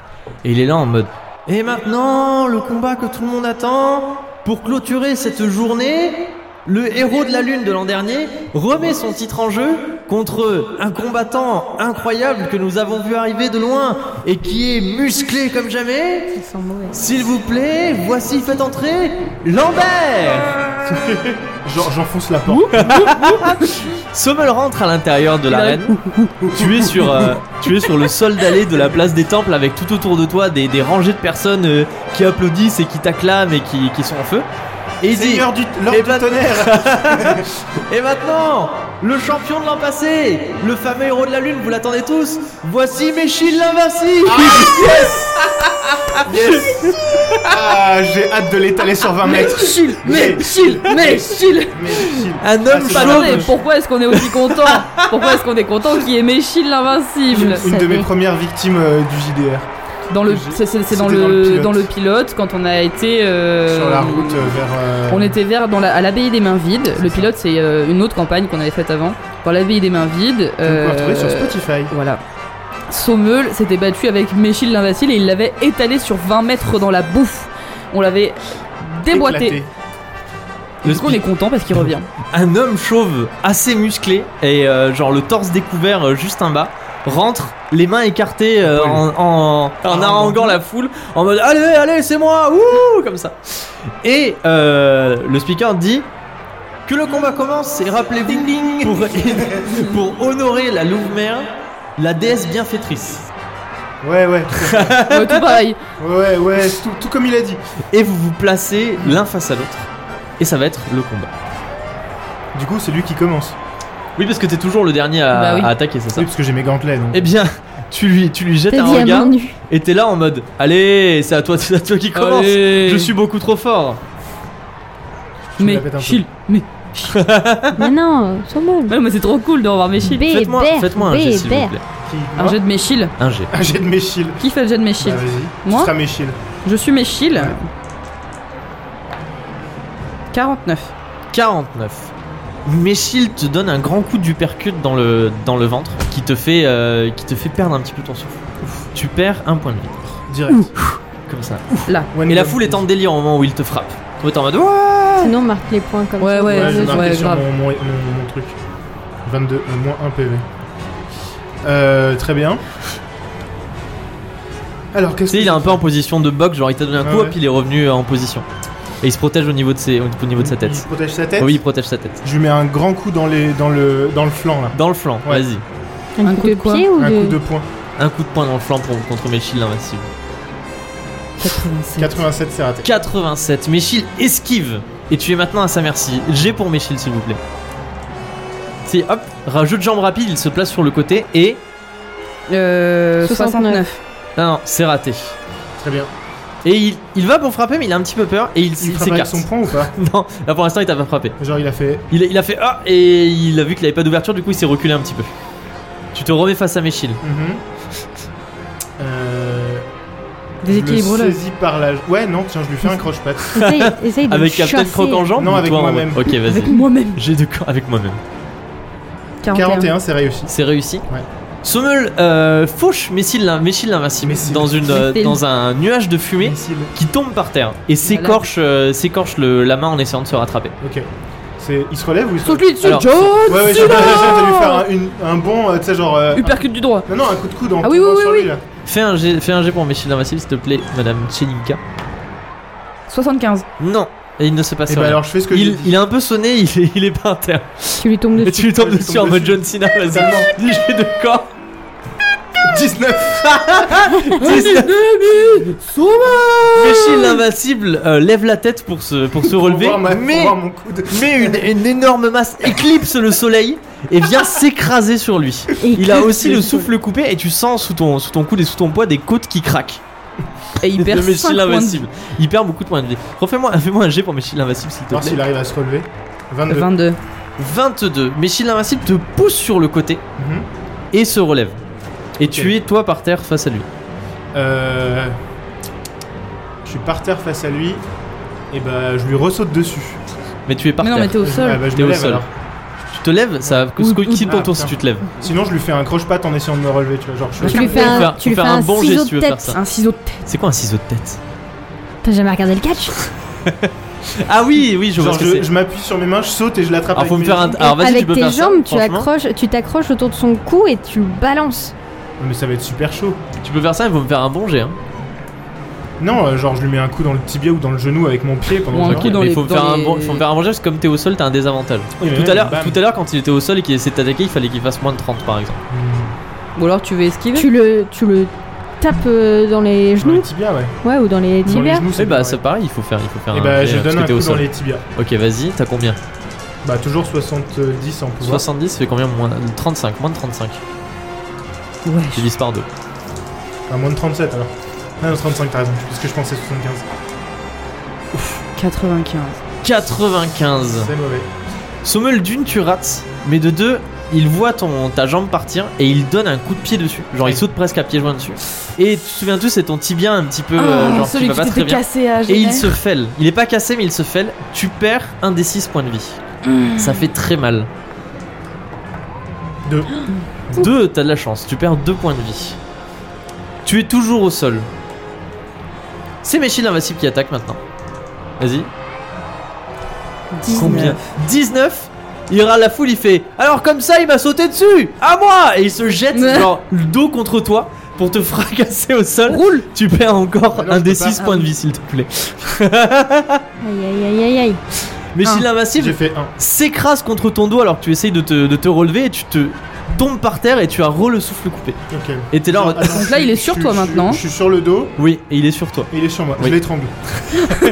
S1: Et il est là en mode Et maintenant, le combat que tout le monde attend pour clôturer cette journée, le héros de la lune de l'an dernier remet son titre en jeu contre un combattant incroyable que nous avons vu arriver de loin et qui est musclé comme jamais.
S5: Ils sont mauvais.
S1: S'il vous plaît, voici, faites entrer Lambert
S2: Genre j'enfonce la porte.
S1: Sommel rentre à l'intérieur de
S4: [LAUGHS]
S1: l'arène. tu, es sur, euh, tu es sur le sol d'allée de la place des temples avec tout autour de toi des, des rangées de personnes euh, qui applaudissent et qui t'acclament et qui, qui sont en feu. Et il dit
S2: Seigneur du, Lord
S1: Et
S2: du
S1: bah-
S2: tonnerre
S1: Et maintenant, le champion de l'an passé, le fameux héros de la lune, vous l'attendez tous, voici Méchil l'invincible [LAUGHS]
S2: Yes [LAUGHS] Ah, j'ai hâte de l'étaler sur 20
S4: [LAUGHS] Mais
S2: mètres.
S4: chill Mais
S2: Mais-
S4: chill Mais chill
S2: Mais chill.
S1: Un
S2: Ah,
S1: homme
S2: c'est
S1: chauve
S4: Attendez, pourquoi est-ce qu'on est aussi content Pourquoi est-ce qu'on est content qu'il y ait Méchil l'invincible
S2: Une de
S3: savais.
S2: mes premières victimes euh, du JDR.
S4: Dans le,
S2: Je-
S4: c'est, c'est- c'est dans,
S2: c'était dans le
S4: le,
S2: pilote.
S4: dans le pilote quand on a été euh,
S2: sur la route euh, vers. euh,
S4: On était vers dans la- à l'abbaye des mains vides. Le pilote c'est euh, une autre campagne qu'on avait faite avant. Dans l'abbaye des mains vides.
S2: que vous pouvez
S4: euh,
S2: retrouver sur Spotify.
S4: Voilà. Saumeul s'était battu avec Méchil l'invincible et il l'avait étalé sur 20 mètres dans la bouffe. On l'avait déboîté.
S2: Éclaté.
S1: Le
S4: Du coup on est content parce
S2: [LAUGHS]
S4: qu'il revient.
S1: Un homme chauve assez musclé et euh, genre le torse découvert euh, juste en bas rentre, les mains écartées euh, en, en, en haranguant la foule en mode allez allez c'est moi ouh comme ça et euh, le speaker dit que le combat commence et rappelez-vous pour, pour [LAUGHS] honorer la Louve-Mère la déesse bienfaitrice
S2: Ouais, ouais.
S4: Ouais, tout pareil.
S2: Ouais, ouais, c'est tout, tout comme il a dit.
S1: et vous vous placez l'un face à l'autre et ça va être le combat
S2: Du coup, c'est lui qui commence.
S1: oui parce que t'es toujours le dernier à,
S4: Bah oui.
S1: à attaquer c'est ça
S2: Oui, parce que j'ai mes gantelets, donc.
S1: Eh bien, tu lui, tu lui jettes
S3: T'as
S1: un
S3: dit à
S1: regard
S3: main
S1: [LAUGHS]
S3: nue.
S1: et t'es là en mode Allez, c'est à toi, [LAUGHS] c'est à toi qui commence.
S4: Allez.
S1: Je suis beaucoup trop fort.
S2: Je me
S4: Mais
S2: la pète un peu.
S4: chill. Mais
S3: Mais non, Sommel.
S4: Ouais, mais c'est trop cool de revoir Méchil.
S3: Bé-
S1: Faites-moi
S3: Bébert,
S1: faites-moi un jet, s'il vous
S3: Bébert.
S1: plaît.
S2: Qui
S4: Un jet de Méchil.
S1: Un
S2: [LAUGHS]
S1: jet.
S2: Ah, j'ai de mes shields.
S4: Qui fait le jet de Méchil
S2: Bah, vas-y.
S4: Moi
S2: Tu seras mes shields.
S4: Je suis Méchil. 49.
S1: 49. Méchil te donne un grand coup du percute dans le, dans le ventre qui te, fait, euh, qui te fait perdre un petit peu ton souffle. Tu perds un point de vie.
S2: Direct.
S1: Comme ça.
S2: One
S1: Et la
S2: gun.
S1: foule est en délire au moment où il te frappe. Toi, t'es en mode Ouah
S3: Sinon, marque les points comme
S4: Ouais,
S3: ça.
S4: ouais,
S2: Ouais, j'ai
S4: ouais,
S2: marqué sur
S4: grave.
S2: mon, mon- mon- mon truc. 22, euh, moins 1 PV. Euh, très bien. Alors,
S1: Tu
S2: qu'est-ce
S1: sais,
S2: que.
S1: il est un peu en position de boxe, genre il t'a donné un coup,
S2: Ouais, ouais.
S1: puis il est revenu euh, en position. Et il se protège au niveau de, ses, au niveau de sa
S2: Il
S1: tête. Oh
S2: protège sa tête
S1: Oui, il protège sa tête.
S2: Je lui mets un grand coup dans, les, dans, le, dans le flanc, là.
S1: Dans le flanc,
S2: Ouais.
S1: vas-y.
S3: Un, coup, de,
S4: quoi
S3: pied ou
S2: Un
S3: de...
S2: coup de poing.
S1: Un coup de poing dans le flanc pour contre Méchil l'invincible.
S4: 87.
S2: 87, c'est raté.
S1: 87. Méchil esquive. Et tu es maintenant à sa merci. J'ai pour Méchil, s'il vous plaît. C'est hop, rajout de jambe rapide, il se place sur le côté et.
S4: Euh, 69.
S1: Non, non, c'est raté.
S2: Très bien.
S1: Et il, il va pour frapper, mais il a un petit peu peur et il,
S2: Il
S1: il
S2: frappe avec
S1: s'écarte. [LAUGHS]
S2: son poing ou pas
S1: Non, là pour l'instant il t'a pas frappé.
S2: Genre, il a fait.
S1: Il, a- il a fait ah et il a vu qu'il avait pas d'ouverture, du coup il s'est reculé un petit peu. Tu te remets face à Méchil.
S2: Mhm. Euh,
S4: Déséquilibre
S2: Je
S4: là.
S2: le saisis par la. Ouais, non, tiens, je lui fais un croche-patte.
S1: [LAUGHS]
S3: Essaye, essaye de
S1: Avec Captain
S3: chasser.
S1: Croc en jambe
S2: Non,
S1: ou
S2: avec
S1: toi en-
S2: moi-même.
S1: Ok,
S4: Avec
S1: vas-y.
S4: moi-même.
S1: J'ai de quoi Avec moi-même.
S4: Ah,
S2: 41, c'est réussi.
S1: C'est réussi.
S2: Ouais.
S1: Sommel euh, fauche Messil l'in- Messil l'invincible
S2: Messil.
S1: dans, une, euh,
S4: Messil.
S1: dans un nuage de fumée
S2: Missile.
S1: qui tombe par terre et s'écorche, euh, s'écorche le- la main en essayant de se rattraper.
S2: Ok. C'est... Il se relève ou il se relève
S4: Saute-lui dessus,
S1: Alors,
S4: Jones
S2: Ouais, ouais, j'ai
S4: Sinon
S2: de lui
S1: hein.
S2: faire un, une- un bon, euh, tu sais, genre. euh,
S4: Uppercut du droit.
S2: un- Non, non, un coup de coude en
S4: Ah oui, oui,
S2: tombant
S4: oui,
S2: sur
S4: oui.
S2: lui, là.
S1: Fais un jet, fais un jet pour Messil l'invincible, s'il te plaît, Madame Chelinka.
S4: 75.
S1: Non, et il ne se passe
S2: Et
S1: rien.
S2: bah alors, je fais ce que j'ai
S1: il,
S2: dit.
S1: il a un peu sonné, il est, il est par terre.
S3: Tu lui tombes
S1: Et
S3: dessus.
S1: tu lui tombes
S2: Ouais, je
S1: dessus
S2: tombe
S1: en mode
S2: dessus.
S1: John Cena, vas-y.
S2: Tellement.
S1: Dis, j'ai de corps.
S2: 19
S4: Sauvage
S1: Yoshi l'invincible euh, lève la tête pour se, pour se relever,
S2: Pour voir ma- pour
S1: mais,
S2: voir mon coude.
S1: mais une, une énorme masse éclipse le soleil et vient s'écraser sur lui. Il a aussi le souffle coupé et tu sens sous ton, sous ton coude et sous ton poids des côtes qui craquent.
S4: Et il perd
S1: de Messi
S4: 5 points de vie.
S1: l'invincible. Il perd beaucoup de points de vie. Refais-moi fais-moi un jet pour Messi l'invincible s'il te
S2: Voir
S1: plaît.
S2: s'il arrive à se relever. 22.
S4: 22.
S1: 22. Messi l'invincible te pousse sur le côté
S2: Mhm.
S1: et se relève. Et
S2: Ok.
S1: tu es toi par terre face à lui.
S2: Euh, Je suis par terre face à lui. Et bah, je lui ressaute dessus.
S1: Mais tu es par
S4: mais non,
S1: terre.
S4: mais t'es au
S2: Ah,
S4: sol.
S2: bah, je
S1: T'es
S2: me
S1: au
S2: lève,
S1: sol.
S2: alors.
S1: Tu te lèves, ça
S4: Ou-
S1: se
S4: ou-
S1: quitte ton
S2: Ah,
S1: tour si
S2: putain.
S1: tu te lèves.
S2: Sinon, je lui fais un croche-patte en essayant de me relever, tu vois. Genre, je
S3: Tu lui
S2: suis
S3: fais
S1: Faut
S3: un,
S1: faire-
S3: tu
S1: faut
S3: lui fais
S1: faire
S3: un,
S1: un bon
S3: ciseau
S1: geste si tu
S3: de
S1: veux faire
S3: tête.
S1: ça.
S4: Un ciseau de tête.
S1: C'est quoi un ciseau de tête
S3: T'as jamais regardé le catch
S1: Ah oui, oui, je vois
S2: Genre,
S1: ce que c'est.
S2: je, je m'appuie sur mes mains, je saute et je l'attrape.
S1: Alors faut me
S2: avec
S1: faire un.
S2: mes-
S1: Alors vas-y, tu
S3: Avec
S1: peux
S3: tes
S1: faire ça,
S3: jambes, tu
S1: franchement.
S3: accroches, tu t'accroches autour de son cou et tu le balances.
S2: Mais ça va être super chaud.
S1: Tu peux faire ça, il faut me faire un bon jet. Hein.
S4: Ah
S2: Non, euh, genre, je lui mets un coup dans le tibia ou dans le genou avec mon pied pendant
S4: Ou
S2: que
S4: un
S2: je
S1: Ok,
S4: coup
S2: regarde.
S4: dans
S1: mais
S4: les-
S1: il faut me
S4: dans
S1: faire un
S4: les-
S1: bon, faut me faire un bon jet parce que comme t'es au sol, t'as un désavantage.
S2: Oui, mais
S1: Tout à
S2: même,
S1: l'heure,
S2: bam.
S1: tout à l'heure, quand il était au sol et qu'il essayait de t'attaquer, il fallait qu'il fasse moins de 30 par exemple.
S2: Hmm,
S4: Ou alors tu veux esquiver.
S3: Tu le, tu le tapes euh, dans
S2: Dans
S3: les
S2: les
S3: genoux,
S2: tibias, ouais.
S3: ouais, ou dans les
S2: Dans les
S3: tibias.
S2: genoux,
S1: Et
S2: c'est
S1: bah,
S2: bien,
S1: c'est
S2: ouais.
S1: pareil, il faut faire, il faut faire
S2: Et
S1: un
S2: bah,
S1: jet
S2: je
S1: parce
S2: donne
S1: que
S2: un
S1: t'es au
S2: coup dans
S1: sol.
S2: les tibias.
S1: Ok, vas-y, t'as combien
S2: Bah, toujours 70 en pouvoir.
S1: 70, ça fait combien moins 35, moins de 35.
S4: Ouais.
S1: Divise par 2.
S2: Enfin, moins de 37 alors. Non, 35, t'as raison, parce que je pensais 75.
S4: 95.
S1: 95.
S2: C'est mauvais.
S1: Sommel d'une, tu rates, mais de deux, il voit ton, ta jambe partir et il donne un coup de pied dessus. Genre, il saute presque à pieds joints dessus. Et tu te souviens-tu, c'est ton tibia un petit peu.
S4: Ah,
S1: euh, genre,
S5: celui
S1: va
S5: qui
S1: pas très
S5: s'était
S1: bien.
S5: cassé à
S1: Et il
S5: Genève.
S1: se fêle. Il est pas cassé, mais il se fêle. Tu perds un des 6 points de vie. Ça fait très mal.
S2: Deux.
S1: 2, t'as de la chance. Tu perds 2 points de vie. Tu es toujours au sol. C'est Méchil l'invincible qui attaque maintenant. Vas-y.
S4: 19.
S1: Combien 19 Il râle la foule, il fait Alors comme ça, il m'a sauté dessus À moi Et il se jette,
S4: Ouais.
S1: genre, le dos contre toi pour te [LAUGHS] fracasser au sol. Roule Tu perds encore
S2: Ah non,
S1: un
S2: je
S1: des
S2: peux pas.
S1: 6 points de vie, s'il te plaît.
S3: Aïe aïe aïe aïe aïe.
S2: Ah.
S1: Méchil l'invincible,
S2: J'ai fait 1.
S1: s'écrase contre ton dos alors que tu essayes de te, de te relever et tu te tombes par terre et tu as re le souffle coupé.
S2: Ok.
S1: Et t'es là en mode-
S2: Attends,
S4: Donc là, il est
S2: je-
S4: sur
S2: je-
S4: toi
S2: je-
S4: maintenant.
S2: Je suis sur le dos
S1: Oui, et il est sur toi.
S2: et il est sur moi.
S1: Oui.
S2: Je
S4: [LAUGHS]
S2: l'étrangle.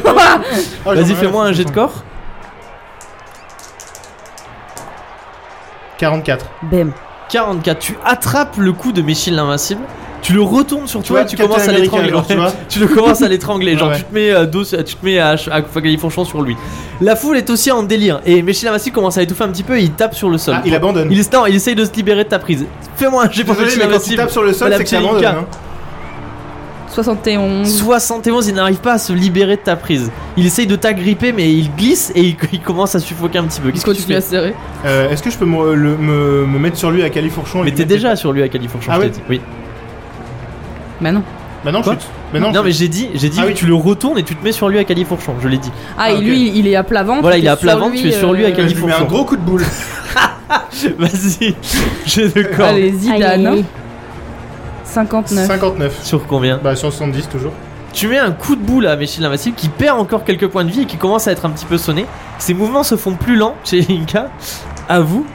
S2: Ah, j'en ai
S1: Vas-y,
S2: rien
S1: fais-moi
S2: à
S1: un
S2: foutre,
S1: jet de corps.
S2: 44.
S4: Bam.
S1: 44, tu attrapes le coup de Michel l'invincible. Tu le retournes sur toi et tu
S2: Captain
S1: commences à
S2: America,
S1: l'étrangler.
S2: genre, tu vois.
S1: [LAUGHS] Tu le commences à l'étrangler, genre
S2: [LAUGHS] Ouais,
S1: tu te mets à dos, tu te mets à, à califonchon sur lui. La foule est aussi en délire et Michel l'invincible commence à étouffer un petit peu et il tape sur le sol.
S2: Ah, il abandonne.
S1: Il est- non, il essaye de se libérer de ta prise. Fais-moi un jet pour
S2: Désolé,
S1: Michel
S2: mais quand il
S1: l'invincible.
S2: tape sur le sol,
S1: Voilà,
S2: c'est que
S1: petit
S2: t'abandonnes.
S1: Linka.
S2: Hein.
S4: 71.
S1: 71, il n'arrive pas à se libérer de ta prise. Il essaye de t'agripper, mais il glisse et il, il commence à suffoquer un petit peu.
S4: Il
S1: Qu'est-ce que tu
S4: continue à
S1: fais
S4: serrer.
S2: Euh, Est-ce que je peux me, le- me, me mettre sur lui à califourchon et
S1: Mais
S2: lui
S1: t'es
S2: mettre-
S1: déjà sur lui à Califourchon,
S2: Ah
S1: je t'ai
S2: ouais
S1: dit. Oui.
S4: Bah non.
S2: Bah non, je
S1: Quoi
S2: suis. Bah non,
S1: non,
S2: je-
S1: mais j'ai dit, j'ai dit
S2: Ah
S1: que
S2: oui.
S1: tu le retournes et tu te mets sur lui à Califourchon, je l'ai dit. [LAUGHS]
S4: Ah,
S2: Ah,
S4: et
S2: ok.
S4: lui, il est à plat ventre.
S1: Voilà,
S4: t'es
S1: il est à
S4: sur euh,
S1: plat ventre, tu es sur lui à
S2: je lui mets un
S1: Califourchon.
S2: gros coup de boule.
S1: Vas-y, [LAUGHS] j'ai de corps.
S4: Allez,
S3: Aïe, aïe,
S4: Zidane.
S3: aïe.
S4: 59.
S2: 59.
S1: Sur combien
S2: Bah, sur 70 toujours.
S1: Tu mets un coup de boule à Michel l'invincible qui perd encore quelques points de vie et qui commence à être un petit peu sonné. Ses mouvements se font plus lents chez Inka. À vous.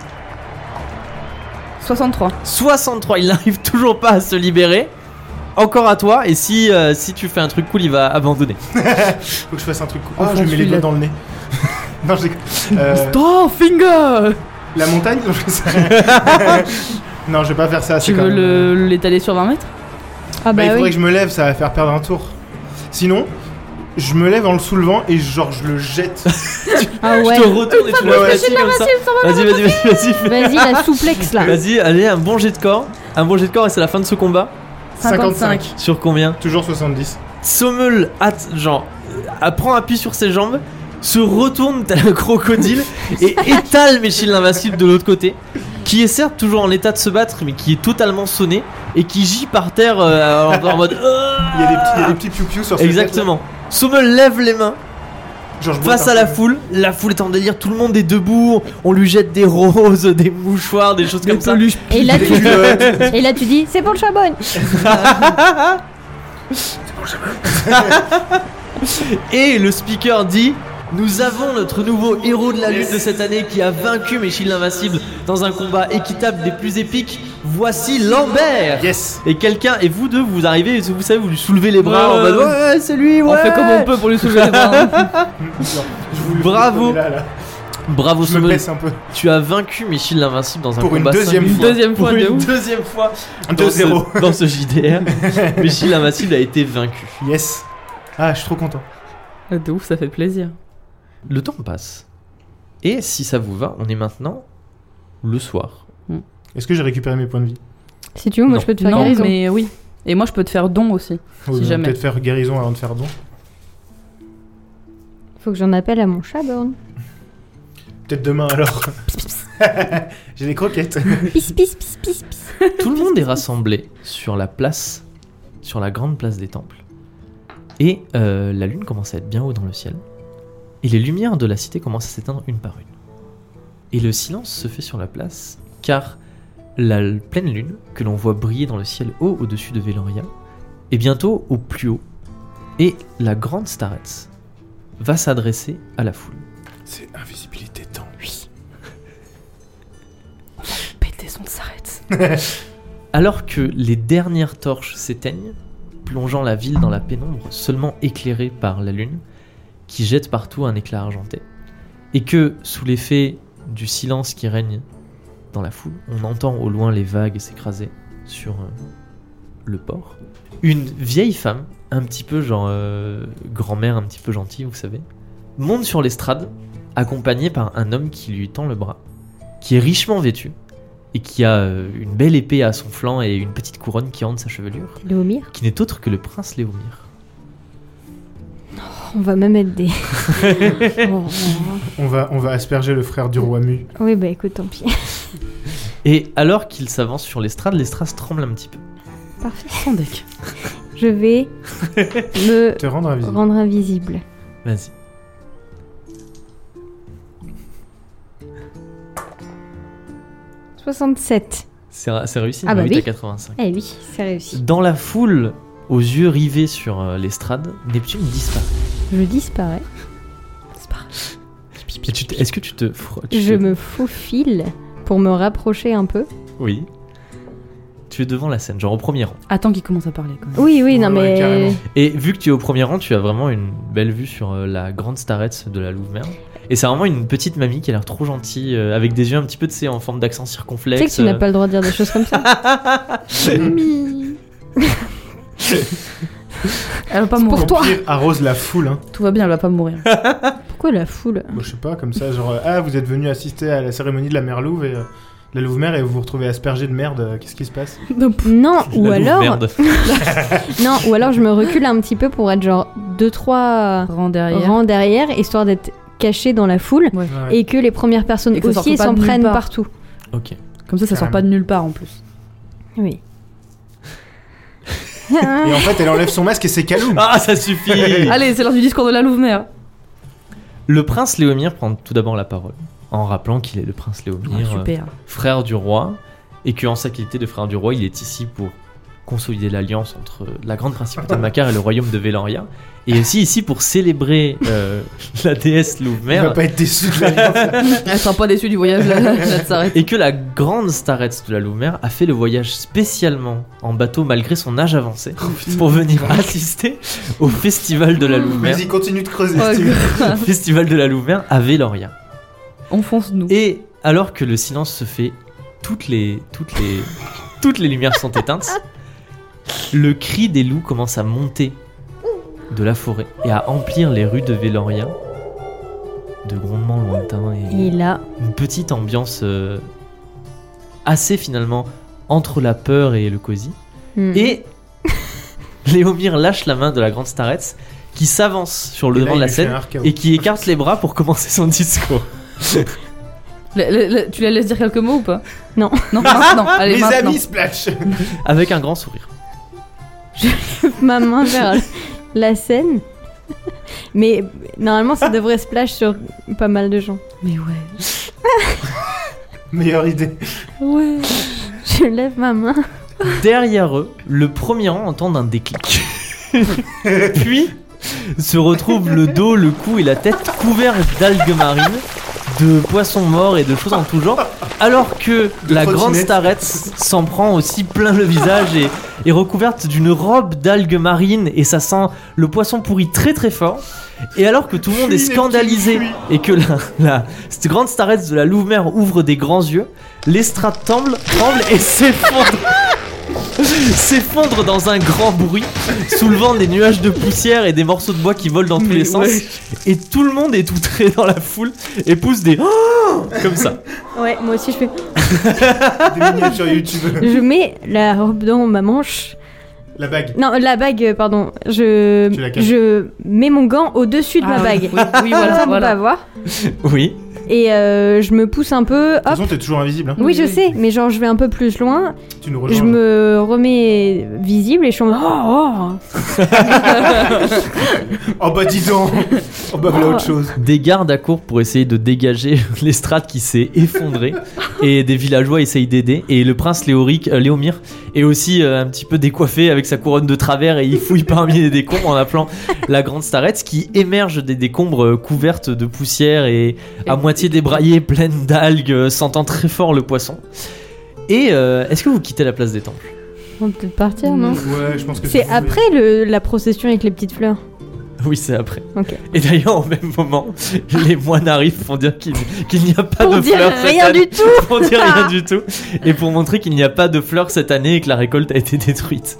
S4: 63.
S2: Ah,
S1: 63, il [LAUGHS] n'arrive toujours pas à se libérer. Encore à toi, et si, euh, si tu fais un truc cool, il va abandonner.
S2: Faut que je fasse un truc cool.
S4: Oh,
S2: Ah, je lui mets les
S4: celui-là.
S2: doigts dans le nez. [LAUGHS] non, je déconne. Euh,
S4: Stop, finger
S2: La montagne Non, je sais. Non, je vais pas faire ça. c'est
S4: Tu
S2: quand
S4: veux
S2: même- euh,
S4: le- l'étaler sur 20 mètres
S3: Ah
S2: Bah, il
S3: bah
S2: faudrait
S3: oui.
S2: que je me lève, ça va faire perdre un tour. Sinon, je me lève en le soulevant et genre je le jette.
S3: Ah
S1: Je
S3: ouais.
S1: te retourne et tu le
S2: fois,
S1: fais comme ça. Vas-y, vas-y, vas-y, vas-y. fais-
S3: Vas-y la
S1: [LAUGHS]
S3: souplex là.
S1: Vas-y, allez, un bon jet de corps. Un bon jet de corps, et c'est la fin de ce combat.
S2: 55.
S1: Sur combien
S2: Toujours 70.
S1: Sommel, hâte, genre, euh, prend appui sur ses jambes, se retourne tel un
S2: [LAUGHS]
S1: crocodile et étale Michel l'invincible de l'autre côté, qui est certes toujours en état de se battre, mais qui est totalement sonné et qui gît par terre euh, en, en mode.
S2: [LAUGHS]
S1: Ah,
S2: Il y a des petits, il y a des petits piou-piou sur ce
S1: Exactement. Sommel lève les mains
S2: tête-là. Genre, je boite
S1: face
S2: un
S1: à la
S2: peu.
S1: foule. La foule est en délire, tout le monde est debout. On lui jette des roses, [LAUGHS] des mouchoirs, des choses comme ça.
S3: Et là
S2: Des
S3: tu
S2: culottes.
S3: et là tu dis c'est pour le chabonne.
S1: Et le speaker dit Nous avons notre nouveau héros de la lutte de cette année qui a vaincu Michel l'Invincible dans un combat équitable des plus épiques. Voici Lambert [LAUGHS]
S2: Yes
S1: Et quelqu'un, et vous deux, vous arrivez, vous savez, vous lui soulevez les bras
S4: Ouais,
S1: en mode
S4: ouais,
S1: Ouais, c'est lui, ouais
S4: On fait comme on peut pour lui soulever les bras. hein.
S2: Je vous le fais,
S1: Bravo.
S2: là, là.
S1: Bravo
S2: Je me
S1: Sommel,
S2: baisse un peu.
S1: tu as vaincu Michel l'Invincible dans un
S2: Pour une
S1: combat
S2: deuxième
S1: singulier.
S4: fois. Deuxième fois,
S1: Pour
S4: de
S1: une
S4: ouf.
S1: deuxième fois dans
S2: 2-0.
S1: ce, dans ce JDR. Michel l'Invincible a été vaincu.
S2: Yes Ah, je suis trop content.
S4: Ah, De ouf, ça fait plaisir.
S1: Le temps passe. Et si ça vous va, on est maintenant le soir.
S2: Est-ce que j'ai récupéré mes points de vie
S3: Si tu veux, moi
S1: Non.
S3: je peux te faire
S4: Non,
S3: guérison.
S4: mais oui. Et moi, je peux te faire don aussi.
S2: Oui,
S4: Si
S2: mais on
S4: jamais.
S2: peut euh, Peut-être faire guérison avant de faire don.
S3: Faut que j'en appelle à mon chat, Burn.
S2: Peut-être demain alors. [LAUGHS] j'ai
S1: [LAUGHS]
S2: des croquettes.
S3: Pisse, pisse, pisse, pisse, pisse.
S1: Tout le monde est rassemblé sur la place, sur la grande place des temples. Et euh, la lune commence à être bien haut dans le ciel. Et les lumières de la cité commencent à s'éteindre une par une. Et le silence se fait sur la place, car la l- pleine lune, que l'on voit briller dans le ciel haut au-dessus de Veloria, est bientôt au plus haut. Et la grande starette va s'adresser à la foule.
S2: C'est invisibilité temps.
S4: Péter son s'arrête.
S1: Alors que les dernières torches s'éteignent, plongeant la ville dans la pénombre, seulement éclairée par la lune, qui jette partout un éclat argenté, et que, sous l'effet du silence qui règne dans la foule, on entend au loin les vagues s'écraser sur euh, le port, une vieille femme, un petit peu genre euh, grand-mère, un petit peu gentille, vous savez, monte sur l'estrade, accompagnée par un homme qui lui tend le bras, qui est richement vêtu, et qui a euh, une belle épée à son flanc et une petite couronne qui orne sa chevelure,
S3: Léomir,
S1: qui n'est autre que le prince Léomir.
S3: on va même être des. Oh.
S2: On va, on va asperger le frère du roi Mu.
S3: Oui, bah écoute, tant pis. [LAUGHS]
S1: Et alors qu'il s'avance sur l'estrade, l'estrade tremble un petit peu.
S3: Parfait.
S4: Son deck.
S3: Je vais me
S2: Te rendre invisible.
S3: rendre invisible.
S1: Vas-y. C'est-
S3: 67.
S1: C'est réussi,
S3: Ah bah
S1: oui,
S3: oui.
S1: t'as 85.
S3: Eh oui, c'est réussi.
S1: Dans la foule, aux yeux rivés sur euh, l'estrade, Neptune disparaît.
S3: Je disparais.
S1: Et tu te- Est-ce que tu te frottes tu
S3: Je
S1: te-
S3: me faufile pour me rapprocher un peu.
S1: Oui. Tu es devant la scène, genre au premier rang.
S4: Attends qu'il commence à parler quand même.
S3: Oui, oui,
S2: Ouais,
S3: non
S2: ouais,
S3: mais.
S2: carrément.
S1: Et vu que tu es au premier rang, tu as vraiment une belle vue sur euh, la grande starette de la Louvre-Mer. Et c'est vraiment une petite mamie qui a l'air trop gentille, euh, avec des yeux un petit peu, tu sais, en forme d'accent
S3: Tu
S1: circonflexe. euh,
S3: sais que tu n'as pas le droit de dire
S4: [LAUGHS]
S3: des choses comme ça. Mi.
S4: Elle va pas
S3: C'est pour
S4: mourir.
S3: toi.
S2: Pire, arrose la foule. Hein.
S4: Tout va bien, elle va pas mourir. [LAUGHS]
S3: Pourquoi la foule
S2: Moi, je sais pas, comme ça, genre, euh, ah, vous êtes venu assister à la cérémonie de la mère Louve et euh, de la Louve mère et vous vous retrouvez aspergé de merde. euh, Qu'est-ce qui se passe
S3: Non, ou
S1: La
S3: alors.
S1: Louvre-Merde.
S3: Non, ou alors je me recule un petit peu pour être genre 2-3
S4: Rang derrière.
S3: rangs derrière, histoire d'être caché dans la foule.
S2: Ouais.
S3: Et que les premières personnes
S4: Et que ça
S3: aussi
S4: sorte pas
S3: s'en
S4: de nulle
S3: prennent
S4: part.
S3: partout. [LAUGHS]
S1: Ok.
S4: Comme ça, ça sort pas de nulle part en plus.
S3: Oui.
S2: Et en fait, elle enlève son masque et c'est Kaloum.
S1: Ah, ça suffit
S4: Allez, c'est l'heure du discours de la Louve-Mère.
S1: Le prince Léomir prend tout d'abord la parole, en rappelant qu'il est le prince Léomir,
S3: Ah,
S1: euh,
S4: Ah,
S2: [LAUGHS]
S4: super.
S1: frère du roi, et qu'en sa qualité de frère du roi, il est ici pour consolider l'alliance entre euh, la grande principauté de Macar et le royaume de Véloria, et aussi ici pour célébrer euh, [LAUGHS] la déesse
S2: Il va
S1: Louvre-Mère,
S2: pas être déçu
S1: [LAUGHS]
S2: de la
S4: Elle sera pas déçue du voyage, là, ça
S2: [LAUGHS]
S4: s'arrête.
S1: et que la grande starette de la Louvre-Mère a fait le voyage spécialement en bateau malgré son âge avancé pour venir assister au festival de la Louvre-Mère,
S2: Vas-y, continue de creuser.
S4: Oh,
S2: Steve.
S1: [LAUGHS] festival de la Louvre-Mère à Véloria.
S4: Enfonce-nous.
S1: Et alors que le silence se fait, toutes les, toutes les, toutes les lumières sont éteintes. Le cri des loups commence à monter de la forêt et à emplir les rues de Véloria de grondements lointains
S3: Et là,
S1: une petite ambiance euh, assez finalement entre la peur et le cosy.
S3: hmm.
S1: Et [LAUGHS] Léomir lâche la main de la grande starette qui s'avance sur le
S2: Et là,
S1: devant de
S2: il
S1: la
S2: lui fait un
S1: scène
S2: arcao.
S1: et qui écarte les bras pour commencer son [LAUGHS] discours.
S4: Le- le- le- tu la laisses dire quelques mots ou pas
S3: Non.
S2: [LAUGHS]
S4: Non, maintenant. Allez,
S2: Mes
S4: maintenant.
S2: amis, Splash [LAUGHS]
S1: Avec un grand sourire.
S3: ma main vers la scène. Mais normalement, ça devrait splash sur pas mal de gens.
S4: Mais ouais.
S2: Meilleure idée.
S3: Ouais. Je lève ma main.
S2: [LAUGHS]
S1: Derrière eux, le premier rang entend un déclic. Puis, se retrouvent le dos, le cou et la tête couverts d'algues marines, de poissons morts et de choses en tout genre, alors que
S2: De
S1: la grande
S2: trottinettes.
S1: starette s'en prend aussi plein le visage et est recouverte d'une robe d'algues marines et ça sent le poisson pourri très très fort. Et alors que tout le monde est
S2: Fuis, Neptune,
S1: scandalisé
S2: fuis.
S1: et que la, la cette grande starette de la Louve-Mère ouvre des grands yeux, l'estrade tremble, tremble et s'effondre. [LAUGHS] s'effondre dans un grand bruit, soulevant des nuages de poussière et des morceaux de bois qui volent dans tous
S4: Mais
S1: les sens.
S4: ouais.
S1: Et tout [LAUGHS] le monde est outré dans la foule et pousse des [GASPS] comme ça.
S3: Ouais, moi aussi je fais.
S2: Des miniatures sur YouTube.
S3: Je mets la robe dans ma manche.
S2: La bague.
S3: Non, la bague, euh, pardon. Je,
S2: Tu la caches.
S3: je mets mon gant au-dessus de ma
S4: Ah,
S3: bague.
S4: Oui, oui,
S3: Comme ça, on peut pas
S4: voilà, voilà.
S3: voir.
S1: Oui.
S3: Et euh, je me pousse un peu.
S2: De toute
S3: Hop.
S2: façon, t'es toujours invisible. hein.
S3: Oui, je
S4: Oui,
S3: sais, mais genre je vais un peu plus loin.
S2: Tu nous
S3: Je
S2: rejoins.
S3: me remets visible et je suis en mode. Oh, oh.
S2: Oh bah dis
S3: [LAUGHS]
S2: donc Oh bah voilà
S3: Oh.
S2: autre chose.
S1: [LAUGHS] Des gardes à court pour essayer de dégager [LAUGHS] l'estrade qui s'est effondrée et des villageois essayent d'aider et le prince Léoric, euh, Léomir est aussi euh, un petit peu décoiffé avec sa couronne de travers et il fouille parmi les décombres en appelant la grande starette qui émerge des décombres euh, couvertes de poussière et à
S4: Et-
S1: moitié débraillée, pleine d'algues, euh, sentant très fort le poisson. Et euh, est-ce que vous quittez la place des temples
S3: On peut peut-être partir, non
S2: Ouais, je pense que
S3: C'est
S2: fou.
S3: après le, la procession avec les petites fleurs.
S1: Oui, c'est après.
S3: Ok.
S1: Et d'ailleurs, au même moment, les moines arrivent pour dire qu'il qu'il n'y a pas
S3: Pour
S1: de
S3: dire
S1: fleurs
S3: rien
S1: cette
S3: du
S1: année.
S3: tout
S1: [LAUGHS] Pour dire
S3: [LAUGHS]
S1: rien du tout. Et pour montrer qu'il n'y a pas de fleurs cette année et que la récolte a été détruite.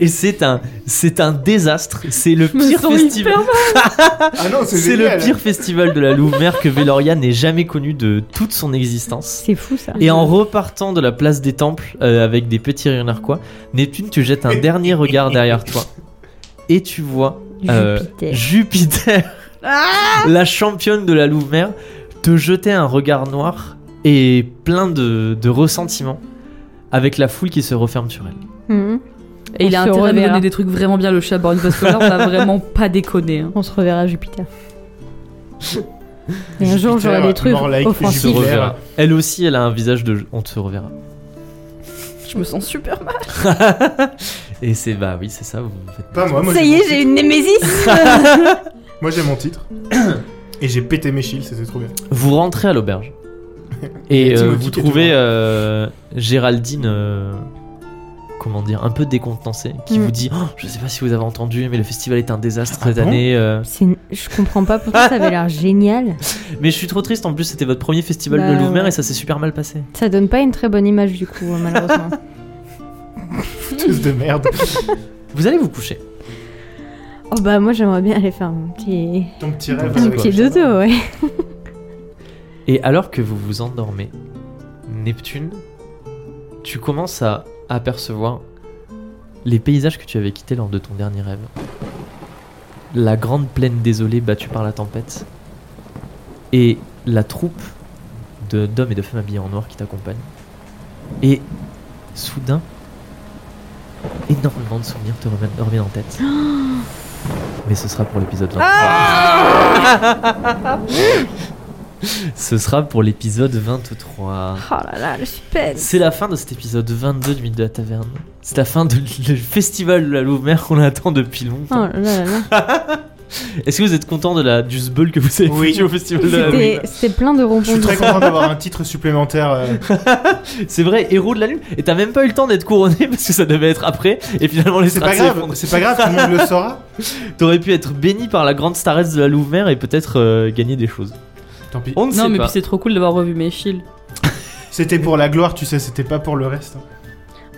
S1: Et c'est un, c'est un désastre. C'est le
S4: me
S1: pire
S4: sens
S1: festival.
S2: Ah non, c'est
S1: C'est
S2: génial.
S1: le pire festival de la Louve-Mère que Veloria n'ait jamais connu de toute son existence.
S3: C'est fou ça.
S1: Et en repartant de la place des temples euh, avec des petits rires narquois, Neptune, tu jettes un dernier regard derrière toi. Et tu vois euh,
S3: Jupiter. Ah
S1: Jupiter,
S3: [LAUGHS]
S1: la championne de la Louve-Mère, te jeter un regard noir et plein de, de ressentiment avec la foule qui se referme sur elle.
S3: Mhm.
S4: Et il
S3: On
S4: a
S3: se
S4: intérêt à nous
S3: reverra.
S4: donner des trucs vraiment bien le chat Borgne, parce que là, on [LAUGHS] a vraiment pas déconné. hein.
S3: On se reverra
S2: [LAUGHS]
S3: Jupiter. Et un jour
S2: Jupiter,
S3: j'aurai des trucs
S2: more like
S1: On se
S3: offensifs.
S2: Jupiter.
S1: reverra. Elle aussi, elle a un visage de on se reverra.
S4: Je me sens super mal.
S1: Et c'est bah oui, c'est ça, vous faites
S2: Pas Ah, moi, moi
S3: Ça
S2: j'ai
S3: y
S2: mon
S3: est,
S2: titre.
S3: j'ai une némésis
S2: [LAUGHS] Moi j'ai mon
S3: [COUGHS]
S2: titre. Et j'ai pété mes shields, c'était trop bien. [LAUGHS]
S1: Vous rentrez à l'auberge.
S2: Il y
S1: Et
S2: a
S1: euh,
S2: Timothy
S1: vous
S2: qui est
S1: trouvez
S2: toujours là.
S1: euh, Géraldine, euh, comment dire, un peu décontenancée, qui
S3: Mm.
S1: vous dit Oh, Je sais pas si vous avez entendu, mais le festival est un désastre cette
S2: Ah bon
S1: année. euh.
S3: C'est- Je comprends pas pourquoi ça avait l'air génial.
S1: Mais je suis trop triste, en plus, c'était votre premier festival
S3: Bah,
S1: de Louvre
S3: ouais.
S1: et ça s'est super mal passé.
S3: Ça donne pas une très bonne image du coup, euh, [LAUGHS] malheureusement.
S2: Tous de
S3: [COUGHS]
S2: merde.
S1: Vous allez vous coucher.
S3: oh bah moi j'aimerais bien aller faire mon petit,
S2: Ton petit rêve.
S3: mon
S2: avec
S3: petit
S2: Shana.
S3: dodo, ouais.
S1: Et alors que vous vous endormez, Neptune, tu commences à apercevoir les paysages que tu avais quittés lors de ton dernier rêve. La grande plaine désolée battue par la tempête. Et la troupe de- d'hommes et de femmes habillés en noir qui t'accompagnent. Et soudain, énormément de souvenirs te reviennent- reviennent en tête. [GASPS] Mais ce sera pour l'épisode 23. [LAUGHS] Ce sera pour l'épisode 23.
S3: Oh là là, le suspense
S1: C'est la fin de cet épisode 22 du Mythe de la Taverne. C'est la fin de- [LAUGHS] du festival de la Louvre-Mère qu'on attend depuis
S3: Oh
S1: longtemps.
S3: là là là.
S1: Est-ce que vous êtes content de la, du sbeul que vous avez
S2: Oui.
S1: foutu au festival de la Louvre
S3: C'était c'était plein de
S2: Je suis
S3: ronds-points.
S2: très content d'avoir un titre supplémentaire. euh,
S1: Ah, C'est vrai, héros de la Lune. Et t'as même pas eu le temps d'être couronné [LAUGHS] parce que ça devait être après. Et finalement, les
S2: C'est pas
S1: strates
S2: grave,
S1: s'effondrent.
S2: c'est pas grave, tout le monde le saura.
S1: T'aurais pu être béni par la grande staresse de la Louvre-Mère et peut-être euh, gagner des choses.
S2: Tant pis.
S1: On ne
S4: Non,
S1: sait
S4: mais
S1: pas.
S4: puis c'est trop cool d'avoir revu mes fils.
S2: C'était pour la gloire, tu sais, c'était pas pour le reste. hein.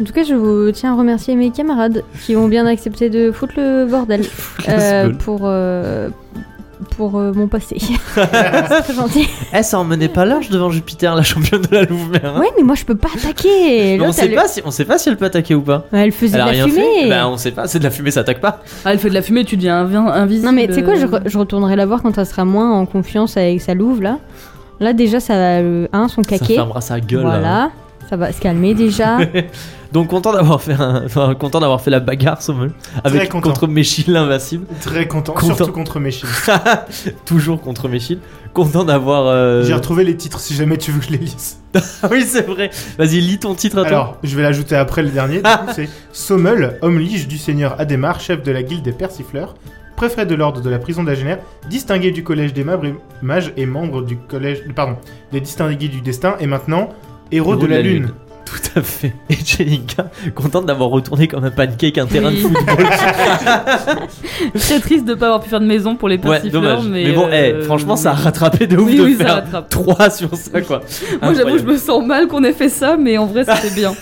S3: En tout cas, je vous tiens à remercier mes camarades qui ont bien accepté de foutre le bordel euh,
S1: sbeul.
S3: pour, euh, pour euh,
S1: [LAUGHS]
S3: mon passé. C'est très gentil.
S1: Eh, ça emmenait pas large devant Jupiter, la championne de la Louvre-Mère. hein.
S3: Ouais, mais moi je peux pas attaquer.
S1: Mais on,
S3: L'autre,
S1: sait
S3: elle-
S1: pas si, on sait pas si elle peut attaquer ou pas.
S3: Elle faisait
S1: Elle a
S3: de la
S1: rien
S3: fumée.
S1: fait. Bah, on sait pas, c'est de la fumée, ça attaque pas.
S4: Ah, elle fait de la fumée, tu deviens invi- invisible.
S3: Non mais tu sais quoi, je, re- je retournerai la voir quand elle sera moins en confiance avec sa louve là. Là déjà ça va le- hein, son
S1: Ça
S3: caquet.
S1: fermera sa gueule.
S3: voilà. Ça va se
S1: [LAUGHS]
S3: calmer déjà.
S1: Donc content d'avoir fait un- enfin, content d'avoir fait la bagarre Sommel, avec
S2: content.
S1: contre Méchil l'invincible,
S2: Très content,
S1: Content.
S2: surtout contre mes chiffres.
S1: toujours contre Méchil, content d'avoir euh,
S2: J'ai retrouvé les titres si jamais tu veux que je les lise.
S1: Ah [LAUGHS] oui, c'est vrai. Vas-y, lis ton titre à toi.
S2: Alors, je vais l'ajouter après le dernier. Du coup, C'est Sommel, homme lige du seigneur Adhémar, chef de la guilde des persifleurs, préfet de l'ordre de la prison d'Agener, distingué du collège des Mabres- mages et membre du collège. Pardon, des distingués du destin et maintenant héros, de, la, [LAUGHS] lune.
S1: Tout à fait. [LAUGHS] Et Jelinka, contente d'avoir retourné comme un pancake un terrain de
S4: [LAUGHS] Oui.
S1: foot.
S4: [LAUGHS] Très triste de pas avoir pu faire de maison pour les
S1: Ouais,
S4: persifleurs,
S1: dommage. Mais,
S4: mais.
S1: bon,
S4: euh,
S1: eh, franchement, ça a rattrapé de ouf
S4: Oui,
S1: de
S4: oui, ça
S1: faire
S4: rattrape.
S1: 3 sur ça, quoi.
S4: [LAUGHS] Moi, j'avoue, je
S1: Incroyable.
S4: me sens mal qu'on ait fait ça, mais en vrai,
S1: [LAUGHS]
S4: c'était bien.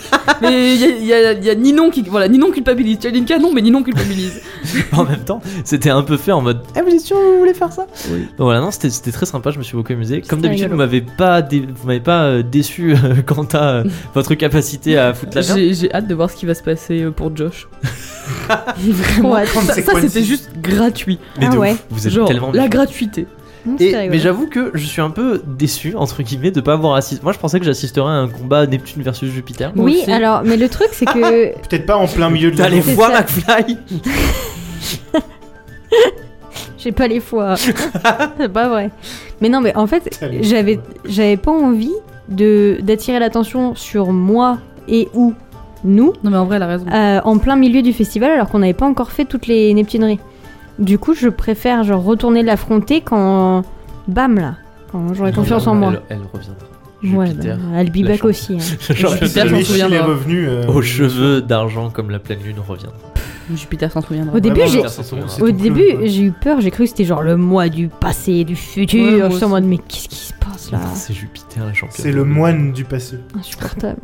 S4: mais il y a, il y a- il y a Ninon qui. Voilà, Ninon culpabilise. Tchalinka, non, mais
S1: [LAUGHS]
S4: Ninon culpabilise.
S1: En même temps, c'était un peu fait en mode Eh, vous êtes sûr que vous voulez faire ça Donc voilà, non, c'était c'était très sympa, je me suis beaucoup amusé. Comme d'habitude,
S3: rigolo.
S1: vous m'avez pas, dé- vous m'avez pas euh, déçu euh, [LAUGHS] quant à
S3: [LAUGHS]
S1: euh, votre capacité à foutre la merde.
S4: J'ai j'ai hâte de voir ce qui va se passer euh,
S1: [LAUGHS]
S4: pour Josh. [LAUGHS] Vraiment.
S3: Ouais.
S4: Ça, ça, c'était juste gratuit.
S1: Mais
S3: Ah
S1: de ouf,
S3: ouais.
S1: vous êtes
S4: Genre,
S1: tellement
S4: la
S1: méchants.
S4: gratuité.
S3: Donc,
S1: Et-
S3: Hum, c'est rigolo.
S1: mais j'avoue que je suis un peu déçu entre guillemets de pas avoir assisté. Moi, je pensais que j'assisterais à un combat Neptune versus Jupiter.
S4: Moi
S3: Oui,
S4: aussi.
S3: alors, mais le truc,
S1: [LAUGHS]
S3: c'est que
S2: Peut-être pas en plein milieu de
S1: T'as
S2: la
S1: les
S2: journée.
S3: C'est
S1: voix
S3: ça.
S1: McFly
S3: j'ai pas
S1: [LAUGHS]
S3: les fois. c'est pas vrai. Mais non, mais en fait,
S2: T'as les
S3: [LAUGHS] j'avais,
S2: fois.
S3: j'avais pas envie de d'attirer l'attention sur moi et ou nous
S4: Non, mais en vrai, elle a raison.
S3: euh, en plein milieu du festival alors qu'on n'avait pas encore fait toutes les Neptuneries. Du coup, je préfère genre retourner l'affronter quand bam là, quand j'aurai confiance en moi.
S1: Bah, Elle, elle reviendra.
S3: Ouais,
S1: Jupiter.
S3: bah, elle be
S1: la
S3: back
S1: chance.
S3: aussi. hein.
S1: Genre,
S4: Jupiter,
S1: Jupiter,
S4: j'en
S2: Mais
S1: aux-
S4: souviens.
S2: s'il est
S4: pas.
S2: revenu. euh,
S1: aux cheveux d'argent comme la pleine lune revient.
S4: Jupiter s'en souviendra.
S3: Au début,
S2: vraiment,
S3: j'ai-
S2: ça, ça, ça, c'est
S3: Au
S2: tout
S3: début,
S2: cool.
S3: j'ai eu peur, j'ai cru que c'était genre le mois du passé, du
S4: Ouais, moi
S3: futur. je suis en
S4: aussi.
S3: mode, mais qu'est-ce qui se passe là
S1: Non, C'est Jupiter la championne.
S2: C'est le moine du passé.
S3: Insupportable.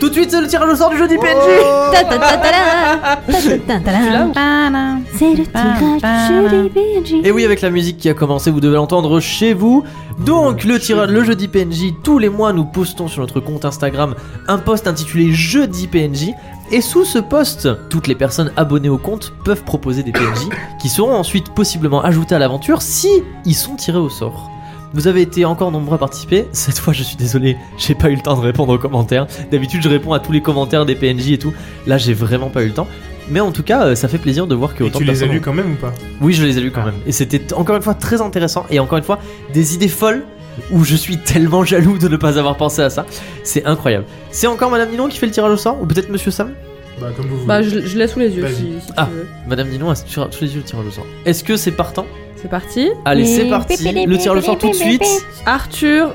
S1: Tout de suite, c'est le tirage au sort du jeudi PNJ.
S3: Ta ta ta ta la, ta ta ta ta la.
S4: là
S3: C'est le tirage du JDBG.
S1: Et oui, avec la musique qui a commencé, vous devez l'entendre chez vous. Donc, le tirage, le jeudi PNJ, tous les mois, nous postons sur notre compte Instagram un post intitulé Jeudi PNJ. Et sous ce post, toutes les personnes abonnées au compte peuvent proposer des
S2: [COUGHS]
S1: PNJ qui seront ensuite possiblement ajoutés à l'aventure si ils sont tirés au sort. Vous avez été encore nombreux à participer. Cette fois, je suis désolé, j'ai pas eu le temps de répondre aux commentaires. D'habitude, je réponds à tous les commentaires des PNJ et tout. Là, j'ai vraiment pas eu le temps. Mais en tout cas, euh, ça fait plaisir de voir que
S2: Et
S1: autant
S2: tu
S1: de
S2: les as
S1: personnes
S2: lus quand même ou pas
S1: oui, je les ai lus quand
S2: Ah.
S1: même. Et c'était encore une fois très intéressant. Et encore une fois, des idées folles où je suis [LAUGHS] tellement jaloux de ne pas avoir pensé à ça. C'est incroyable. C'est encore Madame Ninon qui fait le tirage au sort Ou peut-être Monsieur Sam
S2: Bah, comme vous voulez.
S4: Bah, je, je l'ai sous les yeux
S2: Vas-y.
S4: si, si
S1: Ah.
S4: tu veux.
S1: Madame Ninon a sur- tous les yeux le tirage au sort. Est-ce que c'est partant
S4: C'est parti.
S1: Allez,
S3: Mais-
S1: c'est parti. Le tirage au sort tout de suite.
S4: Arthur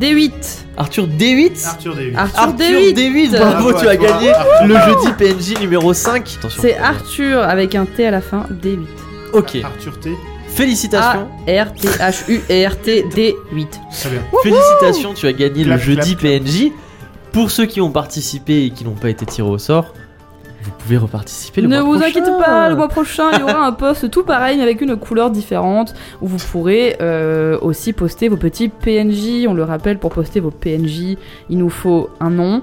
S4: D8.
S1: Arthur D8
S2: Arthur Davis.
S4: Arthur,
S1: Arthur
S4: D8.
S1: D8 Bravo,
S2: Bravo à
S1: tu as
S2: Ah, toi,
S1: gagné
S2: Arthur.
S1: le jeudi PNJ numéro 5. Attention.
S4: C'est Arthur avec un T à la fin, D8.
S1: Ok.
S2: Arthur Ah. T.
S1: Félicitations.
S4: A-R-T-H-U-R-T-D8.
S2: Très bien.
S1: Félicitations, tu as gagné le
S2: Clap,
S1: jeudi
S2: clap, clap.
S1: PNJ. Pour ceux qui ont participé et qui n'ont pas été tirés au sort, vous pouvez reparticiper le
S4: Ne
S1: mois
S4: vous
S1: prochain.
S4: inquiétez pas, le mois prochain, il y aura un post tout pareil, mais avec une couleur différente, où vous pourrez euh, aussi poster vos petits PNJ. On le rappelle, pour poster vos PNJ, il nous faut un nom,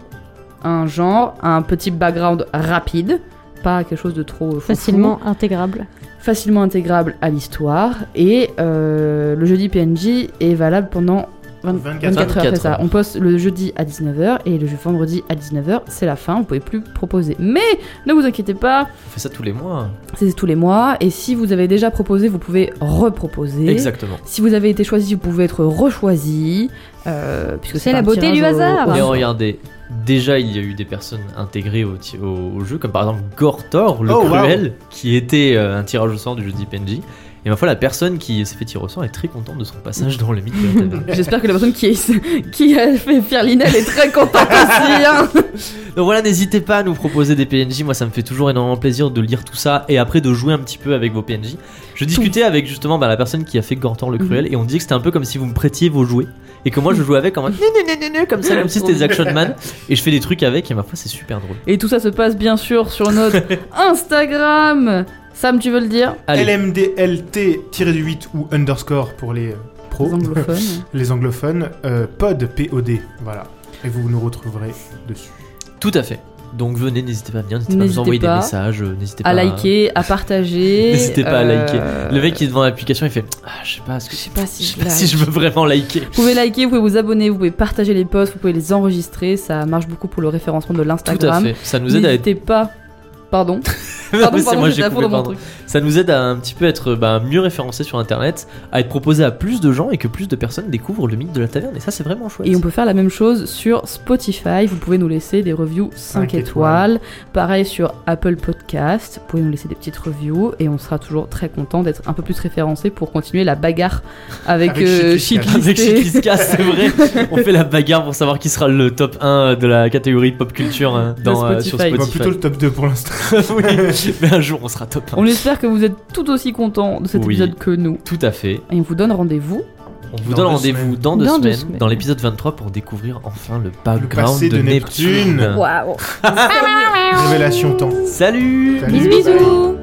S4: un genre, un petit background rapide, pas quelque chose de trop foufou.
S3: Facilement intégrable.
S4: facilement intégrable à l'histoire et euh, le jeudi PNJ est valable pendant 20
S2: 24
S4: 24,
S1: heures.
S4: heures. c'est ça. On poste le jeudi à 19h et le vendredi à 19h, c'est la fin, vous pouvez plus proposer. Mais ne vous inquiétez pas,
S1: On fait ça tous les mois.
S4: c'est tous les mois et si vous avez déjà proposé, vous pouvez reproposer.
S1: Exactement.
S4: Si vous avez été choisi, vous pouvez être rechoisi. euh, puisque
S3: C'est
S4: pas
S3: la
S4: un
S3: beauté
S4: tirage
S3: du
S4: au-
S3: hasard.
S4: au-
S1: Et regardez, déjà il y a eu des personnes intégrées au, ti- au- au jeu, comme par exemple Gortor, le
S2: Oh,
S1: cruel, qui était euh, un tirage au sort du jeudi PNJ. Et ma foi, la personne qui s'est fait tirer au sort est très contente de son passage dans le mythe de la taverne.
S4: J'espère que la personne qui, est- [LAUGHS] qui a fait faire l'inel est très contente aussi. hein.
S1: Donc voilà, n'hésitez pas à nous proposer des PNJ. Moi, ça me fait toujours énormément plaisir de lire tout ça et après de jouer un petit peu avec vos PNJ. Je discutais avec justement bah, la personne qui a fait Gortor
S4: Mhm.
S1: le Cruel et on disait que c'était un peu comme si vous me prêtiez vos jouets et que moi je jouais avec en mode comme ça, comme si c'était des Action Man et je fais des trucs avec et ma foi, c'est super drôle.
S4: Et tout ça se passe bien sûr sur notre Instagram. Sam, tu veux le dire
S1: Allez,
S2: LMDLT-8 ou underscore pour les euh,
S1: Oh.
S2: pros.
S4: Les
S1: [LAUGHS]
S4: anglophones.
S2: [LAUGHS] les anglophones. euh, pod, POD. Voilà. Et vous nous retrouverez dessus.
S1: tout à fait. Donc venez, n'hésitez pas à venir, n'hésitez pas à nous
S4: N'hésitez
S1: envoyer des
S4: pas
S1: messages, euh, n'hésitez pas
S4: à liker, à
S1: [LAUGHS]
S4: partager.
S1: N'hésitez pas à liker.
S4: euh,
S1: Le mec qui est devant l'application, il fait Ah, je sais pas, est-ce que-
S5: Je sais pas si
S1: [LAUGHS] je sais
S5: je
S1: pas
S5: like.
S1: si je veux vraiment liker.
S4: Vous pouvez liker, vous pouvez vous abonner, vous pouvez partager les posts, vous pouvez les enregistrer. Ça marche beaucoup pour le référencement de
S1: Tout à
S4: l'Instagram.
S1: fait. Ça nous aide à être.
S4: N'hésitez pas. Pardon.
S1: [LAUGHS] Non, mais
S4: Pardon,
S1: c'est
S4: pardon,
S1: moi,
S4: j'étais
S1: j'ai
S4: à fond
S1: coupé,
S4: dans mon
S1: pardon.
S4: truc.
S1: Ça nous aide à un petit peu être bah, mieux référencé sur internet, à être proposé à plus de gens et que plus de personnes découvrent le mythe de la taverne. Et ça, c'est vraiment chouette.
S4: Et on peut faire la même chose sur Spotify. Vous pouvez nous laisser des reviews 5,
S2: Cinq
S4: étoiles. Pareil sur Apple Podcast. Vous pouvez nous laisser des petites reviews. Et on sera toujours très content d'être un peu plus référencé pour continuer la bagarre avec,
S2: Avec
S4: euh,
S2: Chic
S4: Chic
S1: Avec
S4: Listé.
S1: qui se casse, c'est
S4: [LAUGHS]
S1: vrai. On fait la bagarre pour savoir qui sera le top 1 de la catégorie de pop culture hein,
S4: De
S1: dans, euh, sur
S4: Spotify.
S1: Spotify.
S4: Bon,
S2: Bah, plutôt le top 2
S1: [LAUGHS]
S2: pour l'instant. [LAUGHS]
S1: oui, mais un jour on sera top 1.
S4: On espère que vous êtes tout aussi contents de cet
S1: Oui.
S4: épisode que nous.
S1: Tout à fait.
S4: Et on vous donne rendez-vous.
S1: On vous donne
S2: Dans deux
S1: rendez-vous
S2: semaines.
S1: dans, deux,
S5: Dans deux
S1: semaines,
S5: semaines.
S1: dans l'épisode 23 pour découvrir enfin le background
S2: passé
S1: de,
S2: de Neptune.
S1: Neptune.
S3: Waouh
S2: Révélation temps.
S1: Salut
S2: Salut.
S3: Bisous bisous